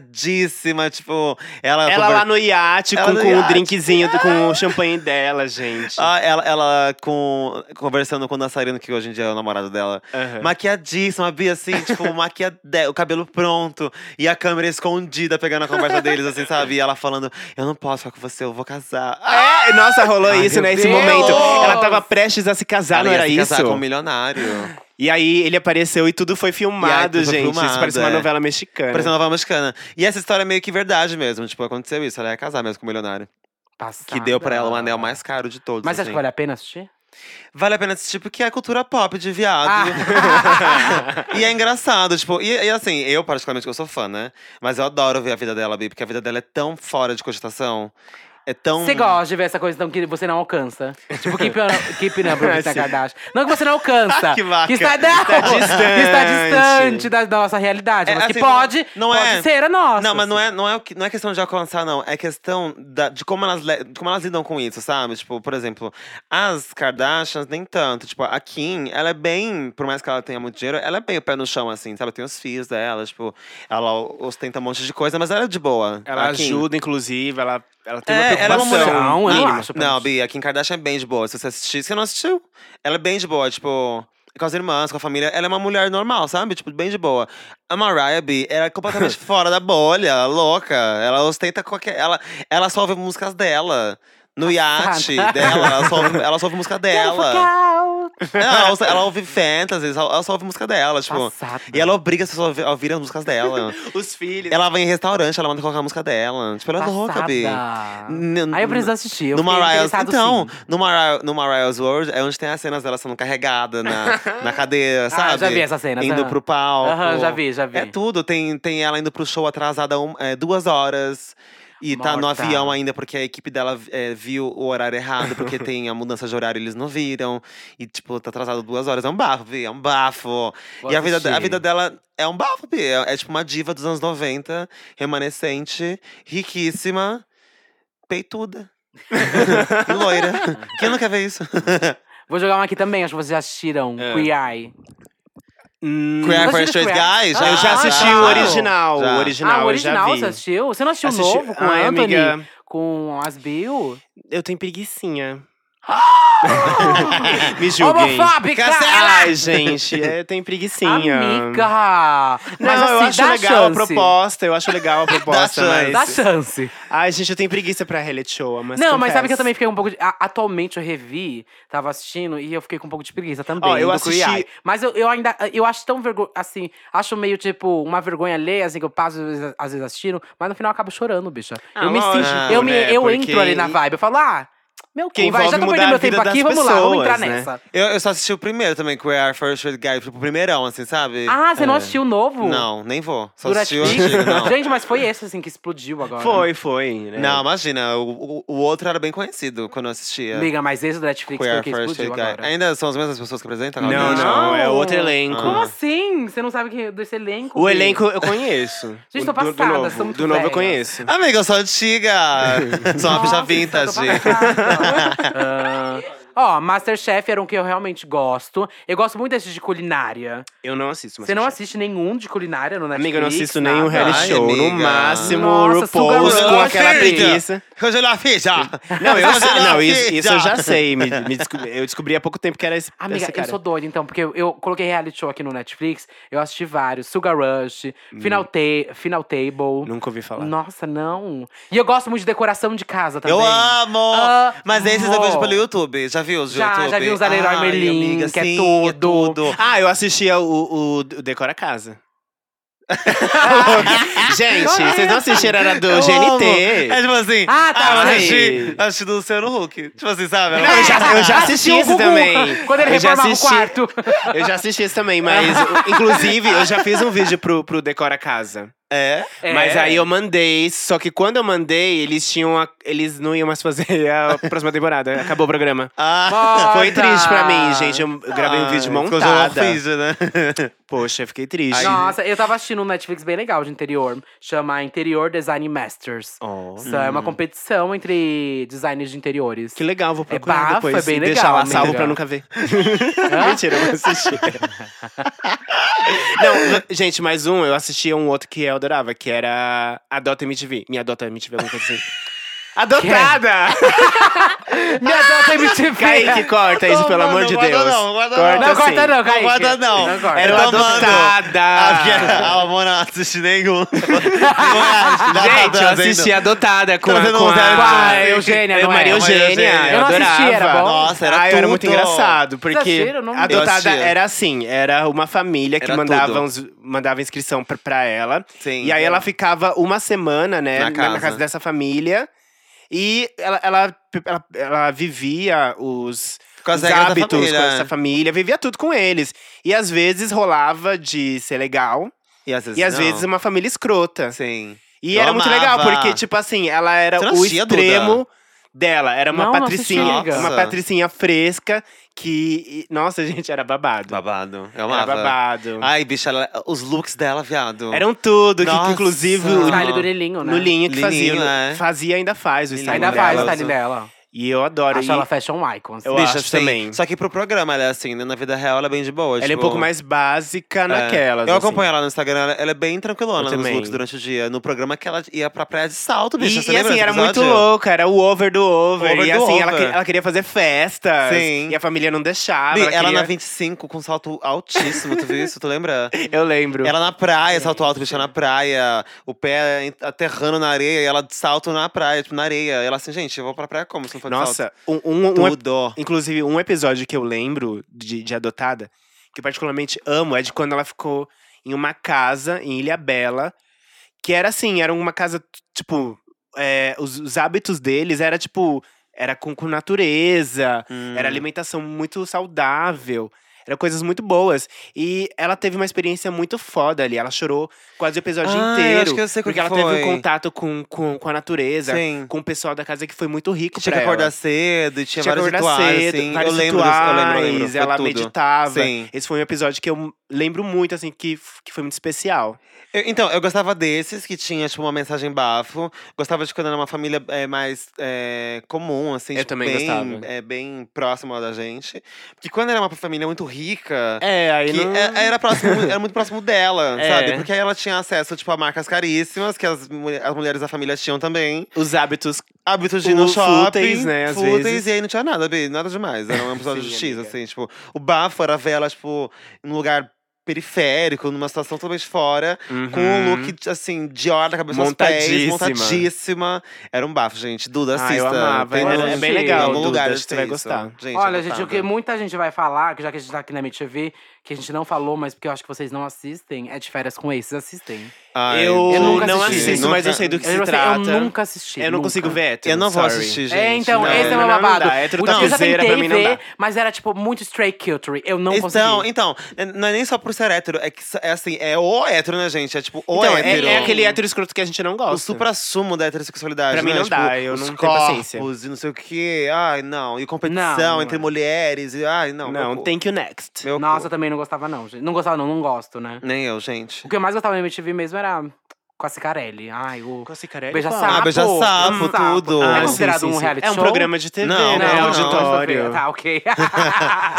S3: maquiadíssima, tipo, ela.
S1: Ela lá no iate,
S3: Ela
S1: com,
S3: no
S1: com o
S3: iate.
S1: drinkzinho, do- com o champanhe dela, gente.
S3: Ah, ela, ela com, conversando com o dançarino, que hoje em dia é o namorado dela.
S1: Aham.
S3: Maquiadíssima, a Bia,
S1: *laughs*
S3: assim, tipo, maquiadé, o cabelo pronto. E a câmera escondida pegando a conversa deles, assim, sabe? E ela falando, eu não posso ficar com você, eu vou casar. Ah,
S1: É, nossa, rolou
S2: Ai,
S1: isso,
S2: meu
S1: né? Esse
S2: Deus!
S1: momento. Ela tava prestes a se casar, Tá, não
S3: ela ia
S1: era
S3: se
S1: isso?
S3: casar com um milionário.
S1: E aí ele apareceu e tudo foi filmado,
S3: tudo foi
S1: gente. isso
S3: filmado,
S1: parece uma
S3: é.
S1: novela mexicana.
S3: Parece uma novela mexicana. E essa história é meio que verdade mesmo. Tipo, aconteceu isso. Ela ia casar mesmo com o milionário.
S2: Passada.
S3: Que deu pra ela um anel mais caro de todos.
S2: Mas é tipo, você acha
S3: assim.
S2: que vale a pena assistir?
S3: Vale a pena assistir porque é cultura pop de viado.
S2: Ah.
S3: *laughs* e é engraçado, tipo. E, e assim, eu particularmente, que eu sou fã, né? Mas eu adoro ver a vida dela, Bi, porque a vida dela é tão fora de cogitação. É tão.
S2: Você gosta de ver essa coisa então, que você não alcança. Tipo, keep, up- keep up
S3: *laughs*
S2: with
S1: Sim.
S2: Kim Kardashian. Não que você não alcança.
S3: Ah, Que vaca.
S2: está, não,
S1: Está
S2: que está
S1: distante.
S2: distante da, da nossa realidade.
S3: É,
S2: mas que
S3: assim, não-
S2: pode,
S3: não
S2: pode
S3: é-
S2: ser a nossa.
S3: Não, mas não é,
S2: assim.
S3: não, é, o que- não é questão de alcançar, não. É questão da- de, como elas, le- de como elas lidam com isso, sabe? Tipo, por exemplo, as Kardashians, nem tanto. Tipo, a Kim, ela é bem, por mais que ela tenha muito dinheiro, ela é bem o pé no chão, assim, sabe? Tem os filhos dela, tipo, ela ostenta um monte de coisa, mas ela é de boa.
S1: Ela
S3: a Kim.
S1: ajuda, inclusive, ela, ela tem uma
S3: É, ela é uma
S1: preocupação.
S3: mulher.
S2: Não, eu não
S3: mínima.
S2: acho, pelo
S3: Não,
S2: menos.
S3: Bia, a Kim Kardashian é bem de boa. Se você assistir, se você não assistiu, ela é bem de boa, tipo. Com as irmãs, com a família. Ela é uma mulher normal, sabe? Tipo, bem de boa. A Mariah B, ela é *laughs* completamente fora da bolha, louca. Ela ostenta qualquer. Ela, ela só ouve músicas dela. No iate dela, ela só, ouve, ela só ouve música dela.
S2: Ela.
S3: Ela, ouça- ela ouve fantasy, ela ela só ouve música dela, tipo.
S2: Passada.
S3: E ela obriga as pessoas a ouvir- a ouvir as músicas *laughs* dela.
S1: Os filhos.
S3: ela vai em restaurante, ela manda colocar a música dela. Tipo, ela é louca, Bi. N-
S2: Aí eu preciso assistir. Eu
S3: No
S2: fiquei
S3: Mariah's,
S2: interessado,
S3: então,
S2: sim.
S3: no, Mariah, no Mariah's World é onde tem as cenas dela sendo
S2: *laughs*
S3: carregada na, na cadeira, sabe?
S2: Ah, já vi essas cenas,
S3: Indo
S2: aham.
S3: pro palco.
S2: Aham, já vi, já vi.
S3: É tudo. Tem, tem ela indo pro show atrasada um- é, duas horas. E tá no
S2: Morta.
S3: avião ainda, porque a equipe dela é, viu o horário
S2: *laughs*
S3: errado, porque tem a mudança de horário eles não viram. E, tipo, tá atrasado duas horas. É um bafo, Vi, é um bafo.
S2: Vou
S3: e a vida, a
S2: assistir.
S3: vida dela é um bafo, Bi. É, é tipo uma diva dos anos 90, remanescente, riquíssima,
S2: *laughs*
S3: peituda. Loira. Quem não quer ver isso?
S2: Vou jogar uma aqui também, acho que vocês já assistiram. Queer Eye.
S1: Hum,
S3: Queer
S2: Imagina
S3: for Straight
S2: Queer.
S3: Guys?
S2: Ah,
S1: eu já assisti
S2: já.
S1: o original.
S3: Já.
S1: O original,
S2: ah, o original
S1: eu já vi.
S2: você assistiu? Você não assistiu o
S1: Assisti-
S2: novo com
S1: Ai,
S2: Anthony?
S1: amiga.
S2: Com as Bill? *gasps*
S1: Eu tenho preguicinha. Me julguem.
S2: Homofóbica!
S1: Ai, gente, é, tem preguicinha.
S2: Amiga!
S1: Não,
S2: mas assim,
S1: eu acho legal
S2: dá
S1: a
S2: chance.
S1: proposta, eu acho
S3: *laughs*
S1: legal a proposta,
S3: chance.
S2: Dá
S1: mas...
S2: chance.
S1: Ai, gente, eu tenho preguiça pra reality show, mas
S2: não, mas
S1: confesso.
S2: sabe que eu também fiquei um pouco de. a- atualmente eu revi, tava assistindo, e eu fiquei com um pouco de preguiça também.
S1: Ó, eu
S2: do
S1: assisti-
S2: Queer Eye. Mas eu, eu ainda. eh, Eu acho tão vergonha. Assim, acho meio tipo uma vergonha alheia, assim, que eu passo às vezes- às vezes assistindo, mas no final eu acabo chorando, bicha.
S1: Ah,
S2: eu me
S1: lógico,
S2: sinto. Eu, me,
S1: né,
S2: eu
S1: porque-
S2: entro ali na vibe. Eu falo, ah, meu
S1: Que
S2: cu, vai,
S1: envolve
S2: já tô
S1: mudar a
S2: perdendo meu
S1: vida
S2: tempo aqui,
S1: das
S2: vamos lá, vamos
S1: pessoas,
S2: entrar
S1: né?
S2: nessa.
S3: Eu, eu só assisti o primeiro também, Queer Eye for Straight Guy, tipo, o primeirão, assim, sabe?
S2: Ah, você não
S1: É.
S2: assistiu o novo?
S3: Não, nem vou. Só
S2: Do
S3: assisti o
S2: Netflix?
S3: antigo,
S2: *laughs*
S3: não.
S2: Gente, mas foi esse, assim, que explodiu agora.
S1: Foi, foi. né?
S3: Não, imagina, o, o- o outro era bem conhecido quando eu assistia.
S2: Liga, mas esse do Netflix foi o
S3: Queer
S2: que
S3: for Straight
S2: explodiu
S1: é.
S3: Guy.
S2: agora.
S3: Ainda são as mesmas pessoas que apresentam?
S1: Não,
S3: Claudinha?
S1: não, é outro elenco.
S2: Como assim? Você não sabe quem é desse elenco?
S1: O
S2: Bi?
S1: elenco eu
S2: *laughs*
S1: conheço.
S2: Gente,
S1: O
S2: tô
S1: do- do,
S2: passada,
S1: novo.
S2: sou muito
S1: do novo eu
S2: velha.
S1: conheço.
S3: Amiga, eu
S1: *laughs*
S3: sou antiga! sou uma
S2: Nossa,
S3: bicha
S2: é
S3: vintage.
S2: tô passada. Ah. Ó, Masterchef era um que eu realmente gosto. Eu gosto muito desses de culinária.
S1: Eu não assisto, mas.
S2: Você não assiste nenhum de culinária no Netflix?
S1: Amiga, eu não assisto nem o
S2: nada?
S1: reality
S3: Ai,
S1: show. No
S3: amiga.
S1: máximo,
S2: Nossa,
S1: RuPaul's
S2: Sugar
S1: com
S2: Rush.
S1: aquela preguiça.
S3: Rogério Lafija!
S1: Não, eu sei, não,
S3: Lafija!
S1: isso, isso eu já sei. Me, me descobri- eu descobri há pouco tempo que era esse,
S2: Amiga,
S1: esse
S2: eu
S1: cara. é.
S2: sou doida, então, porque eu, eu coloquei reality show aqui no Netflix. Eu assisti vários. Sugar Rush, Final, Ta- Final Table.
S1: Nunca ouvi falar.
S2: Nossa, não. E eu gosto muito de decoração de casa também.
S3: Eu amo!
S2: Amo!
S3: Mas esses eu vejo pelo YouTube. Já viu os do
S2: Ah, Já,
S3: YouTube?
S2: já vi os da Leroy
S3: Ai,
S2: Merlin,
S3: amiga,
S2: que é
S3: sim,
S2: tudo.
S1: Ah, eu assistia o, o Decora
S2: *laughs*
S1: Casa. Gente, vocês não assistiram, era do
S3: Eu amo.
S1: GNT.
S3: É tipo assim.
S2: Ah, tá,
S3: eu
S1: sei.
S3: assisti, assisti do Luciano Huck. Tipo assim, sabe?
S1: Não, eu, já, eu já assisti
S2: Assistiu o
S1: esse
S2: Ah, Gugu,
S1: também.
S2: Quando ele
S1: eu já
S2: reformava o
S1: assisti-
S2: quarto.
S1: Eu já assisti esse também,
S2: *laughs*
S1: mas o- inclusive eu já fiz um vídeo pro, pro Decora Casa.
S3: É.
S2: É.
S1: Mas aí eu mandei, só que quando eu mandei, eles tinham a- eles não iam mais fazer a próxima temporada. Acabou o programa.
S3: Ah,
S2: Foda.
S1: Foi triste pra mim, gente. Eu gravei um vídeo
S3: Ficou João
S1: montada.
S3: Lafija, né?
S1: Poxa, eu fiquei triste.
S2: Nossa, eu tava assistindo um Netflix bem legal de interior. Chama Interior Design Masters.
S1: Oh.
S2: Isso É uma competição entre designers de interiores.
S1: Que legal, vou
S2: É
S1: procurar
S2: bafo,
S1: depois.
S2: é bem
S1: e deixar
S2: legal,
S1: lá
S2: amiga.
S1: salvo pra nunca ver.
S2: *laughs*
S1: Mentira, eu vou assistir. Não, gente, mais um. Eu assistia um outro que eu adorava, que era Adota MTV. Me Adota MTV, alguma coisa assim. Adotada!
S2: Me adota *laughs* MTV!
S1: Ah, Kaique, corta isso,
S3: Não,
S1: pelo amor
S3: não,
S1: de
S3: guarda
S1: Deus.
S3: não, guarda
S1: corta assim.
S2: não,
S1: sim.
S2: corta não, Kaique.
S3: Não guarda, não.
S2: Não corta.
S1: Era
S3: Eu
S1: uma
S3: tô amando.
S1: adotada.
S3: A Fiera- *laughs* A Mona não assiste nenhum.
S1: *laughs*
S3: Ah,
S1: Ah, Gente,
S3: Gente,
S1: eu assisti Adotada com a,
S3: Trazendo
S1: com
S3: um zero
S1: a,
S3: pra-
S2: Ah, Eugênia, não
S1: Maria
S2: é?
S1: Eugênia.
S3: Eugênia.
S2: Eu não assisti, era
S1: adorava.
S2: bom?
S3: Nossa, era
S1: Ai, era
S3: tudo.
S1: muito engraçado, porque
S2: assistiram? Não vi.
S1: a adotada
S3: Eu assisti.
S1: era assim, era uma família que
S3: Era
S1: mandava,
S3: tudo.
S1: uns- mandava inscrição pra, pra ela.
S3: Sim. é.
S1: E aí ela ficava uma semana, né,
S3: Na casa.
S1: dessa família. E ela, ela, ela, ela vivia os,
S3: Com as
S1: os
S3: regras da
S1: hábitos
S3: família,
S1: com
S3: é.
S1: essa família, vivia tudo com eles. E às vezes rolava de ser legal,
S3: E às vezes,
S1: e às
S3: não.
S1: vezes uma família escrota.
S3: Sim.
S1: E
S3: Eu
S1: era muito legal,
S3: amava.
S1: porque, tipo assim, ela era
S3: Você não
S1: o
S3: assistia, Duda?
S1: extremo dela. Era uma
S2: Não, não assisti,
S1: patricinha.
S2: amiga.
S1: uma
S3: Nossa.
S1: patricinha fresca que. e- Nossa, gente, era babado.
S3: Babado. Eu
S1: Era
S3: amava.
S1: babado. um
S3: Ai, bicha, ela- os looks dela, viado.
S1: Eram tudo, que- que,
S3: Nossa.
S1: inclusive
S2: O
S1: o
S2: style
S3: Não.
S2: do Lilinho, né?
S1: Nulinho que fazia.
S3: Lilinho, é.
S1: Fazia ainda faz o
S3: Lilinho
S1: style
S2: Ainda
S1: dela.
S2: faz o
S3: Dela,
S2: style
S3: eu-
S2: dela.
S1: E eu adoro. E
S2: Acho ela fashion icons.
S1: Eu
S3: Bicha,
S1: acho
S3: sim.
S1: também.
S3: Só que pro programa ela é assim, né? Na vida real ela é bem de boa.
S1: ela é um
S3: tipo, É.
S1: pouco mais básica naquelas.
S3: Eu
S1: assim.
S3: acompanho ela no Instagram, ela, ela é bem
S1: Eu
S3: tranquilona nos
S1: também.
S3: looks durante o dia. No programa que ela ia pra praia de salto, bicha.
S1: E,
S3: você
S1: e
S3: lembra
S1: assim,
S3: desse
S1: era muito
S3: episódio?
S1: louca, era o over do over.
S3: Over
S1: e
S3: do
S1: assim, Ela,
S3: over.
S1: que- ela queria fazer festas.
S3: Sim.
S1: E a família não deixava.
S3: Bi,
S1: ela
S3: Ela,
S1: Ah, queria-
S3: na 25 com salto altíssimo, tu viu isso? Tu lembra?
S1: Eu lembro.
S3: Ela na praia, salto alto, bicha na praia, o pé en- aterrando na areia, e ela de salto na praia, tipo, na areia. Ela assim, gente, eu vou pra praia como se não for de
S1: Nossa,
S3: salto?
S1: um, um, um,
S3: Tudo.
S1: Inclusive, um episódio que eu lembro de, de Adotada, que eu particularmente amo, é de quando ela ficou em uma casa em Ilha Bela, que era assim, era uma casa, t- tipo, é, os, os hábitos deles era tipo, era com, com natureza,
S3: Hum.
S1: era alimentação muito saudável. Eram coisas muito boas. E ela teve uma experiência muito foda ali. Ela chorou quase o episódio
S3: Ah, eu
S1: inteiro.
S3: acho que eu sei qual
S1: porque
S3: que
S1: ela teve
S3: foi.
S1: um contato com, com, com a natureza,
S3: Sim.
S1: com o pessoal da casa que foi muito rico
S3: Tinha
S1: pra
S3: que acordar
S1: ela
S3: cedo, e tinha,
S1: tinha que
S3: vários
S1: acordar
S3: rituais,
S1: cedo,
S3: assim.
S1: vários
S3: eu lembro, desse-
S1: rituais,
S3: eu lembro, eu lembro. foi
S1: ela
S3: tudo.
S1: meditava.
S3: Sim.
S1: Esse foi um episódio que eu lembro muito, assim, que, f- que foi muito especial.
S3: Eu- então, eu gostava desses, que tinha, tipo, uma mensagem bafo. Gostava de quando era uma família é, mais é, comum, assim.
S1: Eu
S3: tipo,
S1: também
S3: bem,
S1: gostava.
S3: É, bem próxima da gente. Porque quando era uma família muito rica…
S1: É, aí
S3: Que é-
S1: *laughs*
S3: era, próximo, era muito próximo dela,
S1: É.
S3: sabe? Porque aí ela tinha acesso, tipo, a marcas caríssimas, que as, mulher- as mulheres da família tinham também.
S1: os hábitos
S3: hábitos de ir
S1: O-
S3: no shopping.
S1: fúteis, né, às
S3: fúteis,
S1: vezes.
S3: e aí não tinha nada, Bi, nada demais. Era um episódio
S1: Sim,
S3: X,
S1: amiga.
S3: assim, tipo, o bafo era a vela, tipo, num lugar periférico, numa situação totalmente fora, com um
S1: Uhum.
S3: look, assim, de hora da cabeça aos pés,
S1: Montadíssima.
S3: montadíssima. Era um bafo, gente. Duda,
S1: Ah,
S3: assista.
S1: eu amava,
S3: Tem
S2: era-
S3: no-
S2: é bem
S3: em
S2: legal,
S3: algum
S1: Duda,
S3: lugar
S1: acho que tu vai
S3: deve ter isso.
S1: gostar.
S3: Gente, eu
S2: Olha,
S1: tá
S2: gente, o
S3: gostava.
S2: que muita gente vai falar, que já que a gente tá aqui na MTV, que a gente não falou, mas porque eu acho que vocês não assistem, é de férias com esses, assistem.
S3: Ai,
S1: eu,
S2: eu nunca
S1: não
S2: assisti.
S1: assisto, mas eu sei do que
S2: Eu,
S1: se
S2: não sei, eu
S1: trata.
S2: nunca assisti.
S1: Eu não consigo
S2: nunca.
S1: ver hétero,
S3: Eu não vou
S1: sorry.
S3: assistir, gente.
S2: É, então,
S3: não.
S2: esse é
S1: Não,
S2: meu
S1: não dá.
S2: babado.
S1: Hétero
S2: o eu já
S1: topzera pra
S2: tentei
S1: mim não
S2: ver,
S1: dá.
S2: mas era, tipo, muito straight culture. Eu não
S3: Então,
S2: consegui.
S3: então, é- não é nem só por ser hétero, é que s- é assim, é o hétero, né, gente? É tipo, o
S1: Então, é,
S3: hétero.
S1: é aquele hétero escroto que a gente não gosta.
S3: O supra-sumo da heterossexualidade.
S1: Pra mim
S3: né?
S1: não
S3: Tipo,
S1: dá, eu
S3: os
S1: não tenho
S3: corpos,
S1: paciência.
S3: e não sei o quê. Ai, não. E competição
S2: Não,
S3: entre
S2: é.
S3: mulheres. E, ai, não. meu
S1: Não,
S3: cu.
S1: thank you next.
S3: Meu
S2: Nossa, eu
S3: cu.
S2: também não gostava, não, gente. Não gostava, não, não gosto, né?
S1: tá-
S3: Nem eu, gente.
S2: O que eu mais gostava na MTV mesmo era com a Cicarelli. Ai, o.
S1: Com a Cicarelli,
S2: Beija
S1: qual?
S2: sapo.
S3: Ah, beija sapo, tudo.
S2: É
S3: Ah, sim,
S2: considerado um reality
S1: É um
S2: show?
S1: programa de TV,
S3: Não,
S1: né?
S3: não,
S1: é um
S3: não,
S1: auditório. *laughs*
S2: Tá, ok. *laughs*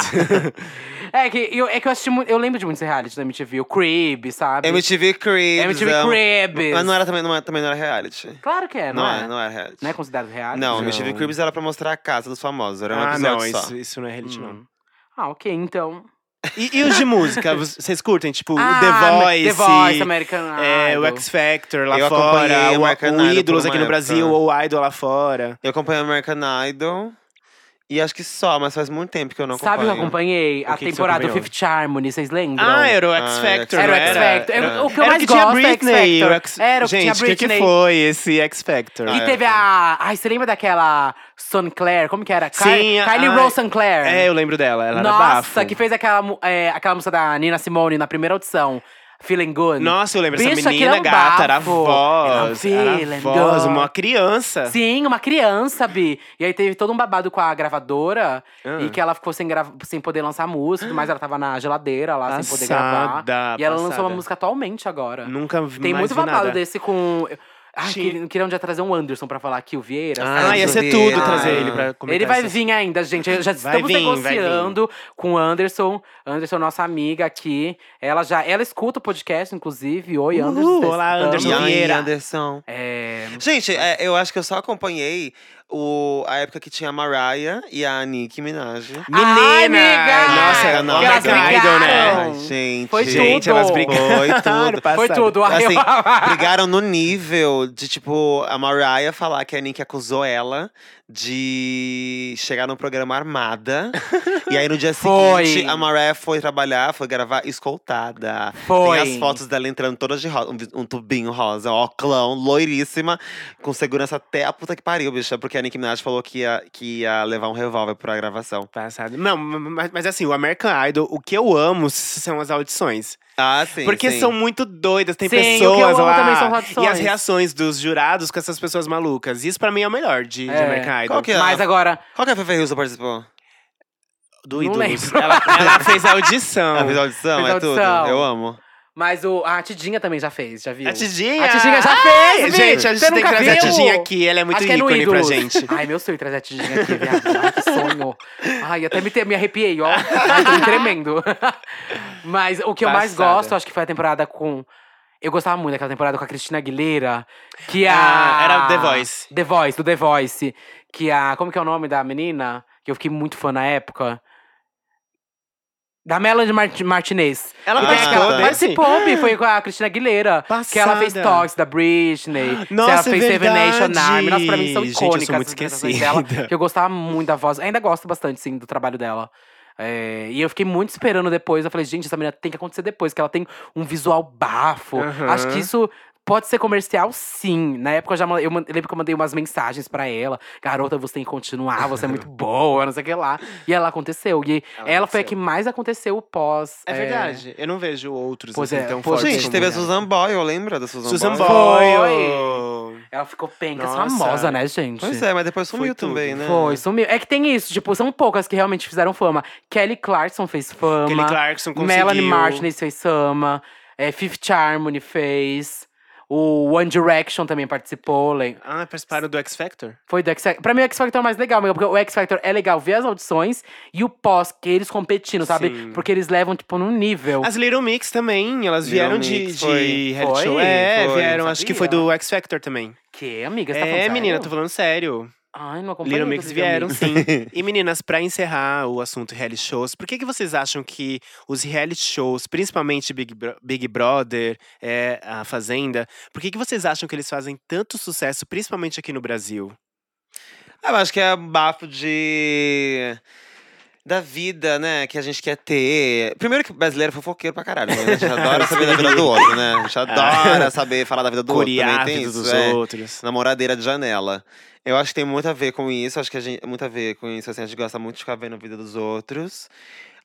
S2: é, que eu, é que eu assisti muito. Eu lembro de muitos realities da MTV. O Crib, sabe?
S3: MTV Cribs.
S2: MTV
S3: amo.
S2: Cribs.
S3: Mas não era também, não era, também não era reality.
S2: Claro que é, não,
S3: Não,
S2: é?
S3: é, não era reality.
S2: Não é considerado reality?
S3: Não,
S1: Não.
S3: MTV Cribs era pra mostrar a casa dos famosos. Era um
S1: Ah,
S3: episódio
S1: não,
S3: só.
S1: isso, isso não é reality, não.
S2: Hum. Ah, ok, então.
S1: E, e os de música? Vocês curtem? Tipo,
S2: Ah,
S1: o The Voice.
S2: The Voice, American
S1: é, o
S2: Idol.
S1: X Factor lá
S3: Eu acompanhei
S1: fora.
S3: o
S1: O,
S3: American
S1: o
S3: Idol por
S1: Ídolos
S3: uma
S1: aqui no
S3: época.
S1: Brasil, ou o Idol lá fora.
S3: Eu acompanhei American Idol. E acho que só, mas faz muito tempo que eu não
S2: Sabe o que eu
S3: acompanho.
S2: acompanhei?
S1: O
S2: a
S1: que que você
S2: temporada do
S1: acompanhou?
S2: Fifth Harmony, vocês lembram?
S1: Ah, era o X
S3: Ah,
S1: Factor,
S2: Era o
S1: não
S2: X Factor. Era- O que eu
S1: Era
S2: mais
S1: que tinha
S2: gosto é X
S1: Britney.
S2: Factor.
S1: o X-
S2: Era o que tinha
S1: Gente, que, que
S2: Britney.
S1: foi esse X Factor?
S2: E teve a. Ai, você lembra daquela Sinclair? Como que era? Ky-
S1: Sim, a-
S2: Kylie
S1: a-
S2: Rose Sinclair.
S1: É, eu lembro dela. Ela era
S2: Nossa,
S1: bafo.
S2: que fez aquela, mu- é, aquela música da Nina Simone na primeira audição. Feeling Good.
S1: Nossa, eu lembro
S2: Bicho,
S1: essa
S2: aquilo
S1: menina
S2: é um
S1: gata, era a
S2: bafo. Era um
S1: voz. Era a
S2: feeling
S1: voz,
S2: good.
S1: uma criança.
S2: Sim, uma criança, Bi. E aí teve todo um babado com a gravadora.
S1: Ah.
S2: E que ela ficou sem, grava- sem poder lançar música. Mas ela tava na geladeira lá, sem poder gravar.
S1: Passada,
S2: E ela lançou
S1: passada.
S2: uma música atualmente agora.
S1: Nunca vi
S2: Tem
S1: mais
S2: muito
S1: vi
S2: babado
S1: nada.
S2: desse com… Ai,
S1: Sim.
S2: queria, queria um dia trazer um Anderson pra falar aqui, o Vieira.
S3: Ah,
S2: sabe?
S1: Ah, é ia
S3: eu
S1: ser
S3: vi.
S1: tudo
S3: Ah.
S1: trazer ele pra comentar.
S2: Ele vai
S1: essas-
S2: vir ainda, gente. Já estamos
S1: Vai vir, vai vir.
S2: negociando com o Anderson. Anderson, nossa amiga aqui. Ela já ela escuta o podcast, inclusive. Oi,
S1: Uhul,
S2: Anderson.
S1: olá,
S2: estamos-
S1: Anderson.
S3: E aí,
S1: Vieira.
S3: Anderson.
S2: É,
S3: Tá Gente, é, eu acho que eu só acompanhei o, a época que tinha a Mariah e a Nicki Minaj.
S2: Ai,
S1: Menina!
S2: amiga!
S1: Nossa,
S3: Ai,
S1: era
S3: não,
S1: não,
S2: Ah, elas
S1: Idol,
S2: brigaram.
S1: né?
S3: Ai, gente.
S2: Foi
S1: Gente,
S2: tudo.
S1: elas
S2: *laughs*
S3: Foi
S1: brigaram.
S3: tudo.
S2: foi
S1: passada.
S2: tudo. Ai,
S3: Assim,
S2: eu-
S3: brigaram no nível de, tipo, a Mariah falar que a Nicki acusou ela de chegar no
S2: *laughs*
S3: programa armada. e aí, no dia
S2: Foi.
S3: seguinte, a Mariah foi trabalhar, foi gravar escoltada.
S2: Foi.
S3: Tem as fotos dela entrando todas de rosa, um, vi- um tubinho rosa, ó, clão, loiríssima. Com segurança até a puta que pariu, bicha. Porque a Nicki Minaj falou que ia, que ia levar um revólver pra gravação.
S1: Passado. Não, mas, mas assim, o American Idol, o que eu amo são as audições.
S3: Ah, sim,
S1: Porque
S3: sim.
S1: são muito doidas, tem
S2: Sim, o que eu
S1: pessoas
S2: amo
S1: lá.
S2: também são as
S1: e
S2: audições.
S1: as reações dos jurados com essas pessoas malucas. Isso pra mim é o melhor de, de
S2: É.
S1: American Idol.
S3: Qual que é?
S2: Mas agora,
S3: Qual que é a Fefe Russo participou?
S1: Do
S2: Não
S1: Ídolos.
S2: *laughs* lembro.
S1: Ela, ela fez a
S2: Então,
S3: Ah, fez
S1: audição.
S3: audição,
S2: fez
S3: é
S2: audição.
S3: tudo. Eu amo.
S2: mas o, a Tidinha também já fez, já viu?
S1: A Tidinha!
S2: A Tidinha já
S1: Ai,
S2: fez, Vi!
S1: Gente, a
S2: Você
S1: gente tem que
S2: nunca
S1: trazer a
S2: viu?
S1: Tidinha aqui. Ela é muito
S2: Acho que é no
S1: ícone pra
S2: Ídolos.
S1: gente.
S2: Ai, meu sonho trazer a Tidinha aqui, viado. Ai, que sonho. Ai, até me, te- me arrepiei, ó. Ai, tô me tremendo. *laughs* Mas o que eu mais
S1: Passada.
S2: gosto, acho que foi a temporada com. Eu gostava muito daquela temporada com a Cristina Aguilera. Que a.
S1: Ah, era o The Voice.
S2: The Voice, do The Voice. Que a. Como que é o nome da menina? Que eu fiquei muito fã na época. Da Melanie Mart Martinez.
S1: Ela
S2: E tem
S3: participou
S2: aquela-
S3: desse?
S2: Participou, Bi, foi com a Cristina Aguilera. *laughs* Que ela fez
S1: Passada.
S2: Tox da Britney.
S1: Nossa,
S2: ela
S1: é
S2: fez Seven Nation
S1: verdade.
S2: Army. Nossa, pra mim são
S1: Gente, eu
S2: icônicas
S1: sou muito
S2: as apresentações
S1: esquecida.
S2: dela. Que eu gostava muito da voz. Ainda gosto bastante, sim, do trabalho dela. É, e eu fiquei muito esperando depois. Eu falei, gente, essa menina tem que acontecer depois, que ela tem um visual bafo.
S1: Aham.
S2: Acho que isso. Pode ser comercial, sim. Na época eu já mandei, eu man- eu lembro que eu mandei umas mensagens pra ela. Garota, você tem que continuar, você é
S1: *laughs*
S2: muito boa, não sei o que lá. E ela aconteceu. E ela,
S1: Ela
S2: foi a
S1: aconteceu.
S2: que mais aconteceu o pós.
S1: É verdade. Eu não vejo outros
S2: Pois
S1: assim,
S2: é,
S1: tão
S2: pô,
S1: fortes.
S3: Gente,
S2: como
S3: teve a
S2: mulher.
S3: Susan Boyle, lembra da Susan,
S1: Susan
S3: Boyle?
S1: Boyle.
S2: é, Ela ficou pencas
S1: Nossa.
S2: famosa, né, gente?
S3: Pois é, mas depois
S1: Foi
S3: sumiu
S1: tudo.
S3: também, né?
S2: Foi, sumiu. É que tem isso, tipo, são poucas que realmente fizeram fama. Kelly Clarkson fez fama.
S1: Kelly Clarkson conseguiu.
S2: Melanie Martinez fez fama. É, Fifth Harmony fez. O One Direction também participou. lem-
S1: Ah, participaram do X Factor?
S2: Foi do X Factor. Pra mim, o X Factor é o mais legal, amiga, porque o X Factor é legal ver as audições e o pós, que eles competindo, sabe?
S1: Sim.
S2: Porque eles levam, tipo, num nível.
S1: As Little Mix também, elas
S3: Little
S1: vieram
S3: Mix
S1: de, de
S3: foi-
S1: reality
S2: foi?
S1: show. É,
S3: Foi,
S1: vieram,
S2: não
S1: acho
S2: sabia.
S1: que foi do X Factor também.
S2: Que, amiga? Você tá
S1: É,
S2: falando
S1: menina,
S2: sério?
S1: tô falando sério.
S2: Ai, não acompanhei.
S1: Little Mix
S2: inclusive,
S1: vieram,
S2: amiga.
S1: sim.
S3: *laughs*
S1: E meninas, pra encerrar o assunto reality shows, por que, que vocês acham que os reality shows, principalmente Big, Bro- Big Brother, é, A Fazenda, por que, que vocês acham que eles fazem tanto sucesso, principalmente aqui no Brasil?
S3: Ah, Eu acho que é bafo de. Da vida, né? Que a gente quer ter. Primeiro que brasileiro é fofoqueiro pra caralho. Né? A gente adora saber da vida do outro, né? A
S1: *laughs*
S3: gente adora saber falar da vida do outro.
S1: Curiar a
S3: Também tem
S1: vida
S3: isso,
S1: dos
S3: é.
S1: outros.
S3: Namoradeira de janela. Eu acho que tem muito a ver com isso. Acho que a gente muito a ver com isso. Assim, a gente gosta muito de ficar vendo a vida dos outros,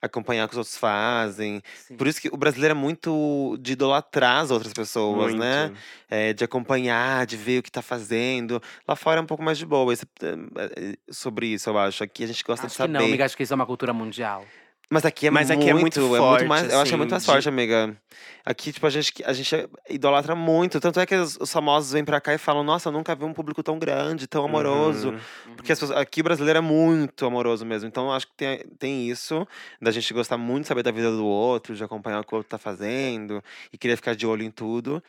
S3: acompanhar o que os outros fazem. Por isso que o brasileiro é muito de idolatrar as outras pessoas,
S1: Muito.
S3: né? É, de acompanhar, de ver o que tá fazendo. Lá fora é um pouco mais de boa esse- é, é, sobre isso, eu acho. Aqui a gente gosta de
S2: Acho que
S3: saber.
S2: não, amiga. Acho que isso é uma cultura mundial.
S3: Mas aqui é
S1: Mas
S3: muito,
S1: aqui é muito forte,
S3: mais, eu acho que é
S1: assim,
S3: muito mais
S1: de-
S3: forte, amiga. Aqui, tipo, a gente, a gente idolatra muito. Tanto é que os, os famosos vêm pra cá e falam: Nossa, eu nunca vi um público tão grande, tão amoroso.
S1: Uhum.
S3: Porque as pessoas- aqui o brasileiro é muito amoroso mesmo. Então acho que tem, tem isso, da gente gostar muito de saber da vida do outro, de acompanhar o que o outro tá fazendo e querer ficar de olho em tudo.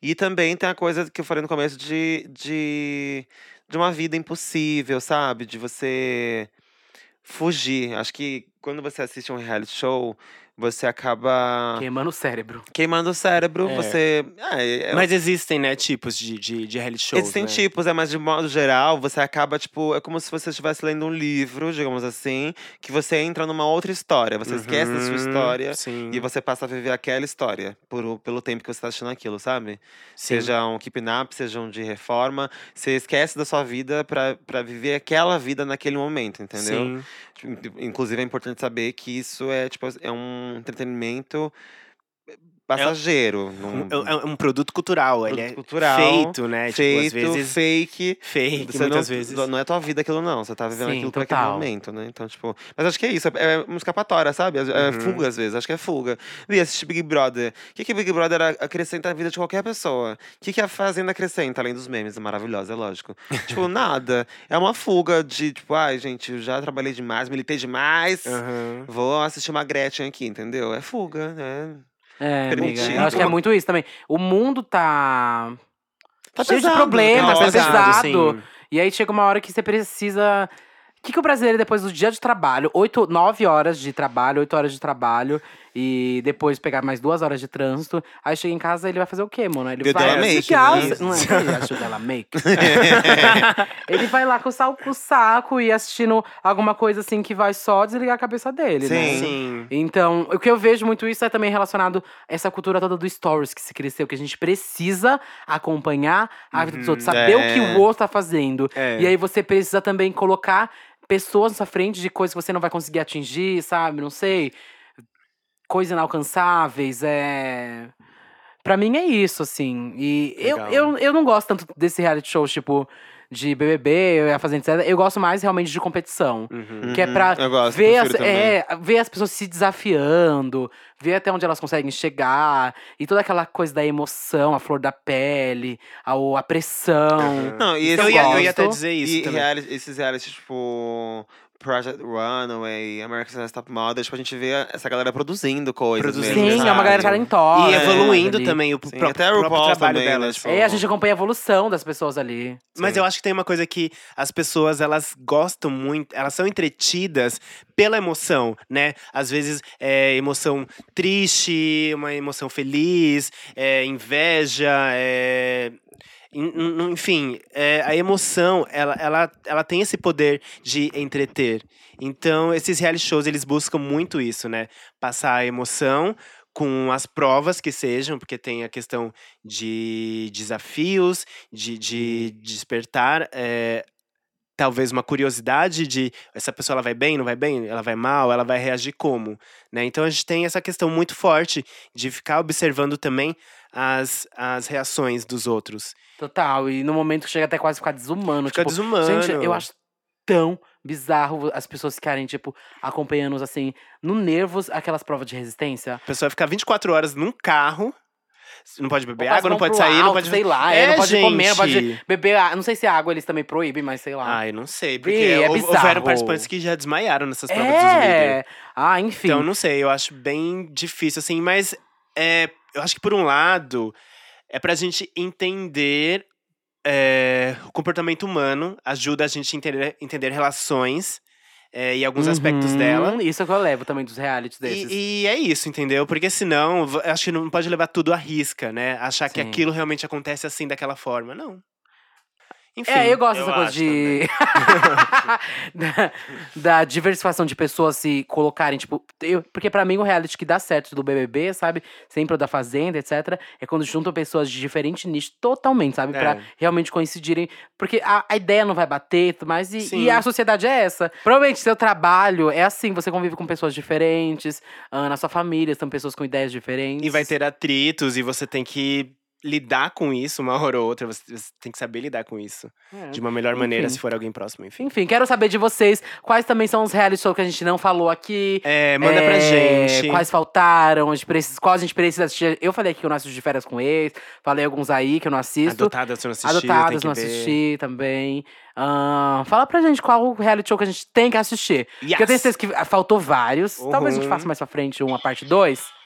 S3: E também tem a coisa que eu falei no começo de, de, de uma vida impossível, sabe? De você fugir. Acho que quando você assiste um reality show, você
S1: Ah.
S3: acaba
S2: Queimando o cérebro.
S3: queimando o cérebro,
S1: É.
S3: você. Ah, é- é-
S1: Mas existem, né, tipos de, de, de reality shows,
S3: Existem
S1: né?
S3: tipos, é, mas de modo geral, você acaba, tipo, é como se você estivesse lendo um livro, digamos assim, que você entra numa outra história. Você esquece da sua
S1: Uhum,
S3: história
S1: Sim.
S3: e você passa a viver aquela história por, o- pelo tempo que você tá assistindo aquilo, sabe?
S1: sim.
S3: Seja um keep up, seja um de reforma. Você esquece da sua vida pra, pra viver aquela vida naquele momento, entendeu?
S1: Sim.
S3: Tipo, Inclusive, é importante saber que isso é, tipo, é um entretenimento passageiro. não-
S1: É é um produto cultural, ele é
S3: Produto cultural,
S1: feito, né?
S3: feito,
S1: tipo, às vezes
S3: fake.
S1: fake,
S3: Você
S1: muitas
S3: não,
S1: vezes.
S3: Não é tua vida aquilo, não. Você tá vivendo
S2: Sim,
S3: aquilo pra aquele
S2: total.
S3: momento, né? Então, tipo. Mas acho que é isso. É uma escapatória, sabe? É
S1: Uhum.
S3: fuga, às vezes. Acho que é fuga. E assistir Big Brother. O que, que Big Brother a- acrescenta à vida de qualquer pessoa? O que, que a Fazenda acrescenta, além dos memes? Maravilhosa,
S2: *laughs*
S3: é lógico. tipo, nada. É uma fuga de, tipo, ai, gente, eu já trabalhei demais, militei demais.
S1: Aham.
S3: Vou assistir uma Gretchen aqui, entendeu? É fuga, né?
S2: É, amiga.
S3: Permitido.
S2: Eu acho que é muito isso também. O mundo tá.
S3: Tá
S2: cheio
S3: pesado,
S2: de problema,
S3: tá
S2: tá
S3: pesado,
S2: pesado.
S1: sim.
S2: E aí chega uma hora que você precisa. O que, que o brasileiro, depois do dia de trabalho, oito, nove horas de trabalho, oito horas de trabalho, e depois pegar mais duas horas de trânsito, aí chega em casa ele vai fazer o quê, mano? Ele
S3: Deu
S2: vai
S3: dela make,
S2: ficar-
S3: né?
S2: Não é que ele achou dela make.
S3: *laughs*
S2: ele vai lá com o sal- com o saco e assistindo alguma coisa assim que vai só desligar a cabeça dele, né?
S3: Sim.
S1: Sim.
S2: Então, o que eu vejo muito isso é também relacionado a essa cultura toda do stories que se cresceu, que a gente precisa acompanhar a vida dos outros, saber o que
S3: É.
S2: o outro tá fazendo.
S1: É.
S2: E aí você precisa também colocar pessoas na sua frente de coisas que você não vai conseguir atingir, sabe? Não sei. Coisas inalcançáveis, é. Pra mim é isso, assim. E eu,
S1: Legal.
S2: eu, eu não gosto tanto desse reality show, tipo, de BBB, a Fazenda, etc. Eu gosto mais realmente de competição.
S1: Uhum.
S2: Que é
S3: Uhum,
S2: pra
S3: eu gosto,
S2: ver,
S3: prefiro
S2: as,
S3: também.
S2: é, ver as pessoas se desafiando, ver até onde elas conseguem chegar. E toda aquela coisa da emoção, a flor da pele, a, o- a pressão.
S3: Não, e
S1: Eu
S3: esse
S1: ia, eu
S3: gosto.
S1: ia até dizer isso
S3: e
S1: também.
S3: reali- esses realities, tipo. Project Runaway, American Next Top Model, tipo, a gente vê essa galera produzindo coisas.
S1: Produzindo,
S3: mesmo,
S2: Sim, é uma
S3: sabe?
S2: galera talentosa.
S1: E
S3: é,
S1: evoluindo
S2: ali.
S1: também o pro-
S3: Sim,
S1: próprio,
S3: até o RuPaul
S1: trabalho
S3: também, né,
S1: delas.
S3: tipo,
S2: É, a gente acompanha a evolução das pessoas ali.
S1: Mas eu acho que tem uma coisa que as pessoas, elas gostam muito, elas são entretidas pela emoção, né? Às vezes é emoção triste, uma emoção feliz, é inveja, é. en- en- Enfim, é, a emoção, ela, ela, ela tem esse poder de entreter. Então, esses reality shows, eles buscam muito isso, né? Passar a emoção com as provas que sejam, porque tem a questão de desafios, de, de despertar é, talvez uma curiosidade de essa pessoa ela vai bem, não vai bem, ela vai mal, ela vai reagir como, né? Então a gente tem essa questão muito forte de ficar observando também as, as reações dos outros.
S2: Total. E no momento que chega até quase ficar desumano.
S1: Fica
S2: tipo,
S1: desumano.
S2: Gente, eu acho tão bizarro as pessoas ficarem, tipo, acompanhando, assim, no nervos, aquelas provas de resistência.
S1: A pessoa ficar 24 horas num carro, não pode beber
S2: Ou as
S1: água, não
S2: mãos
S1: pode
S2: pro
S1: sair, não
S2: alto,
S1: pode
S2: sei lá, é,
S1: É,
S2: não pode comer, não
S1: gente.
S2: pode beber. água. Não sei se a água eles também proíbem, mas sei lá.
S1: Ah, eu não sei, porque
S2: Ih, é
S1: hou- houveram
S2: bizarro.
S1: participantes que já desmaiaram nessas provas dos líderes.
S2: é. Ah, enfim.
S1: Então, não sei, eu acho bem difícil, assim, mas é, eu acho que por um lado é pra gente entender. é, o comportamento humano ajuda a gente a entender, entender relações é, e alguns aspectos
S2: Uhum,
S1: dela.
S2: Isso é que eu levo também dos realities desses.
S1: E, e é isso, entendeu? Porque senão, v- acho que não pode levar tudo à risca, né? Achar que
S2: Sim.
S1: aquilo realmente acontece assim, daquela forma. Não. Enfim.
S2: É, eu gosto dessa
S3: eu
S2: coisa
S3: acho
S2: de. *laughs* da, da diversificação de pessoas se colocarem, tipo. eu- porque pra mim o reality que dá certo do BBB, sabe? Sempre o da Fazenda, etc. É quando juntam pessoas de diferentes nichos totalmente, sabe?
S1: É.
S2: *laughs* Pra realmente coincidirem. Porque a, a ideia não vai bater e tudo mais. E,
S1: Sim.
S2: e a sociedade é essa. Provavelmente seu trabalho é assim, você convive com pessoas diferentes, ah, na sua família, são pessoas com ideias diferentes.
S1: E vai ter atritos, e você tem que lidar com isso uma hora ou outra. Você você tem que saber lidar com isso.
S2: É.
S1: De uma melhor maneira,
S2: Enfim.
S1: se for alguém próximo, enfim.
S2: Enfim, quero saber de vocês quais também são os reality shows que a gente não falou aqui.
S1: É, manda pra
S2: É,
S1: gente.
S2: Quais faltaram, a gente precisa, quais a gente precisa assistir. Eu falei aqui que eu não assisto de férias com ex, falei alguns aí que eu não assisto.
S1: Adotadas, se não assistir, tem
S2: Adotadas,
S1: que
S2: não
S1: ver.
S2: assisti também. Ahn, fala pra gente qual o reality show que a gente tem que assistir. Porque eu tenho
S1: Yes!
S2: certeza que ah, faltou vários. Talvez a gente
S1: Uhum.
S2: faça mais pra frente uma parte 2.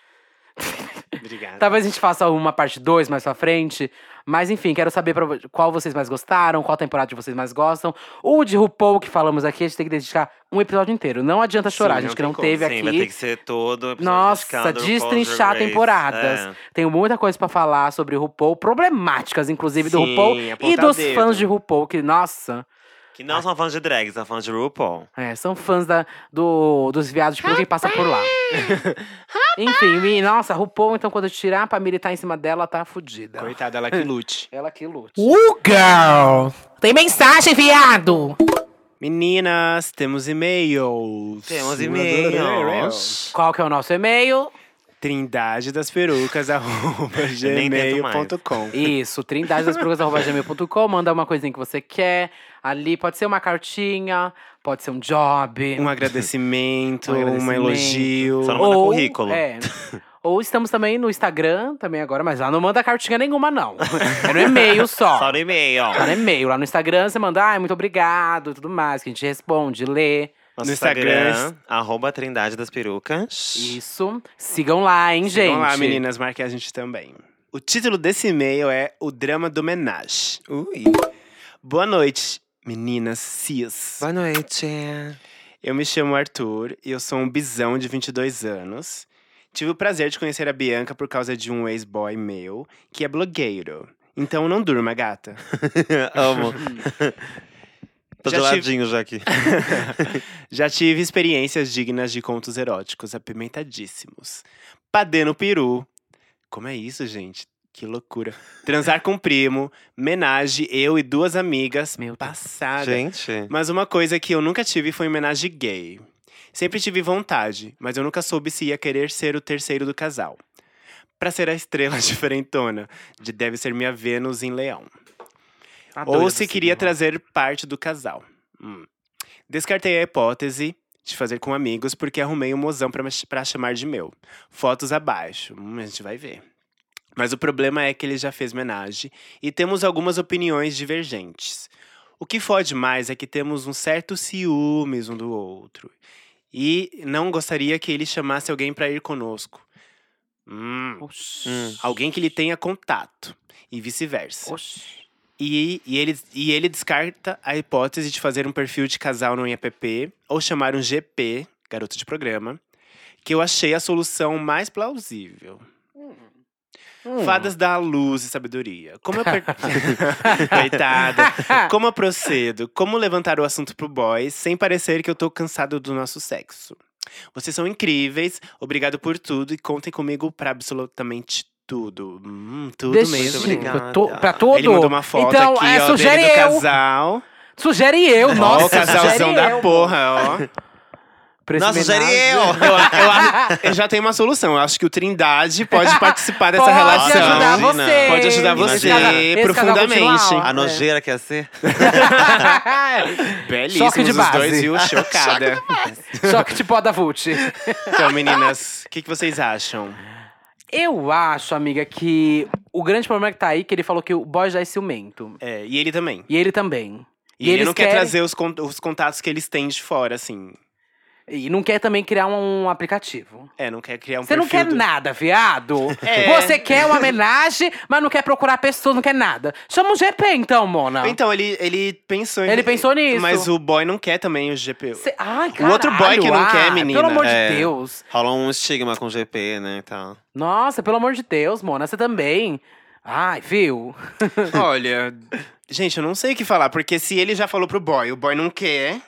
S1: Obrigado.
S2: Talvez a gente faça uma parte 2 mais pra frente. Mas enfim, quero saber pra vo- qual vocês mais gostaram, qual temporada de vocês mais gostam. O de RuPaul que falamos aqui, a gente tem que dedicar um episódio inteiro. Não adianta chorar,
S1: Sim,
S2: a gente
S1: não
S2: que não
S1: tem
S2: teve
S3: Sim,
S2: aqui.
S3: vai ter que ser todo. episódio
S2: Nossa,
S3: escândalo,
S2: destrinchar
S3: RuPaul's Drag É,
S2: temporadas.
S3: Race.
S2: Tenho muita coisa pra falar sobre RuPaul, problemáticas, inclusive, do
S1: Sim,
S2: RuPaul e
S1: apontar o
S2: dos
S1: dedo.
S2: fãs de RuPaul, que, nossa,
S3: É, que não são fãs de drag, são fãs de RuPaul.
S2: é, são fãs da, do, dos viados de que passa por lá. *laughs* Enfim, e, nossa, RuPaul, então, quando eu tirar pra militar em cima dela, tá fudida.
S1: Coitada, ela que lute.
S2: Ela que lute.
S9: Uh, Tem mensagem, viado!
S1: Meninas, temos e-mails.
S3: Temos e-mails.
S2: Qual que é o nosso e-mail?
S1: Trindade das
S3: *laughs*
S1: perucas, arroba
S3: Eu nem tento mais.
S1: gmail.com.
S2: *laughs* Isso, trindade das manda uma coisinha que você quer. Ali pode ser uma cartinha, pode ser um job.
S1: Um agradecimento,
S2: Um
S1: um,
S2: agradecimento.
S1: elogio.
S3: Só não manda Tá currículo. *laughs*
S2: É. Ou estamos também no Instagram, também agora, mas lá não manda cartinha nenhuma, não. É no e-mail só.
S3: Só no e-mail.
S2: Lá no e-mail. Lá no Instagram você manda, ai, muito obrigado e tudo mais, que a gente responde, lê.
S3: Nosso
S1: No Instagram.
S3: arroba Trindade das Perucas.
S2: Isso. Sigam lá, hein, gente.
S1: Vamos lá, meninas, marquem a gente também. O título desse e-mail é O Drama do Menage.
S3: Ui.
S1: Boa noite, meninas cis.
S3: Boa noite.
S1: Eu me chamo Arthur e eu sou um bisão de 22 anos. Tive o prazer de conhecer a Bianca por causa de um ex-boy meu, que é blogueiro. Então não durma, gata.
S3: *laughs*
S2: *laughs*
S3: Amo. Tô
S1: Já
S3: de
S1: tive-
S3: ladinho já aqui.
S1: Já tive experiências dignas de contos eróticos apimentadíssimos. Padê no peru. Como é isso, gente? Que loucura. Transar com um primo, menage, eu e duas amigas.
S2: Meu Deus.
S3: Ah,
S1: passada.
S3: Gente.
S1: Mas uma coisa que eu nunca tive foi homenagem gay. Sempre tive vontade, mas eu nunca soube se ia querer ser o terceiro do casal. Pra ser a estrela *laughs* diferentona, de Deve Ser Minha Vênus em Leão.
S2: Tá
S1: Ou se queria trazer parte do casal. Hum. Descartei a hipótese de fazer com amigos porque arrumei um mozão pra, me ch- pra chamar de meu. Fotos abaixo, Hum, a gente vai ver. Mas o problema é que ele já fez homenagem e temos algumas opiniões divergentes. O que fode mais é que temos um certo ciúmes um do outro. E não gostaria que ele chamasse alguém pra ir conosco. Hum,
S2: Oxi.
S3: Hum.
S1: alguém que ele tenha contato. E vice-versa.
S2: Oxi.
S1: E, e ele, e ele descarta a hipótese de fazer um perfil de casal no IAPP ou chamar um GP, garoto de programa, que eu achei a solução mais plausível.
S2: Hum.
S1: Fadas da luz e sabedoria. Como eu per... *laughs* Coitada. Como eu procedo? Como levantar o assunto pro boy sem parecer que eu tô cansado do nosso sexo? Vocês são incríveis, obrigado por tudo e contem comigo pra absolutamente tudo. Hum, tudo
S2: *laughs* Deixa-
S1: mesmo.
S3: obrigado.
S2: pra tu- Pra tudo.
S1: Ele mandou uma foto
S2: então,
S1: aqui,
S2: é,
S1: ó,
S2: sugere
S1: dele do
S2: eu.
S1: casal.
S2: Sugere eu,
S1: Nossa,
S2: nossa.
S1: ó, o casalzão
S2: sugere
S1: da
S2: eu.
S1: porra, ó.
S2: Pra esse
S3: Nossa, sugeri
S2: homenagem.
S3: eu!
S1: Eu, *laughs* eu acho- eu já tenho uma solução. Eu acho que o Trindade
S2: *laughs*
S1: pode participar dessa
S2: pode
S1: relação. né?
S2: Ajudar
S3: Imagina.
S2: você.
S1: Pode ajudar
S3: Imagina.
S1: você
S2: Esse casal- esse casal
S1: profundamente. Ah,
S2: continua
S3: A
S2: alto, né?
S3: nojeira que ia ser.
S1: Belíssimos
S2: Choque de
S1: os
S2: base.
S1: dois, viu? Chocada.
S2: *laughs* Choque de poda Vult.
S1: então, meninas, o que, que vocês acham?
S2: Eu acho, amiga, que o grande problema que tá aí é que ele falou que o boy já é ciumento.
S1: É, e ele também.
S2: E ele também.
S1: E, ele
S2: eles
S1: não quer
S2: querem-
S1: trazer os, con- os contatos que eles têm de fora, assim.
S2: E não quer também criar um, um aplicativo.
S1: É, não quer criar um
S2: Você não
S1: perfil
S2: quer
S1: do-
S2: nada, viado.
S1: *laughs* É.
S2: Você quer uma homenagem, mas não quer procurar pessoas, não quer nada. Chama o GP então, Mona.
S1: Então, ele, ele pensou
S2: Ele pensou nisso.
S1: Mas o boy não quer também o GP.
S2: Cê- Ai,
S1: O outro boy que não
S2: caralho,
S1: quer,
S2: ah,
S1: menina.
S2: Pelo amor
S3: É.
S2: de Deus.
S3: Rola um estigma com o GP, né? e tal.
S2: Nossa, pelo amor de Deus, Mona, você também. Ai, viu?
S1: Olha, gente, eu não sei o que falar, porque se ele já falou pro boy, o boy não quer.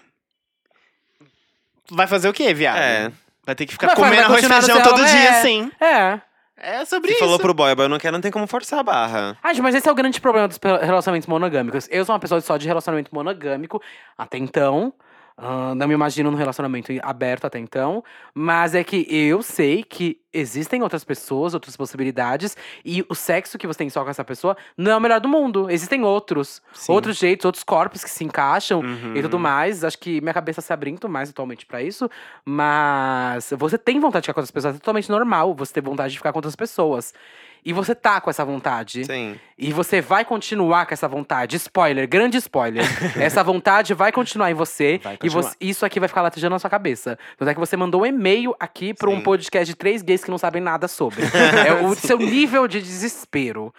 S1: Vai fazer o quê, viado?
S3: É.
S1: Vai ter que ficar
S2: Vai- vai
S1: comendo arroz e
S2: continuar no
S1: feijão
S2: seu-
S1: todo dia,
S2: é.
S1: sim.
S2: É.
S1: É sobre
S3: Se
S1: isso.
S3: falou pro boy, o boy não quer, não tem como forçar a barra.
S2: Ah, gente, mas esse é o grande problema dos pe- relacionamentos monogâmicos. Eu sou uma pessoa só de relacionamento monogâmico até então. Ah, não me imagino num relacionamento aberto até então. Mas é que eu sei que existem outras pessoas, outras possibilidades. E o sexo que você tem só com essa pessoa não é o melhor do mundo. Existem outros.
S1: Sim.
S2: Outros jeitos, outros corpos que se encaixam
S1: Uhum.
S2: e tudo mais. Acho que minha cabeça se abrindo mais atualmente pra isso. Mas você tem vontade de ficar com outras pessoas. É totalmente normal você ter vontade de ficar com outras pessoas. E você tá com essa vontade.
S3: Sim.
S2: E você vai continuar com essa vontade. Spoiler,
S1: *laughs*
S2: grande spoiler. essa vontade vai continuar em você.
S1: Vai
S2: E
S1: continuar.
S2: você- isso aqui vai ficar latejando na sua cabeça. Tanto é que você mandou um e-mail aqui pra um
S3: Sim.
S2: podcast de três gays que não sabem nada sobre.
S1: *laughs*
S2: é o seu nível de desespero.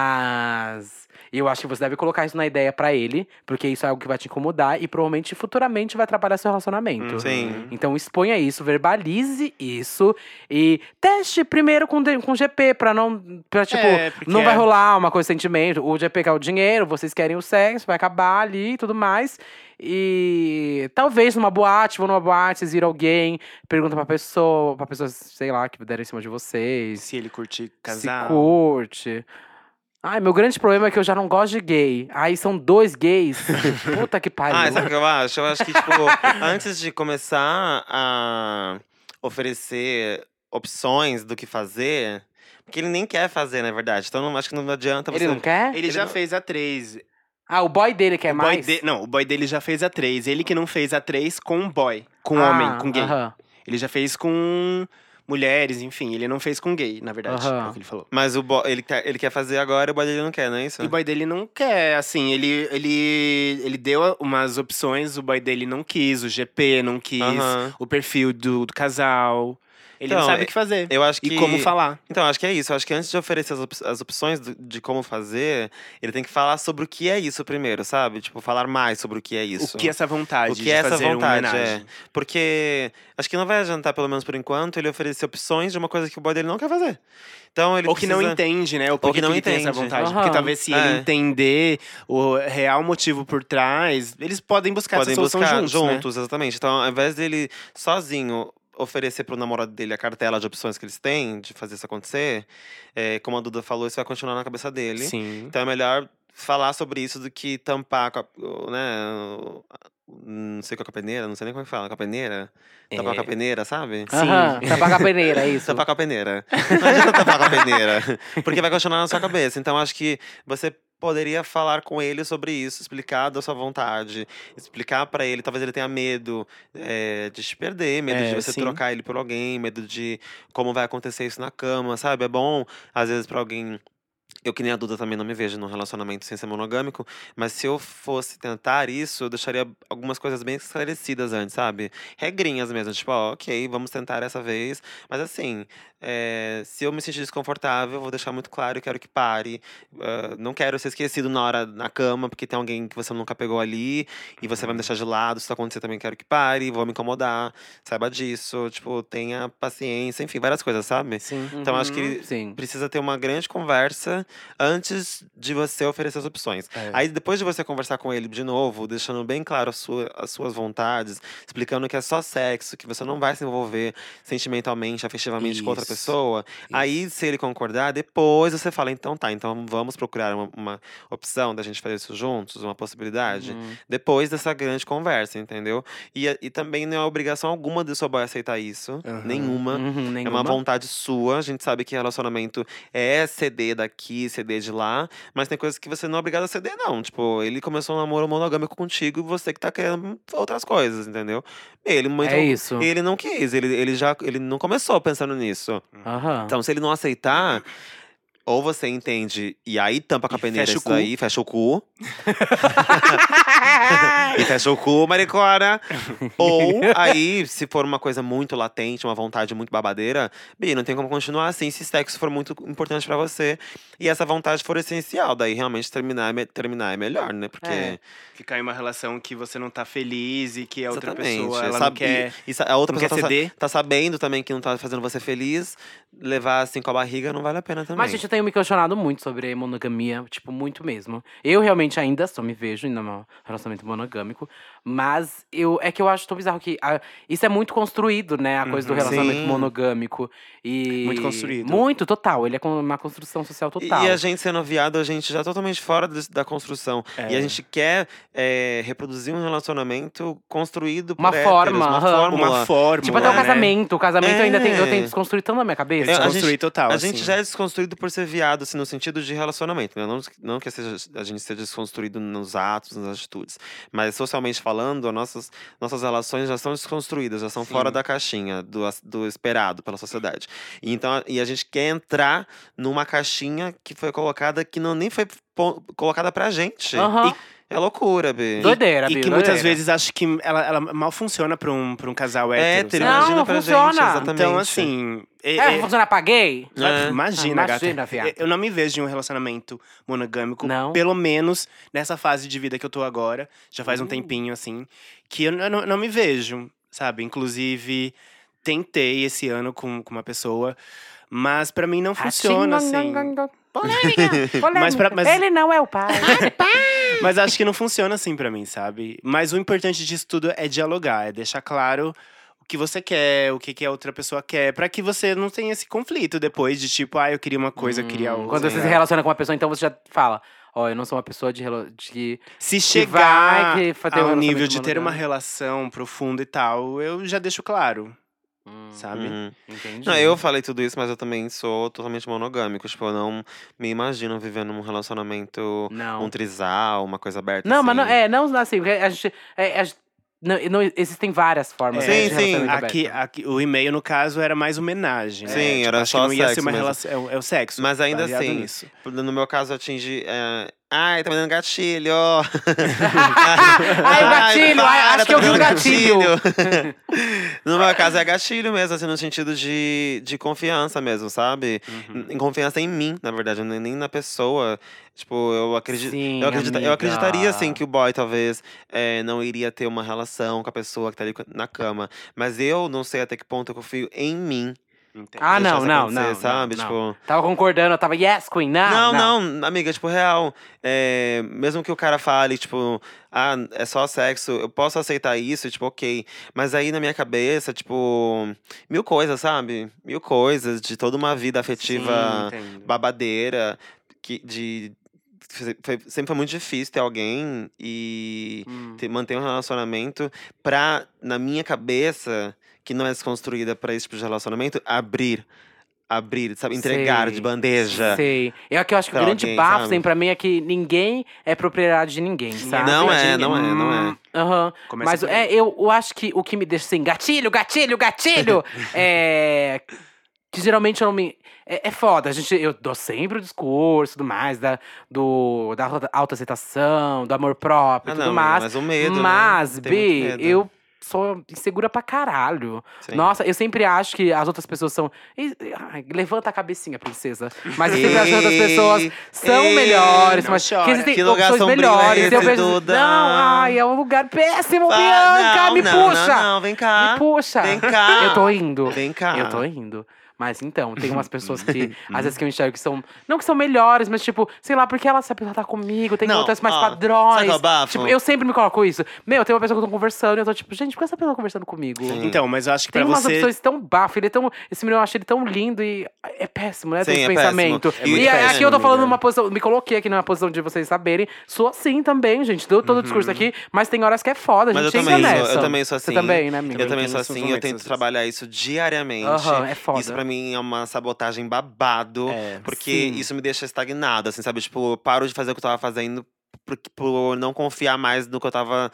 S2: Mas. Eu acho que você deve colocar isso na ideia pra ele, porque isso é algo que vai te incomodar e provavelmente futuramente vai atrapalhar seu
S1: Uhum.
S2: relacionamento.
S3: Sim.
S2: Então exponha isso, verbalize isso e teste primeiro com, D- com GP pra não. Pra, tipo,
S1: É, porque
S2: não vai
S1: é-
S2: rolar uma coisa de sentimento. O GP quer o dinheiro, vocês querem o sexo, vai acabar ali e tudo mais. E talvez numa boate, vão numa boate, vocês viram alguém, pergunta pra pessoa, pra pessoa, sei lá, que deram em cima de vocês.
S1: Se ele curtir
S2: Se
S1: casar.
S2: curte. Ai, meu grande problema é que eu já não gosto de gay. Aí são
S1: *laughs*
S2: dois gays. Puta que pariu.
S3: Ah, sabe o que eu acho? Eu acho que, tipo,
S1: *laughs*
S3: antes de começar a oferecer opções do que fazer, porque ele nem quer fazer, na verdade. Então não, acho que não adianta você.
S2: Ele não quer?
S1: Ele já fez a 3.
S2: Ah, o boy dele quer
S1: o boy
S2: mais?
S1: de... Não, o boy dele já fez a 3. Ele que não fez a 3 com um boy. Com um
S2: Ah,
S1: homem, com gay.
S2: aham.
S1: Ele já fez com mulheres, enfim. Ele não fez com gay, na verdade.
S2: Aham.
S1: É o que ele falou.
S3: Mas o bo... ele, tá- ele quer fazer agora e o boy dele não quer, não é isso?
S1: E o boy dele não quer, assim, ele, ele, ele deu umas opções, o boy dele não quis, o GP não quis,
S3: Aham.
S1: o perfil do, do casal. Ele não
S3: Então,
S1: sabe o é que fazer.
S3: Eu acho que.
S1: E como falar.
S3: Então, acho que é isso. Acho que antes de oferecer as, op- as opções do- de como fazer, ele tem que falar sobre o que é isso primeiro, sabe? Tipo, falar mais sobre o que é isso.
S1: O que é essa vontade
S3: O que
S1: de
S3: é essa
S1: fazer
S3: vontade, é.
S1: uma homenagem.
S3: Porque acho que não vai adiantar, pelo menos por enquanto, ele oferecer opções de uma coisa que o boy dele não quer fazer. Então ele
S1: Ou que não
S3: precisa-
S1: entende, né? Ou, por
S3: que
S1: que
S3: não
S1: que ele tem essa
S3: entende.
S1: vontade.
S2: Aham.
S1: Porque talvez se
S3: É.
S1: ele entender o real motivo por trás, eles podem buscar
S3: podem
S1: essa solução
S3: buscar
S1: juntos, né?
S3: exatamente. Então, ao invés dele sozinho oferecer pro namorado dele a cartela de opções que eles têm de fazer isso acontecer, é, como a Duda falou, isso vai continuar na cabeça dele.
S1: Sim.
S3: Então é melhor falar sobre isso do que tampar com a, o- né, o- não sei qual que é a peneira, não sei nem como é que fala, com a peneira. Tampar com a
S1: É.
S3: peneira, sabe?
S2: Aham, Pra pagar a peneira,
S1: *laughs*
S2: é isso.
S3: Tapar com a peneira. Não adianta tapar com a peneira. Porque vai continuar na sua cabeça. Então, acho que você poderia falar com ele sobre isso, explicar da sua vontade, explicar pra ele. Talvez ele tenha medo é, de te perder, medo
S1: É,
S3: de você
S1: sim.
S3: trocar ele por alguém, medo de como vai acontecer isso na cama, sabe? É bom, às vezes, pra alguém. Eu, que nem a Duda, também não me vejo num relacionamento sem ser monogâmico, mas se eu fosse tentar isso, eu deixaria algumas coisas bem esclarecidas antes, sabe? Regrinhas mesmo, tipo, ó, ok, vamos tentar essa vez, mas assim, é, se eu me sentir desconfortável, vou deixar muito claro, eu quero que pare. Ah, não quero ser esquecido na hora na cama, porque tem alguém que você nunca pegou ali e você vai me deixar de lado. Se isso acontecer, também quero que pare, vou me incomodar, saiba disso, tipo, tenha paciência, enfim, várias coisas, sabe?
S1: Sim.
S3: Então acho
S2: Uhum,
S3: que
S2: Sim.
S1: é
S3: precisa ter uma grande conversa antes de você oferecer as opções.
S1: É.
S3: Aí depois de você conversar com ele de novo, deixando bem claro a sua- as suas vontades, explicando que é só sexo, que você não vai se envolver sentimentalmente, afetivamente com outra
S1: Isso,
S3: pessoa. Aí se ele concordar, depois você fala, então tá, então vamos procurar uma, uma opção da gente fazer isso juntos, uma possibilidade.
S1: Uhum.
S3: Depois dessa grande conversa, entendeu? E, a- e também não é obrigação alguma do seu boy aceitar isso,
S1: Aham.
S3: nenhuma.
S2: Uhum,
S3: É uma
S2: nenhuma.
S3: vontade sua. A gente sabe que relacionamento é ceder daqui, ceder de lá. Mas tem coisas que você não é obrigado a ceder, não. Tipo, ele começou um namoro monogâmico contigo e você que tá querendo outras coisas, entendeu? Ele muito.
S2: É isso.
S3: Ele não quis, ele, ele já ele não começou pensando nisso.
S2: Aham.
S3: Então, se ele não aceitar, ou você entende e aí tampa com a
S1: E *laughs*
S3: peneira
S1: fecha o
S3: isso
S1: cu.
S3: daí, fecha o cu. E fecha o cu, maricona.
S1: *laughs*
S3: Ou aí, se for uma coisa muito latente, uma vontade muito babadeira, Bi, não tem como continuar assim se sexo for muito importante pra você e essa vontade for essencial. Daí realmente terminar é, me- terminar é melhor, né? Porque.
S2: É.
S1: Ficar em uma relação que você não tá feliz e que a outra
S3: Exatamente. é,
S1: pessoa ela não
S3: Sabe-
S1: quer.
S3: e sa- a outra
S1: não quer
S3: pessoa tá, sa-
S1: ceder.
S3: tá sabendo também que não tá fazendo você feliz. Levar assim com a barriga não vale a pena também.
S2: Mas, gente, eu tenho me questionado muito sobre monogamia, tipo, muito mesmo. Eu realmente ainda só me vejo em um relacionamento monogâmico, mas eu é que eu acho tão bizarro que ah, isso é muito construído, né? A coisa do
S1: Uhum.
S2: relacionamento
S3: Sim.
S2: monogâmico. E
S1: Muito construído.
S2: Muito, total. Ele é com- uma construção social
S3: E-
S2: total.
S3: E a gente sendo viado, a gente já totalmente fora des- da construção.
S1: É.
S3: E a gente quer é, reproduzir um relacionamento construído por
S2: Uma
S3: héteros,
S2: forma,
S3: uma
S2: aham.
S3: fórmula.
S1: Uma né? forma.
S2: Tipo, até o casamento. O casamento eu ainda tem, eu
S3: É.
S2: tenho desconstruído tanto na minha cabeça.
S3: Eu- É, a
S1: Desconstruir
S3: gente-
S1: total.
S3: A gente
S1: assim.
S3: já é desconstruído por ser viado, assim, no sentido de relacionamento. Né? Não, não que seja- a gente seja desconstruído nos atos, nas atitudes. Mas socialmente falando, as nossas, nossas relações já são desconstruídas, já são fora da caixinha do, as- do esperado pela sociedade. E, então, a- e a gente quer entrar numa caixinha que foi colocada, que não nem foi po- colocada pra gente.
S2: Aham.
S3: É loucura, B.
S2: Doideira,
S1: E
S2: Bi,
S1: que muitas
S2: doideira.
S1: vezes acho que ela, ela mal funciona pra um, pra um casal hétero. sabe?
S3: Hétero,
S2: Não,
S3: imagina
S2: não
S3: pra
S2: funciona.
S3: gente. Exatamente.
S1: Então, assim. é-
S2: É,
S1: é-
S2: funciona pra gay?
S3: É.
S1: Imagina,
S2: Ah,
S1: gata.
S2: imagina, viado.
S1: Eu não me vejo em um relacionamento monogâmico.
S2: Não?
S1: Pelo menos nessa fase de vida que eu tô agora. Já faz
S2: Hum.
S1: um tempinho, assim. Que eu não, não me vejo, sabe? Inclusive, tentei esse ano com, com uma pessoa. Mas pra mim não
S2: Ah,
S1: funciona, assim.
S9: Polêmica, polêmica.
S1: *laughs* Mas pra- mas-
S2: Ele não é o
S1: *laughs*
S2: pai.
S1: Mas acho que não funciona assim pra mim, sabe? Mas o importante disso tudo é dialogar, é deixar claro o que você quer, o que, que a outra pessoa quer, pra que você não tenha esse conflito depois de tipo, ah, eu queria uma coisa, um, eu queria outra.
S2: Hum, Quando você se
S1: sabe?
S2: relaciona com uma pessoa, então você já fala. Ó, eu não sou uma pessoa de, relo- de
S1: Se
S2: vai
S1: chegar
S2: que fa- ter um
S1: ao nível de
S2: relacionamento
S1: ter uma
S2: monogâmico.
S1: relação profunda e tal, eu já deixo claro, sabe?
S3: Uhum.
S2: Entendi.
S3: Não, eu falei tudo isso, mas eu também sou totalmente monogâmico. Tipo, eu não me imagino vivendo num relacionamento,
S2: Não.
S3: um trisal, uma coisa aberta.
S2: Não, mas não,
S3: assim.
S2: é, não assim, porque a gente. é, a gente- não, não, existem várias formas
S1: É,
S2: né, de
S3: sim, ah,
S2: relacionamento aberto.
S1: Aqui, aqui- o e-mail, no caso, era mais
S2: é,
S1: homenagem. né?
S3: Sim,
S1: Tipo,
S3: era
S1: acho
S3: só
S1: que não ia
S3: sexo
S1: ser uma
S3: mesmo.
S1: relação. É, o- é o sexo.
S3: Mas ainda
S1: baseado
S3: assim,
S1: nisso.
S3: No meu caso, atinge. É... Ai, tá me dando gatilho! *laughs*
S2: Ai, o gatilho! ai,
S3: para,
S2: acho que
S3: tá
S2: eu
S3: me
S2: vi um
S3: dando
S2: gatilho!
S3: *laughs* no meu caso, é gatilho mesmo, assim, no sentido de, de confiança mesmo, sabe?
S2: Uhum.
S3: Em confiança em mim, na verdade, nem nem na pessoa. Tipo, eu acredito.
S2: Sim,
S3: eu, acredita- eu
S2: amiga.
S3: acreditaria, assim, que o boy talvez é, não iria ter uma relação com a pessoa que tá ali na cama. Mas eu não sei até que ponto eu confio em mim.
S1: Entendi.
S2: Ah,
S3: Deixar
S2: não,
S3: isso
S2: não,
S3: acontecer,
S2: não.
S3: Sabe?
S2: não.
S3: Tipo.
S2: Tava concordando, eu tava, yes, Queen, não.
S3: Não, não, amiga, tipo, real. é, mesmo que o cara fale, tipo, ah, é só sexo, eu posso aceitar isso, tipo, ok. Mas aí na minha cabeça, tipo, mil coisas, sabe? Mil coisas de toda uma vida afetiva
S1: Sim, entendo.
S3: babadeira, que, de. foi- sempre foi muito difícil ter alguém e
S2: Hum.
S3: ter- manter um relacionamento pra, na minha cabeça, que não é desconstruída pra esse tipo de relacionamento, abrir. Abrir, sabe? Entregar
S2: Sei.
S3: de bandeja.
S2: Sei. Eu, que eu acho que o
S3: Pra
S2: grande
S3: alguém,
S2: bafo,
S3: sabe?
S2: assim, pra mim é que ninguém é propriedade de ninguém, sabe? Tipo,
S3: Não
S1: Verdade,
S3: é, não é,
S1: ninguém-
S3: não é.
S2: Hum, Aham.
S1: Começa
S2: Mas
S1: por
S2: é,
S1: aí.
S2: eu, eu acho que o que me deixa assim, gatilho, gatilho,
S3: *laughs*
S2: gatilho, é. Que geralmente eu não me. É, é foda, a gente, eu dou sempre o discurso e tudo mais, da, do, da auto- autoaceitação, do amor próprio e
S3: Ah,
S2: tudo
S3: não,
S2: mais.
S3: mas o medo, né?
S2: Mas,
S3: Tem muito
S2: B,
S3: medo.
S2: eu sou insegura pra caralho.
S3: Sim.
S2: Nossa, eu sempre acho que as outras pessoas são. Ih, ai, levanta a cabecinha, princesa. Mas eu sempre acho que as outras pessoas são
S3: Ei,
S2: melhores,
S1: não
S2: mas que
S1: chora.
S2: existem
S3: Que lugar
S2: opções
S3: sombrio
S2: melhores.
S3: é esse,
S2: eu vejo,
S3: Duda?
S2: Não, ai, é um lugar péssimo,
S3: Fa-
S2: Bianca,
S3: Ah, não,
S2: me
S3: não,
S2: puxa!
S3: Não, não, vem cá.
S2: Me puxa!
S3: Vem cá.
S2: Eu tô indo.
S3: Vem cá.
S2: Eu tô indo. Mas então, tem umas pessoas que,
S3: *laughs*
S2: às vezes, que eu enxergo que são. Não que são melhores, mas tipo, sei lá, porque ela sabe que ela tá comigo, tem
S3: Não,
S2: outras mais
S3: ó,
S2: padrões.
S3: sabe qual é o bafo?
S2: Tipo, eu sempre me coloco isso. Meu, tem uma pessoa que eu tô conversando e eu tô tipo, gente, por que essa pessoa tá conversando comigo?
S1: Então, mas eu acho que
S2: Tem
S1: pra
S2: umas
S1: você.
S2: opções tão bafo, ele é tão. Esse menino eu acho ele tão lindo e é péssimo, né?
S3: Sim,
S2: Tem esse
S3: é
S2: pensamento.
S3: péssimo. É
S2: e
S3: muito
S2: aqui
S3: péssimo,
S2: eu tô falando
S3: amiga.
S2: numa posição. Me coloquei aqui numa posição de vocês saberem. Sou assim também, gente. Deu todo o discurso aqui, mas tem horas que é foda, a
S3: Uhum. Mas eu
S2: gente
S3: também,
S2: entra
S3: sou,
S2: nessa.
S3: eu também sou assim.
S2: Você também, né, amiga?
S3: Eu também sou
S1: Tem seus
S3: assim, eu
S1: momentos, às
S3: tento
S1: vezes.
S3: trabalhar isso diariamente.
S2: Aham, é foda.
S3: Isso pra mim é uma sabotagem babado,
S1: É.
S3: porque
S1: Sim.
S3: isso me deixa estagnado, assim, sabe? Tipo, eu paro de fazer o que eu tava fazendo por, por não confiar mais no que eu tava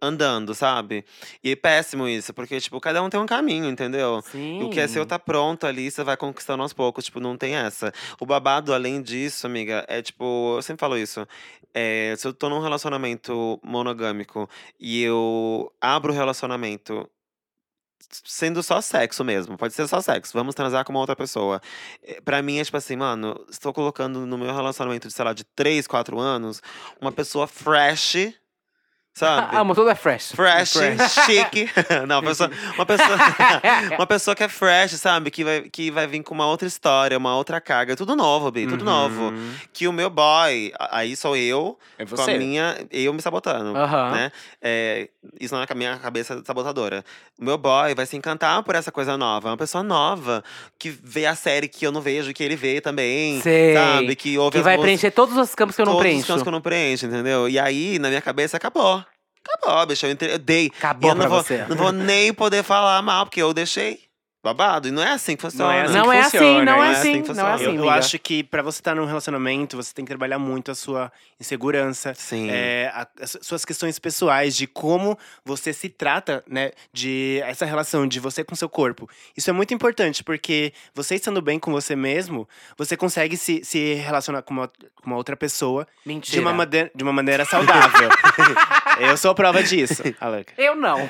S3: andando, sabe? E é péssimo isso, porque, tipo, cada um tem um caminho, entendeu?
S2: Sim.
S3: E O que é seu tá pronto ali, você vai conquistando aos poucos, tipo, não tem essa. O babado, além disso, amiga, é tipo, eu sempre falo isso. é, se eu tô num relacionamento monogâmico e eu abro o relacionamento sendo só sexo mesmo, pode ser só sexo, vamos transar com uma outra pessoa. É, Pra mim é tipo assim, mano, estou colocando no meu relacionamento de, sei lá, de 3, 4 anos, uma pessoa fresh, sabe?
S2: Amo, tudo é fresh.
S3: Fresh, *laughs* chique. Não, uma pessoa,
S2: *laughs*
S3: uma, pessoa, uma pessoa que é fresh, sabe? Que vai, que vai vir com uma outra história, uma outra carga. Tudo novo, Bi,
S2: Uhum.
S1: Uhum.
S3: tudo novo. Que o meu boy, a- aí sou eu,
S10: É
S3: com a
S10: você.
S3: minha, eu me sabotando.
S2: Aham.
S3: Né? É, isso na minha cabeça sabotadora. O meu boy vai se encantar por essa coisa nova. É uma pessoa nova que vê a série que eu não vejo, que ele vê também.
S2: Sei.
S3: Sabe? Que ouve
S2: Que
S3: as
S2: vai
S3: músicas-
S2: preencher todos os campos que eu não
S3: todos os
S2: preencho.
S3: cantos que eu não preencho, entendeu? E aí, na minha cabeça, acabou. Acabou, bicho. Eu, entre... eu dei.
S2: Acabou
S3: e eu não
S2: pra
S3: vou,
S2: você.
S3: Não vou nem poder falar mal, porque eu deixei. Babado. E não é assim que funciona.
S1: assim
S2: Não
S1: que
S2: é assim,
S1: funciona,
S2: não é
S3: né? Assim
S2: assim,
S3: que
S2: não é
S3: funciona.
S1: Eu-
S2: assim.
S1: eu,
S2: amiga.
S1: acho que pra você estar num relacionamento, você tem que trabalhar muito a sua insegurança,
S3: Sim.
S1: é, a- as suas questões pessoais, de como você se trata, né? De essa relação de você com seu corpo. Isso é muito importante, porque você estando bem com você mesmo, você consegue se, se relacionar com uma, com uma outra pessoa
S2: Mentira.
S1: de uma, made- de uma maneira saudável. eu sou prova disso, Alec.
S2: Eu não.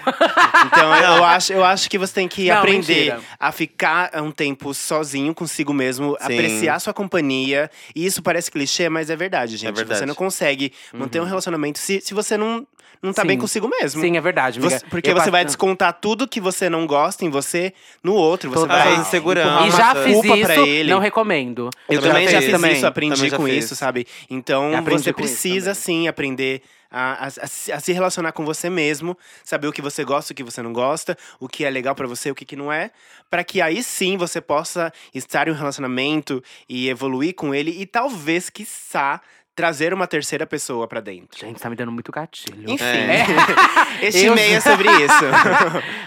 S1: Então
S2: *laughs*
S1: eu acho, eu acho que você tem que
S2: Não,
S1: aprender
S2: mentira.
S1: a ficar um tempo sozinho consigo mesmo,
S3: Sim.
S1: apreciar sua companhia. E isso parece clichê, mas é verdade, gente.
S3: verdade.
S1: Você não consegue manter um relacionamento se, se você não, não tá bem
S2: Uhum. Sim.
S1: consigo mesmo.
S2: Sim, é verdade, amiga.
S1: Você- porque
S2: Eu
S1: você
S2: passo-
S1: vai descontar tudo que você não gosta em você no outro. Você
S2: Total.
S1: vai
S2: Ah,
S3: insegurança.
S1: empurrar
S2: E
S1: uma
S2: já fiz
S1: culpa pra
S2: isso,
S1: ele.
S2: não recomendo.
S1: Eu
S3: Também
S1: também
S3: já
S1: já
S3: fiz.
S1: fiz
S2: Também.
S1: isso, aprendi
S3: Também já
S1: com
S3: fiz.
S1: isso, sabe? Então
S2: Aprendi
S1: você
S2: com isso
S1: precisa sim aprender a, a- a se- a se relacionar com você mesmo, saber o que você gosta, o que você não gosta, o que é legal pra você, o que, que não é, pra que aí sim você possa estar em um relacionamento e evoluir com ele e talvez, quiçá, trazer uma terceira pessoa pra dentro.
S2: Gente, tá me dando muito gatilho.
S1: Enfim, né? *laughs*
S2: É.
S1: este
S2: Eu-
S1: e-mail é
S2: *laughs*
S1: sobre isso.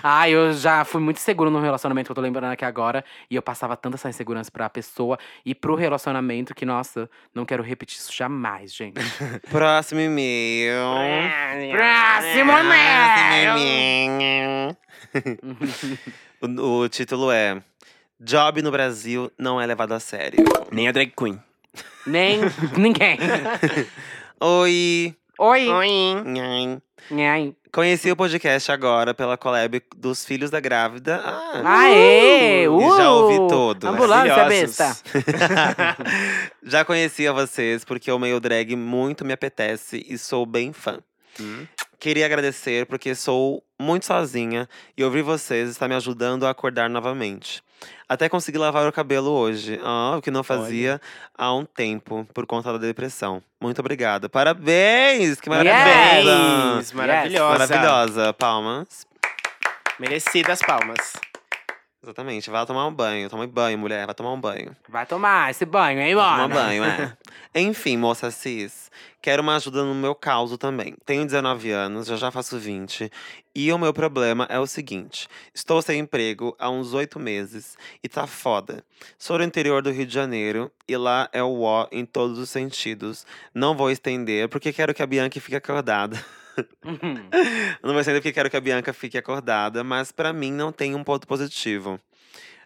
S2: Ah, eu já fui muito seguro no relacionamento que eu tô lembrando aqui agora. E eu passava tanta essa insegurança pra pessoa e pro relacionamento que, nossa, não quero repetir isso jamais, gente.
S3: Próximo e-mail.
S2: Próximo
S1: Ah,
S2: né?
S3: e-mail. *laughs* o, o título é Job no Brasil não é levado a sério.
S1: Nem a drag queen.
S2: Nem ninguém.
S3: Oi.
S2: Oi.
S3: Nhaim.
S2: Nhaim.
S3: Conheci o podcast agora pela collab dos Filhos da Grávida. Ah,
S2: Aê!
S3: uh,
S2: Uh,
S3: e já ouvi todos.
S2: Ambulância,
S1: Maravilhosos.
S2: besta.
S3: *laughs* Já conhecia vocês porque o meio drag muito me apetece e sou bem fã. Queria agradecer porque sou muito sozinha e ouvir vocês está me ajudando a acordar novamente. Até consegui lavar o cabelo hoje, ah, o que não fazia há um tempo por conta da depressão. Muito obrigada. Parabéns! Que maravilha!
S1: Parabéns, maravilhosa.
S3: Maravilhosa. Palmas.
S1: Merecidas palmas.
S3: Exatamente. Vai lá tomar um banho. Toma banho, mulher. Vai tomar um banho.
S2: Vai tomar esse banho, hein,
S3: Vai
S2: mano?
S3: tomar banho, é. *laughs* Enfim, moça cis. Quero uma ajuda no meu caso também. Tenho 19 anos, já já faço 20. E o meu problema é o seguinte. Estou sem emprego há uns 8 meses e tá foda. Sou do interior do Rio de Janeiro e lá é o ó em todos os sentidos. Não vou estender porque quero que a Bianca fique acordada.
S2: Uhum.
S3: Não vai sair porque quero que a Bianca fique acordada, mas pra mim não tem um ponto positivo.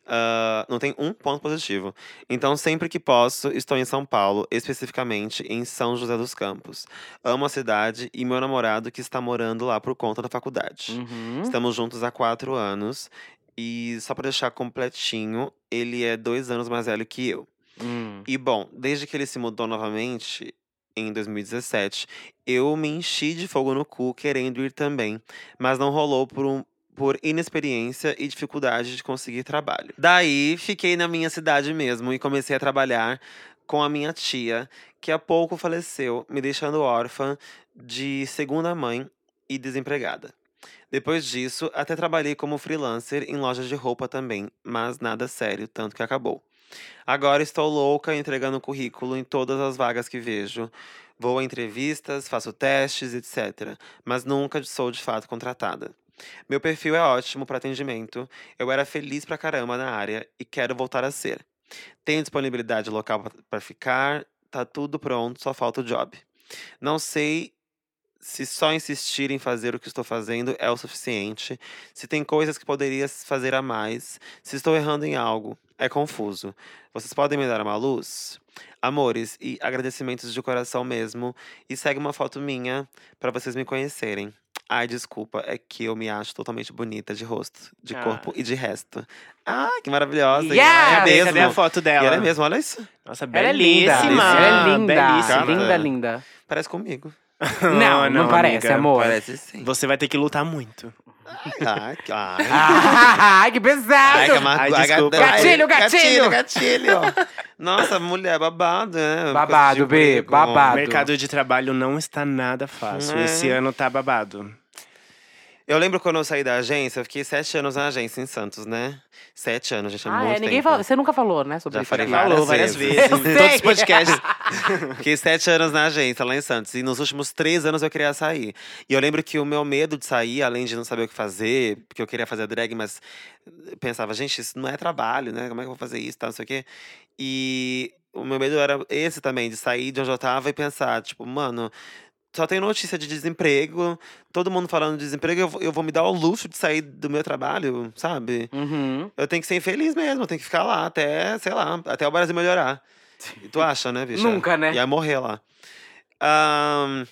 S3: Ah, não tem um ponto positivo. Então, sempre que posso, estou em São Paulo, especificamente em São José dos Campos. Amo a cidade e meu namorado que está morando lá por conta da faculdade. *laughs*
S2: Uhum.
S3: Estamos juntos há quatro anos. E só pra deixar completinho, ele é dois anos mais velho que eu.
S2: Hum.
S3: E bom, desde que ele se mudou novamente em 2017, eu me enchi de fogo no cu querendo ir também, mas não rolou por um- por inexperiência e dificuldade de conseguir trabalho. Daí, fiquei na minha cidade mesmo e comecei a trabalhar com a minha tia, que há pouco faleceu, me deixando órfã de segunda mãe e desempregada. Depois disso, até trabalhei como freelancer em lojas de roupa também, mas nada sério, tanto que acabou. Agora estou louca entregando currículo em todas as vagas que vejo. Vou a entrevistas, faço testes, etc. Mas nunca sou de fato contratada. Meu perfil é ótimo para atendimento. Eu era feliz pra caramba na área e quero voltar a ser. Tenho disponibilidade local para ficar, tá tudo pronto, só falta o job. Não sei se só insistir em fazer o que estou fazendo é o suficiente, se tem coisas que poderia s- fazer a mais, se estou errando em algo, é confuso. Vocês podem me dar uma luz? Amores e agradecimentos de coração mesmo. E segue uma foto minha para vocês me conhecerem. Ai, desculpa, é que eu me acho totalmente bonita de rosto, de
S1: Ah.
S3: corpo e de resto. Ah, que maravilhosa! E
S2: Yes!
S3: Ela é mesmo.
S1: Cadê a foto dela?
S3: E ela é mesmo, olha isso.
S1: Nossa,
S2: Ela é linda.
S1: belíssima.
S2: Ela é linda.
S1: Belíssima.
S2: Linda, linda.
S3: Parece comigo.
S2: Não, não, parece,
S1: amiga.
S2: amor. *laughs*
S3: Parece sim.
S1: Você vai ter que lutar muito.
S3: *laughs* Ai, ai.
S2: Ah, que
S3: Ai,
S2: pesado!
S3: que amargo-
S1: Ai,
S3: ai,
S1: desculpa.
S3: ai,
S2: Gatilho, gatilho.
S3: Gatilho, gatilho. Nossa, mulher, babado, né?
S2: Babado,
S3: Coisa de
S2: B,
S3: emprego.
S1: O
S2: babado.
S1: mercado de trabalho não está nada fácil.
S3: É.
S1: Esse ano tá babado.
S3: Eu lembro quando eu saí da agência, eu fiquei sete anos na agência em Santos, né? Sete anos, gente, é
S2: Ah,
S3: muito
S2: é, ninguém
S3: tempo.
S2: fala, você nunca falou, né, sobre
S3: Já
S2: isso
S3: falei
S2: aqui.
S3: várias
S1: Falou várias
S3: vezes.
S1: vezes.
S2: Eu
S1: em todos
S2: sei.
S1: os podcasts.
S3: Fiquei sete anos na agência, lá em Santos. E nos últimos três anos eu queria sair. E eu lembro que o meu medo de sair, além de não saber o que fazer, porque eu queria fazer drag, mas eu pensava, gente, isso não é trabalho, né? Como é que eu vou fazer isso, tal, não sei o quê. E o meu medo era esse também, de sair de onde eu tava e pensar, tipo, mano. Só tem notícia de desemprego, todo mundo falando de desemprego, eu vou, eu vou me dar o luxo de sair do meu trabalho, sabe?
S2: Uhum.
S3: Eu tenho que ser infeliz mesmo, eu tenho que ficar lá até, sei lá, até o Brasil melhorar. E tu acha, né, bicha?
S2: Nunca, né?
S3: Ia morrer lá. Ahn,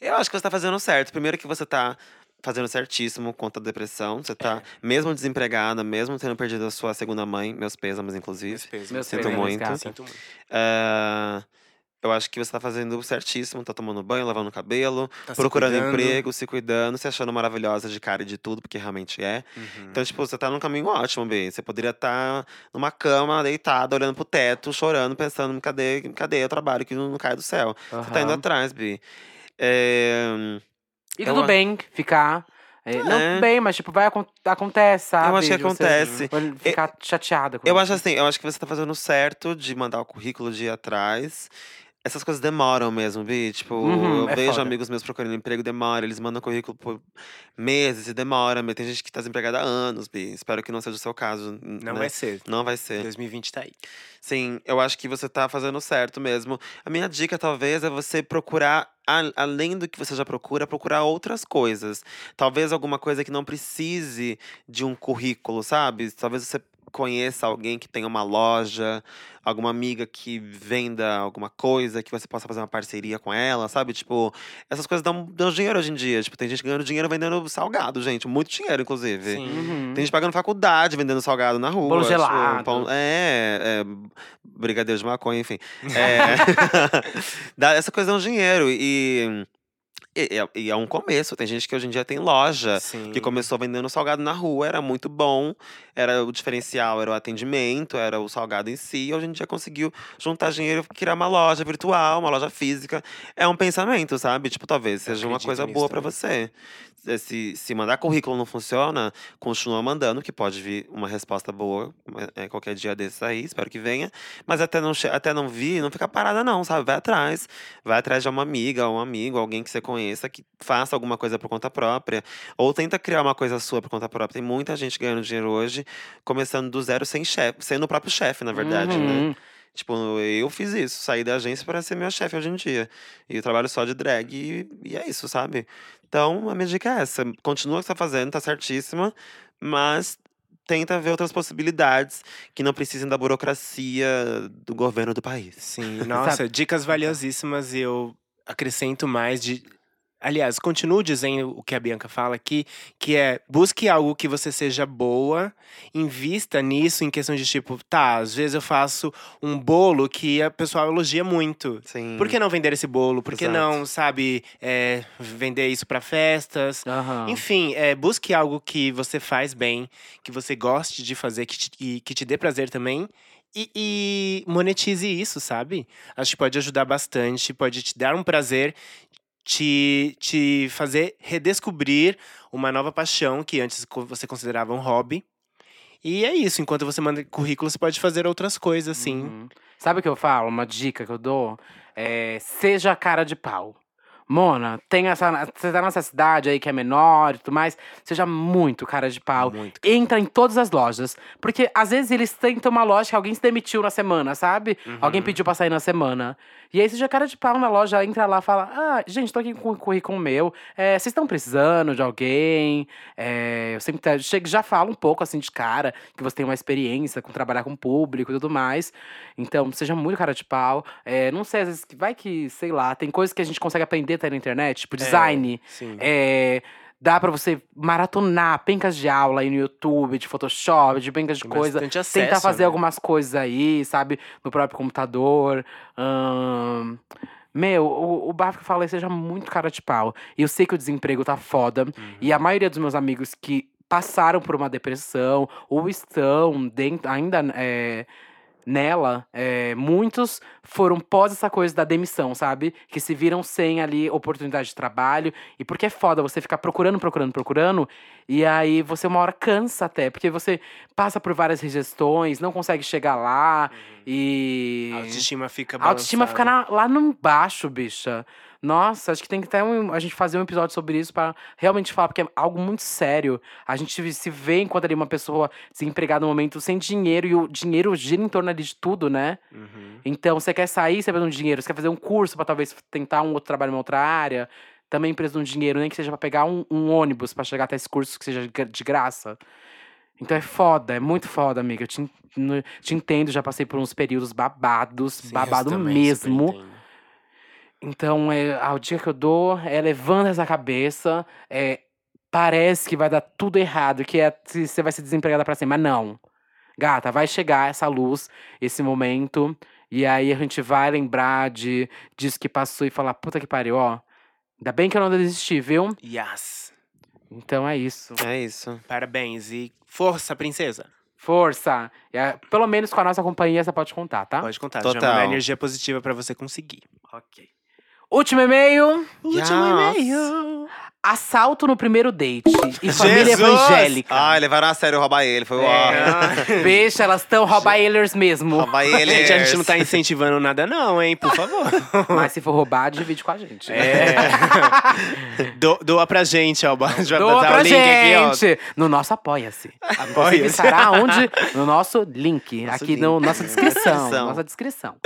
S3: eu acho que você tá fazendo certo. Primeiro que você tá fazendo certíssimo contra a depressão. Você tá, mesmo desempregada, mesmo tendo perdido a sua segunda mãe, meus pêsames, inclusive.
S2: Meus Tá
S3: Sinto
S2: pêsames,
S3: muito.
S2: gata.
S1: Sinto muito.
S3: Ah, eu acho que você tá fazendo certíssimo, tá tomando banho, lavando o cabelo,
S1: Tá se
S3: procurando
S1: cuidando.
S3: emprego, se cuidando, se achando maravilhosa de cara e de tudo, porque realmente é.
S1: Uhum.
S3: Então, tipo, você tá num caminho ótimo, B. Você poderia estar numa cama, deitada, olhando pro teto, chorando, pensando, cadê, cadê o trabalho que não cai do céu? Você tá indo
S2: Aham.
S3: atrás, Bi. É,
S2: E
S3: Eu
S2: tudo
S3: a-
S2: bem ficar. é, Não
S3: É.
S2: tudo bem, mas tipo, vai acon- acontece, sabe?
S3: eu acho que
S2: de você
S3: acontece.
S2: Ficar chateada com
S3: Eu
S2: isso.
S3: acho assim, eu acho que você tá fazendo certo de mandar o currículo de ir atrás. Essas coisas demoram mesmo, Bi. Tipo,
S2: Uhum,
S3: eu
S2: é
S3: vejo
S2: foda.
S3: amigos meus procurando emprego, demora. Eles mandam currículo por meses e demora. Tem gente que tá desempregada há anos, Bi. Espero que não seja o seu caso.
S1: Não
S3: né?
S1: vai ser.
S3: Não vai ser.
S1: 2020 tá aí.
S3: Sim, eu acho que você tá fazendo certo mesmo. A minha dica, talvez, é você procurar, a- além do que você já procura, procurar outras coisas. Talvez alguma coisa que não precise de um currículo, sabe? Talvez você conheça alguém que tenha uma loja, alguma amiga que venda alguma coisa, que você possa fazer uma parceria com ela, sabe? Tipo, essas coisas dão, dão dinheiro hoje em dia. Tipo, tem gente ganhando dinheiro vendendo salgado, gente. Muito dinheiro, inclusive.
S2: Uhum.
S3: Tem gente pagando faculdade, vendendo salgado na rua.
S2: Bolo
S3: tipo,
S2: gelado.
S3: pão- é, é, brigadeiro de maconha,
S2: *laughs*
S3: enfim. É, *laughs* dá- essa coisa é um dinheiro. E, e, e é- e é um começo. Tem gente que hoje em dia tem loja.
S2: Tá.
S1: Sim.
S3: Que começou vendendo salgado na rua, era muito bom. Era o diferencial, era o atendimento, era o salgado em si. e Hoje em dia conseguiu juntar dinheiro e criar uma loja virtual, uma loja física. É um pensamento, sabe? Tipo, talvez seja uma
S1: acredito
S3: coisa
S1: nisso
S3: boa pra
S1: também.
S3: você. Eh, Se, se mandar currículo não funciona, continua mandando, que pode vir uma resposta boa eh, qualquer dia desses aí, espero que venha. Mas até não, che- até não vir, não fica parada, não, sabe? Vai atrás. Vai atrás de uma amiga, um amigo, alguém que você conheça que faça alguma coisa por conta própria. Ou tenta criar uma coisa sua por conta própria. Tem muita gente ganhando dinheiro hoje, começando do zero sem chefe, sendo o próprio chefe, na verdade, né?
S2: Uhum.
S3: Tipo, eu fiz isso, saí da agência para ser meu chefe hoje em dia. E eu trabalho só de drag e, e é isso, sabe? Então, a minha dica é essa. Continua o que você tá fazendo, tá certíssima, mas tenta ver outras possibilidades que não precisem da burocracia do governo do país. *laughs*
S1: Sim, nossa, dicas valiosíssimas e eu acrescento mais de. Aliás, continuo dizendo o que a Bianca fala aqui, que é busque algo que você seja boa, invista nisso em questão de tipo, tá, às vezes eu faço um bolo que a pessoa elogia muito.
S3: Sim.
S1: Por que não vender esse bolo? Por que
S3: Hum. Exato.
S1: não, sabe, é, vender isso pra festas?
S2: Aham.
S1: Enfim, é, busque algo que você faz bem, que você goste de fazer, que te, e que te dê prazer também. E, e monetize isso, sabe? Acho que pode ajudar bastante, pode te dar um prazer, te, te fazer redescobrir uma nova paixão que antes co- você considerava um hobby. E é isso, enquanto você manda currículo, você pode fazer outras coisas,
S2: assim.
S1: assim. sim.
S2: Uhum. Sabe o que eu falo? Uma dica que eu dou? É, seja a cara de pau. Mona, tem essa. Você tá nessa cidade aí que é menor e tudo mais. Seja muito cara de pau.
S1: Muito.
S2: Entra em todas as lojas. Porque às vezes eles tentam uma loja que alguém se demitiu na semana, sabe? Alguém pediu pra sair na semana. E aí seja cara de pau na loja, entra lá e fala: Ah, gente, tô aqui com o currículo meu. É, Vocês estão precisando de alguém? É, eu sempre tá- chego, já falo um pouco assim de cara, que você tem uma experiência com trabalhar com público e tudo mais. Então, seja muito cara de pau. É, não sei, às vezes que- vai que, sei lá, tem coisas que a gente consegue aprender até na internet, tipo design.
S1: Sim.
S2: É, dá pra você maratonar pencas de aula aí no YouTube, de Photoshop, de pencas de
S1: Tem
S2: coisa.
S1: bastante acesso,
S2: Tentar fazer
S1: né?
S2: algumas coisas aí, sabe? No próprio computador. Ahn, Meu, o, o bafo que eu falei seja muito cara de pau. E eu sei que o desemprego tá foda.
S1: Uhum.
S2: E a maioria dos meus amigos que passaram por uma depressão ou estão dentro, ainda é, nela, é, muitos foram pós essa coisa da demissão, sabe? Que se viram sem ali oportunidade de trabalho. E porque é foda você ficar procurando, procurando, procurando. E aí você uma hora cansa até, porque você passa por várias rejeições, não consegue chegar lá. E.
S1: A autoestima fica
S2: A autoestima fica
S1: balançada.
S2: na- lá no embaixo, bicha. Nossa, acho que tem que até um- a gente fazer um episódio sobre isso pra realmente falar, porque é algo muito sério. A gente se vê enquanto ali uma pessoa desempregada no momento sem dinheiro e o dinheiro gira em torno ali de tudo, né?
S1: Uhum.
S2: Então, você quer sair, você precisa de um dinheiro. Você quer fazer um curso pra talvez tentar um outro trabalho em outra área. Também precisa de um dinheiro, nem que seja pra pegar um, um ônibus pra chegar até esse curso que seja gra- de graça. Então é foda, é muito foda, amiga. Eu te, en- no- te entendo, já passei por uns períodos babados,
S1: Sim,
S2: babado
S1: eu também
S2: mesmo.
S1: super entendo.
S2: Então, é, a dica que eu dou é levanta essa cabeça. é, parece que vai dar tudo errado, que é se você vai ser desempregada pra sempre. Mas não. Gata, vai chegar essa luz, esse momento. E aí a gente vai lembrar de, disso que passou e falar, puta que pariu, ó. Ainda bem que eu não desisti, viu?
S1: Yes.
S2: Então é isso.
S3: É isso.
S1: Parabéns e força, princesa.
S2: Força! E a- pelo menos com a nossa companhia você pode contar, tá?
S1: Pode contar, já
S3: Total.
S1: mandar energia positiva pra você conseguir.
S2: Ok. Último e-mail.
S3: Yes.
S2: Assalto no primeiro date. E família evangélica.
S3: Ai, levaram a sério roubar ele. Foi ó.
S2: Beijo, elas estão roubailers mesmo.
S3: *laughs* Roubar ele.
S1: É. Gente, a gente não tá incentivando nada não, hein? Por favor.
S2: Mas se for roubar, divide com a gente. né?
S1: É,
S2: *laughs*
S1: Do- doa pra gente, ó. A gente vai
S2: Doa
S1: botar
S2: pra
S1: o link aqui,
S2: gente! no nosso Apoia-se. Inclusive, estará onde? No nosso link.
S3: Nosso
S2: aqui na no
S3: link.
S2: nossa descrição.
S3: Descrição.
S2: nossa descrição.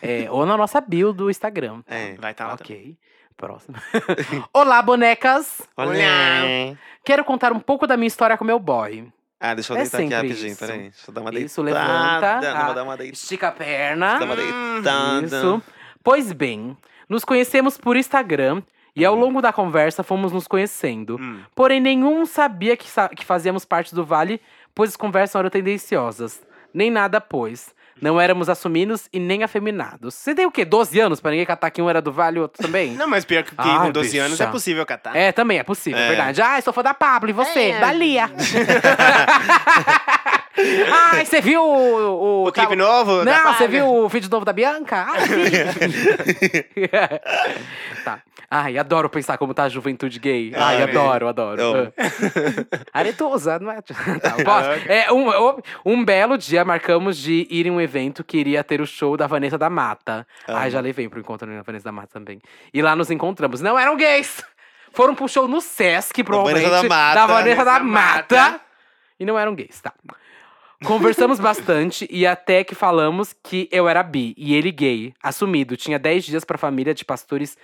S2: É, ou na nossa bio do Instagram.
S3: É.
S1: ó. Vai tá lá. também.
S2: Ok. Próximo. *laughs* Olá, bonecas!
S3: Olha.
S2: Quero contar um pouco da minha história com meu boy.
S3: Ah, deixa eu
S2: É
S3: deitar aqui
S2: sempre
S3: rapidinho,
S2: isso.
S3: peraí. Deixa eu dar uma deitada.
S2: Isso, levanta
S3: Não,
S2: a-
S3: vou dar uma deitada.
S2: Estica a perna.
S3: Dá uma deitada.
S2: Ah, Isso. Pois bem, nos conhecemos por Instagram e ao longo da conversa fomos nos conhecendo.
S1: Hum.
S2: Porém, nenhum sabia que, sa- que fazíamos parte do Vale, pois as conversas eram tendenciosas. Nem nada, pois. Não éramos assumidos e nem afeminados. Você tem o quê? 12 anos pra ninguém catar que um era do Vale e o outro
S1: *laughs*
S2: também?
S1: Não, mas pior que
S2: Ai,
S1: com 12 anos
S2: bicha.
S1: é possível catar.
S2: É, também é possível, é
S3: É.
S2: verdade. Ai, sou fã da Pablo, e você?
S1: *laughs*
S2: Da Lia. Ai, você viu o.
S1: O
S2: tal-
S1: clipe novo? da
S2: Não,
S1: Fábio?
S2: você viu o vídeo novo da Bianca?
S1: *laughs*
S2: Ai, *laughs* sim. tá. Ai, adoro pensar como tá a juventude gay. Ai,
S3: Ai,
S2: adoro, adoro.
S3: Eu-
S2: Aretosa, não é? *laughs* Tá,
S1: Ah,
S2: posso? É, um, um- um belo dia marcamos de ir em um evento que iria ter o show da Vanessa da Mata. Ai, já levei pro encontro da Vanessa da Mata também. E lá nos encontramos. Não eram gays! Foram pro show no Sesc, provavelmente.
S3: Vanessa da Mata.
S2: Da Vanessa da
S1: Vanessa
S2: Mata.
S1: Mata.
S2: E não eram gays, tá. Conversamos *laughs* bastante e até que falamos que eu era bi e ele gay, assumido. Tinha 10 dias pra família de pastores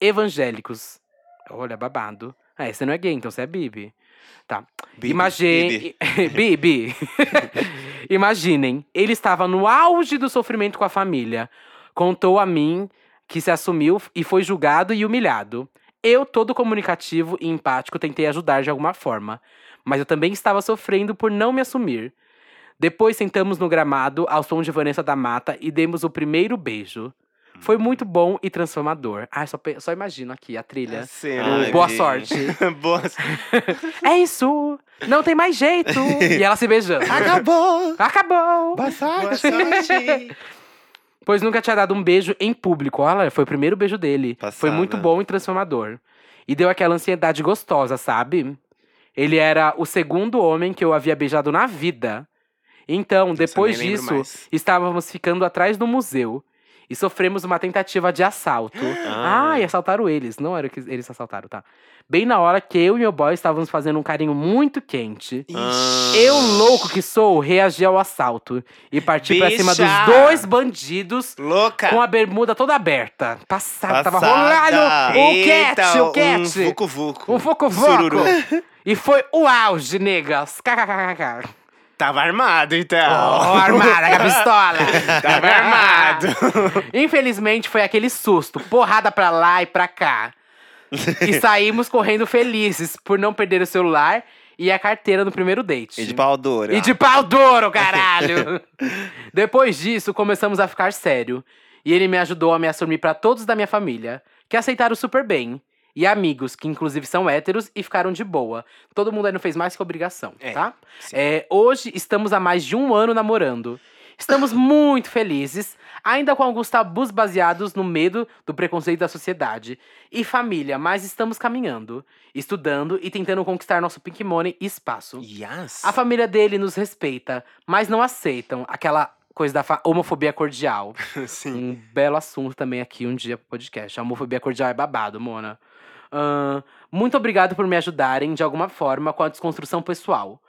S2: evangélicos. Olha, babado. É, você não é gay, então você é bibi. Tá.
S3: Bibi,
S2: Imagine... *laughs* Bibi. Imaginem, ele estava no auge do sofrimento com a família. Contou a mim que se assumiu e foi julgado e humilhado. Eu, todo comunicativo e empático, tentei ajudar de alguma forma. Mas eu também estava sofrendo por não me assumir. Depois sentamos no gramado ao som de Vanessa da Mata e demos o primeiro beijo. Foi muito bom e transformador. Ai, só, pe- só imagino aqui a trilha.
S1: Sim.
S3: Ai,
S2: Boa
S3: bi. *laughs*
S2: sorte.
S1: Boa.
S2: É isso! Não tem mais jeito! e ela se beijando.
S3: Acabou!
S2: Acabou!
S3: Boa
S1: Boa
S3: sorte!
S1: sorte.
S2: Pois nunca tinha dado um beijo em público. Olha, foi o primeiro beijo dele.
S3: Passada.
S2: Foi muito bom e transformador. E deu aquela ansiedade gostosa, sabe? Ele era o segundo homem que eu havia beijado na vida. Então, depois
S1: nem lembro
S2: disso,
S1: mais.
S2: estávamos ficando atrás do museu. e sofremos uma tentativa de assalto.
S3: Ah.
S2: Ah, e assaltaram eles. Não era que eles assaltaram, tá? Bem na hora que eu e meu boy estávamos fazendo um carinho muito quente.
S1: Ah.
S2: Eu, louco que sou, reagi ao assalto e parti pra cima dos
S1: Bicha!
S2: dois bandidos
S1: Louca!
S2: com a bermuda toda aberta. Passada, tava
S1: Passada.
S2: rolando o
S1: Eita,
S2: cat, o cat.
S1: Um vucu-vucu.
S2: Um foco
S1: Sururu.
S2: E foi o auge, negas. KKKKK.
S1: Tava armado, então.
S2: Ó, armada com a pistola.
S1: Tava armado.
S2: *laughs* Infelizmente foi aquele susto, porrada pra lá e pra cá. E saímos correndo felizes por não perder o celular e a carteira no primeiro date.
S3: E de pau dura.
S2: E de pau duro,
S1: *laughs*
S2: caralho! Depois disso, começamos a ficar sério. E ele me ajudou a me assumir pra todos da minha família, que aceitaram super bem. E amigos, que inclusive são héteros e ficaram de boa. Todo mundo aí não fez mais que obrigação,
S1: É,
S2: tá?
S1: sim.
S2: É, hoje estamos há mais de um ano namorando.
S1: *laughs*
S2: Estamos muito felizes, ainda com alguns tabus baseados no medo do preconceito da sociedade e família, mas estamos caminhando, estudando e tentando conquistar nosso pink money e espaço.
S1: Yes.
S2: A família dele nos respeita, mas não aceitam aquela coisa da fa- homofobia
S3: *laughs*
S2: cordial.
S1: Sim.
S2: Um belo assunto também aqui um dia pro podcast. A homofobia cordial é babado, Mona. Ahn, muito obrigado por me ajudarem de alguma forma com a desconstrução pessoal.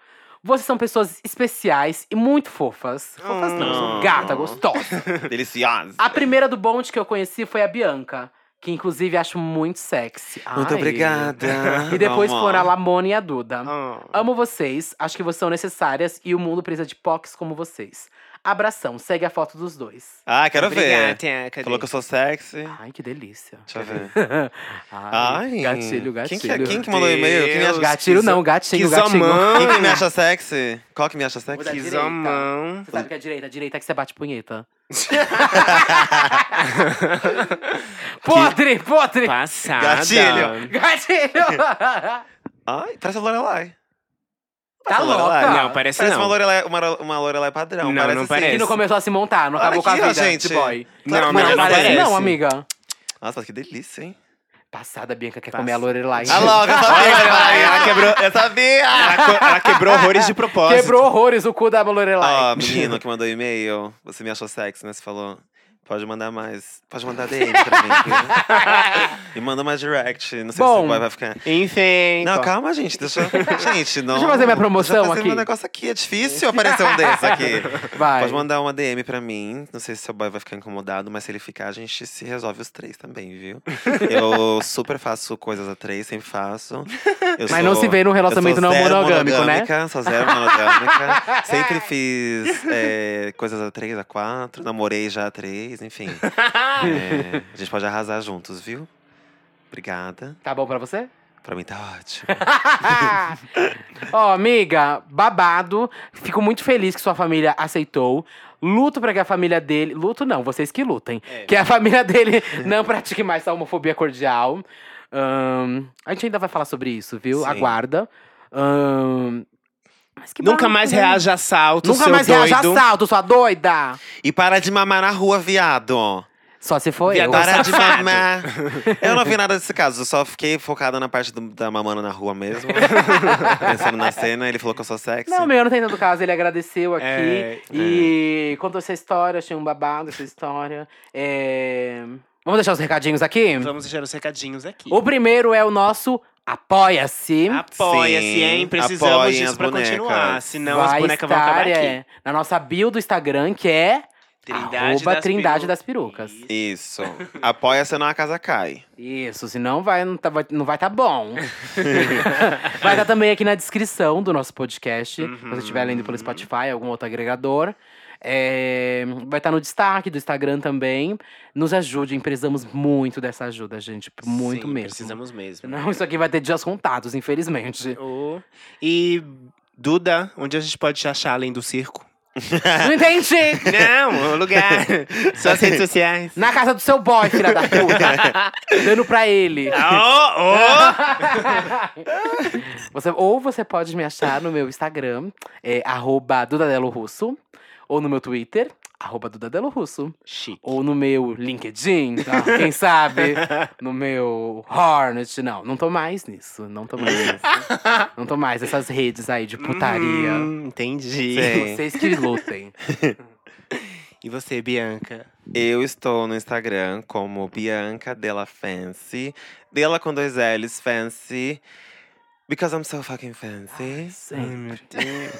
S2: Vocês são pessoas especiais e muito fofas. Fofas não,
S3: Hum.
S2: são gata, gostosa.
S3: Deliciosa.
S2: A primeira do bonde que eu conheci foi a Bianca, que inclusive acho muito sexy.
S3: Muito
S2: Ai.
S3: obrigada.
S2: E depois
S3: Vamos.
S2: foram a Lamona e a Duda.
S1: Oh.
S2: Amo vocês, acho que vocês são necessárias e o mundo precisa de pocs como vocês. Abração, segue a foto dos dois.
S3: Ah, quero
S1: Obrigada,
S3: ver.
S1: Tia, cadê?
S3: Falou que eu sou sexy.
S2: Ai, que delícia.
S3: Deixa eu ver.
S2: *laughs* Ai, gatilho, gatilho.
S3: Quem que, é- quem que mandou o e-mail? Quem me acha
S2: Gatilho
S3: que-
S2: não,
S1: Que
S2: gatinho, gatinho.
S1: zamão.
S3: Quem que me acha sexy? Qual que me acha
S2: Vou dar
S3: sexy?
S1: Que
S2: direita.
S1: zamão.
S2: Você sabe que é a direita, a direita é que você bate punheta. podre,
S1: Tá.
S2: podre!
S1: Passada.
S3: Gatilho.
S2: Gatilho!
S3: Ai, parece a Lorelai.
S2: tá
S3: Lorelai.
S2: louca!
S1: Não, parece,
S3: Parece
S1: não.
S3: uma Lorelai, uma, uma Lorelai padrão. assim.
S1: Não, não
S3: sim.
S1: parece.
S2: Que não começou a se montar, não
S3: Olha
S2: acabou com a
S3: aqui, ó,
S2: vida,
S3: gente.
S2: gente. boy.
S1: Não,
S3: Claro que
S1: não,
S2: não,
S1: não
S2: parece.
S1: parece.
S2: não, amiga.
S3: Nossa, que delícia, hein?
S2: Passada, Bianca quer
S1: Passa.
S2: comer a Lorelai.
S3: Tá louca, eu sabia que ela ia. Ela quebrou. Eu sabia!
S1: Ela, co- ela quebrou horrores de propósito.
S2: Quebrou horrores o cu da Lorelai.
S3: Ó, tipo-
S2: *laughs*
S3: Ah, menino que mandou e-mail, você me achou sexy, né? Você falou, pode mandar mais. Pode mandar DM pra mim.
S2: *laughs*
S3: viu? e manda mais direct. Não sei se
S2: Bom, então.
S3: o boy vai ficar.
S1: Enfim.
S3: Não,
S1: pô.
S3: calma, gente. Deixa, gente, não.
S2: Deixa eu fazer minha promoção
S3: deixa eu fazer
S2: aqui.
S3: meu negócio aqui. É difícil aparecer um desses aqui.
S2: Vai.
S3: Pode mandar uma DM pra mim. Não sei se seu boy vai ficar incomodado, mas se ele ficar, a gente se resolve os três
S2: *laughs*
S3: também, viu? Eu super faço coisas a três, sempre faço. Eu
S2: Mas não se vê num relacionamento
S3: eu sou
S2: não
S3: zero
S2: monogâmico, né?
S3: monogâmica, Sou zero
S2: *laughs*
S3: monogâmica. sempre fiz é, coisas a três, a quatro. Namorei já a três,
S2: *laughs*
S3: enfim. É, a gente pode arrasar juntos, viu? Obrigada.
S2: Tá bom pra você? *laughs*
S3: Pra mim tá ótimo.
S2: Ó, amiga, babado. Fico muito feliz que sua família aceitou. Luto pra que a família dele. Luto não, vocês que lutem.
S3: É.
S2: Que a família dele *laughs* não pratique mais a homofobia cordial. Ahn, a gente ainda vai falar sobre isso, viu?
S3: Sim.
S2: Aguarda. Ahn, mas que
S1: Nunca
S2: babado,
S1: mais
S2: né?
S1: reaja a salto,
S2: Nunca
S1: seu
S2: mais
S1: doido.
S2: reaja assalto, sua doida!
S3: E para de mamar na rua, viado.
S2: Só se for eu.
S1: Viadão
S3: Para de
S1: safado.
S3: mamar.
S2: *laughs*
S3: Eu não vi nada desse caso, eu só fiquei focada na parte do- da mamana na
S2: *laughs*
S3: rua mesmo. Pensando na cena, ele falou que eu sou sexy.
S2: Não, meu, não tem tanto caso. Ele agradeceu aqui
S1: É,
S2: e contou essa história. Achei um babado essa história. É, Vamos deixar os recadinhos aqui?
S1: Vamos deixar os recadinhos aqui. Ah,
S2: O primeiro é o nosso Apoia-se.
S1: Apoia-se,
S3: Sim,
S1: hein? Precisamos
S3: apoiem
S1: disso
S3: as
S1: pra
S3: bonecas.
S1: continuar. Senão as
S2: Vai
S1: bonecas vão acabar
S2: estar,
S1: aqui.
S2: é, na nossa bio do Instagram, que é arroba Trindade das Perucas.
S3: Isso. Apoia, senão a casa cai.
S2: Isso, senão vai, não, tá- vai- não vai tá bom.
S1: *laughs*
S2: vai estar também aqui na descrição do nosso podcast, se
S1: Uhum.
S2: você estiver lendo pelo Spotify, algum outro agregador. É, vai estar no destaque do Instagram também. Nos ajudem, precisamos muito dessa ajuda, gente. Muito
S1: Sim,
S2: mesmo. Né?
S1: Precisamos mesmo.
S2: Senão isso aqui vai ter dias contados, infelizmente.
S1: Ô, E Duda, onde a gente pode te achar além do *laughs* circo? *laughs*
S2: não entendi!
S1: Não, o *laughs* lugar. Suas redes sociais.
S2: Na casa do seu boy, filha da
S1: *laughs*
S2: puta. Dando pra ele.
S1: Ah,
S2: *laughs* Você- ou você pode me achar no meu Instagram, é, arroba Dudadelo Russo, ou no meu Twitter, arroba Dudadelo Russo,
S1: oh, oh. *laughs* Chique.
S2: ou no meu LinkedIn,
S3: *laughs*
S2: tá? quem sabe, no meu Hornet. Não, não tô mais nisso, não tô mais nisso. Não tô mais nessas redes aí de putaria.
S1: Hum, entendi.
S3: Hum, Sim. *laughs*
S2: Vocês que lutem.
S1: E você, Bianca?
S3: Eu estou no Instagram como Bianca Della Fancy. Della com dois L's, Fancy. Because I'm so fucking fancy.
S1: Ai, meu Deus.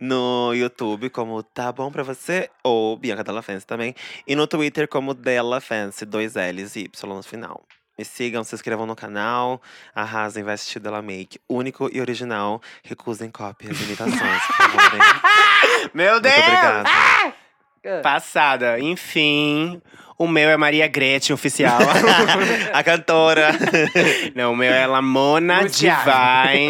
S3: No YouTube como Tá Bom Pra Você ou Bianca Della Fancy também. E no Twitter como Della Fancy, dois L's e Y no final. Me sigam, se inscrevam no canal. Arrasem, vai assistir Della Make. Único e original. Recusem cópias e imitações, por favor. hein?
S1: *laughs* Meu Deus!
S3: Muito obrigado.
S1: Passada. Enfim, o meu é Maria Gretchen oficial.
S3: A cantora. *laughs*
S1: Não, o meu é Lamona
S2: Ludiano.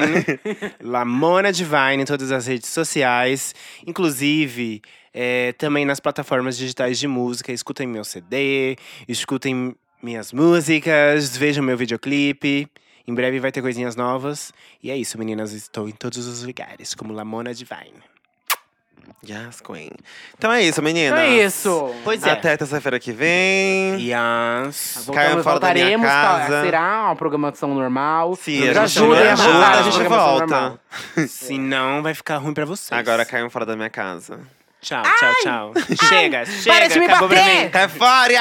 S1: Divine. Lamona Divine em todas as redes sociais. Inclusive, é, também nas plataformas digitais de música. Escutem meu CD, escutem minhas músicas, vejam meu videoclipe. Em breve vai ter coisinhas novas. E é isso, meninas. Estou em todos os lugares, como Lamona Divine.
S3: Yes, Queen. Então é isso, meninas.
S2: É isso.
S1: Pois é.
S3: Até terça-feira que vem.
S1: Yes.
S3: Caiam
S2: Voltamos,
S3: fora da minha
S2: voltaremos, tá?
S3: casa.
S2: será uma programação normal.
S3: Se
S2: Nos
S3: a gente
S2: ajudem
S3: me
S2: a
S3: ajuda,
S2: voltar
S3: a
S2: à
S3: gente
S2: é programação
S3: volta.
S2: normal.
S1: Senão vai ficar ruim pra vocês.
S3: Agora caiam fora da minha casa.
S1: Tchau, tchau, tchau. Chega, chega.
S2: para de me
S1: acabou pra
S2: bater!
S1: mim.
S3: Cai fora!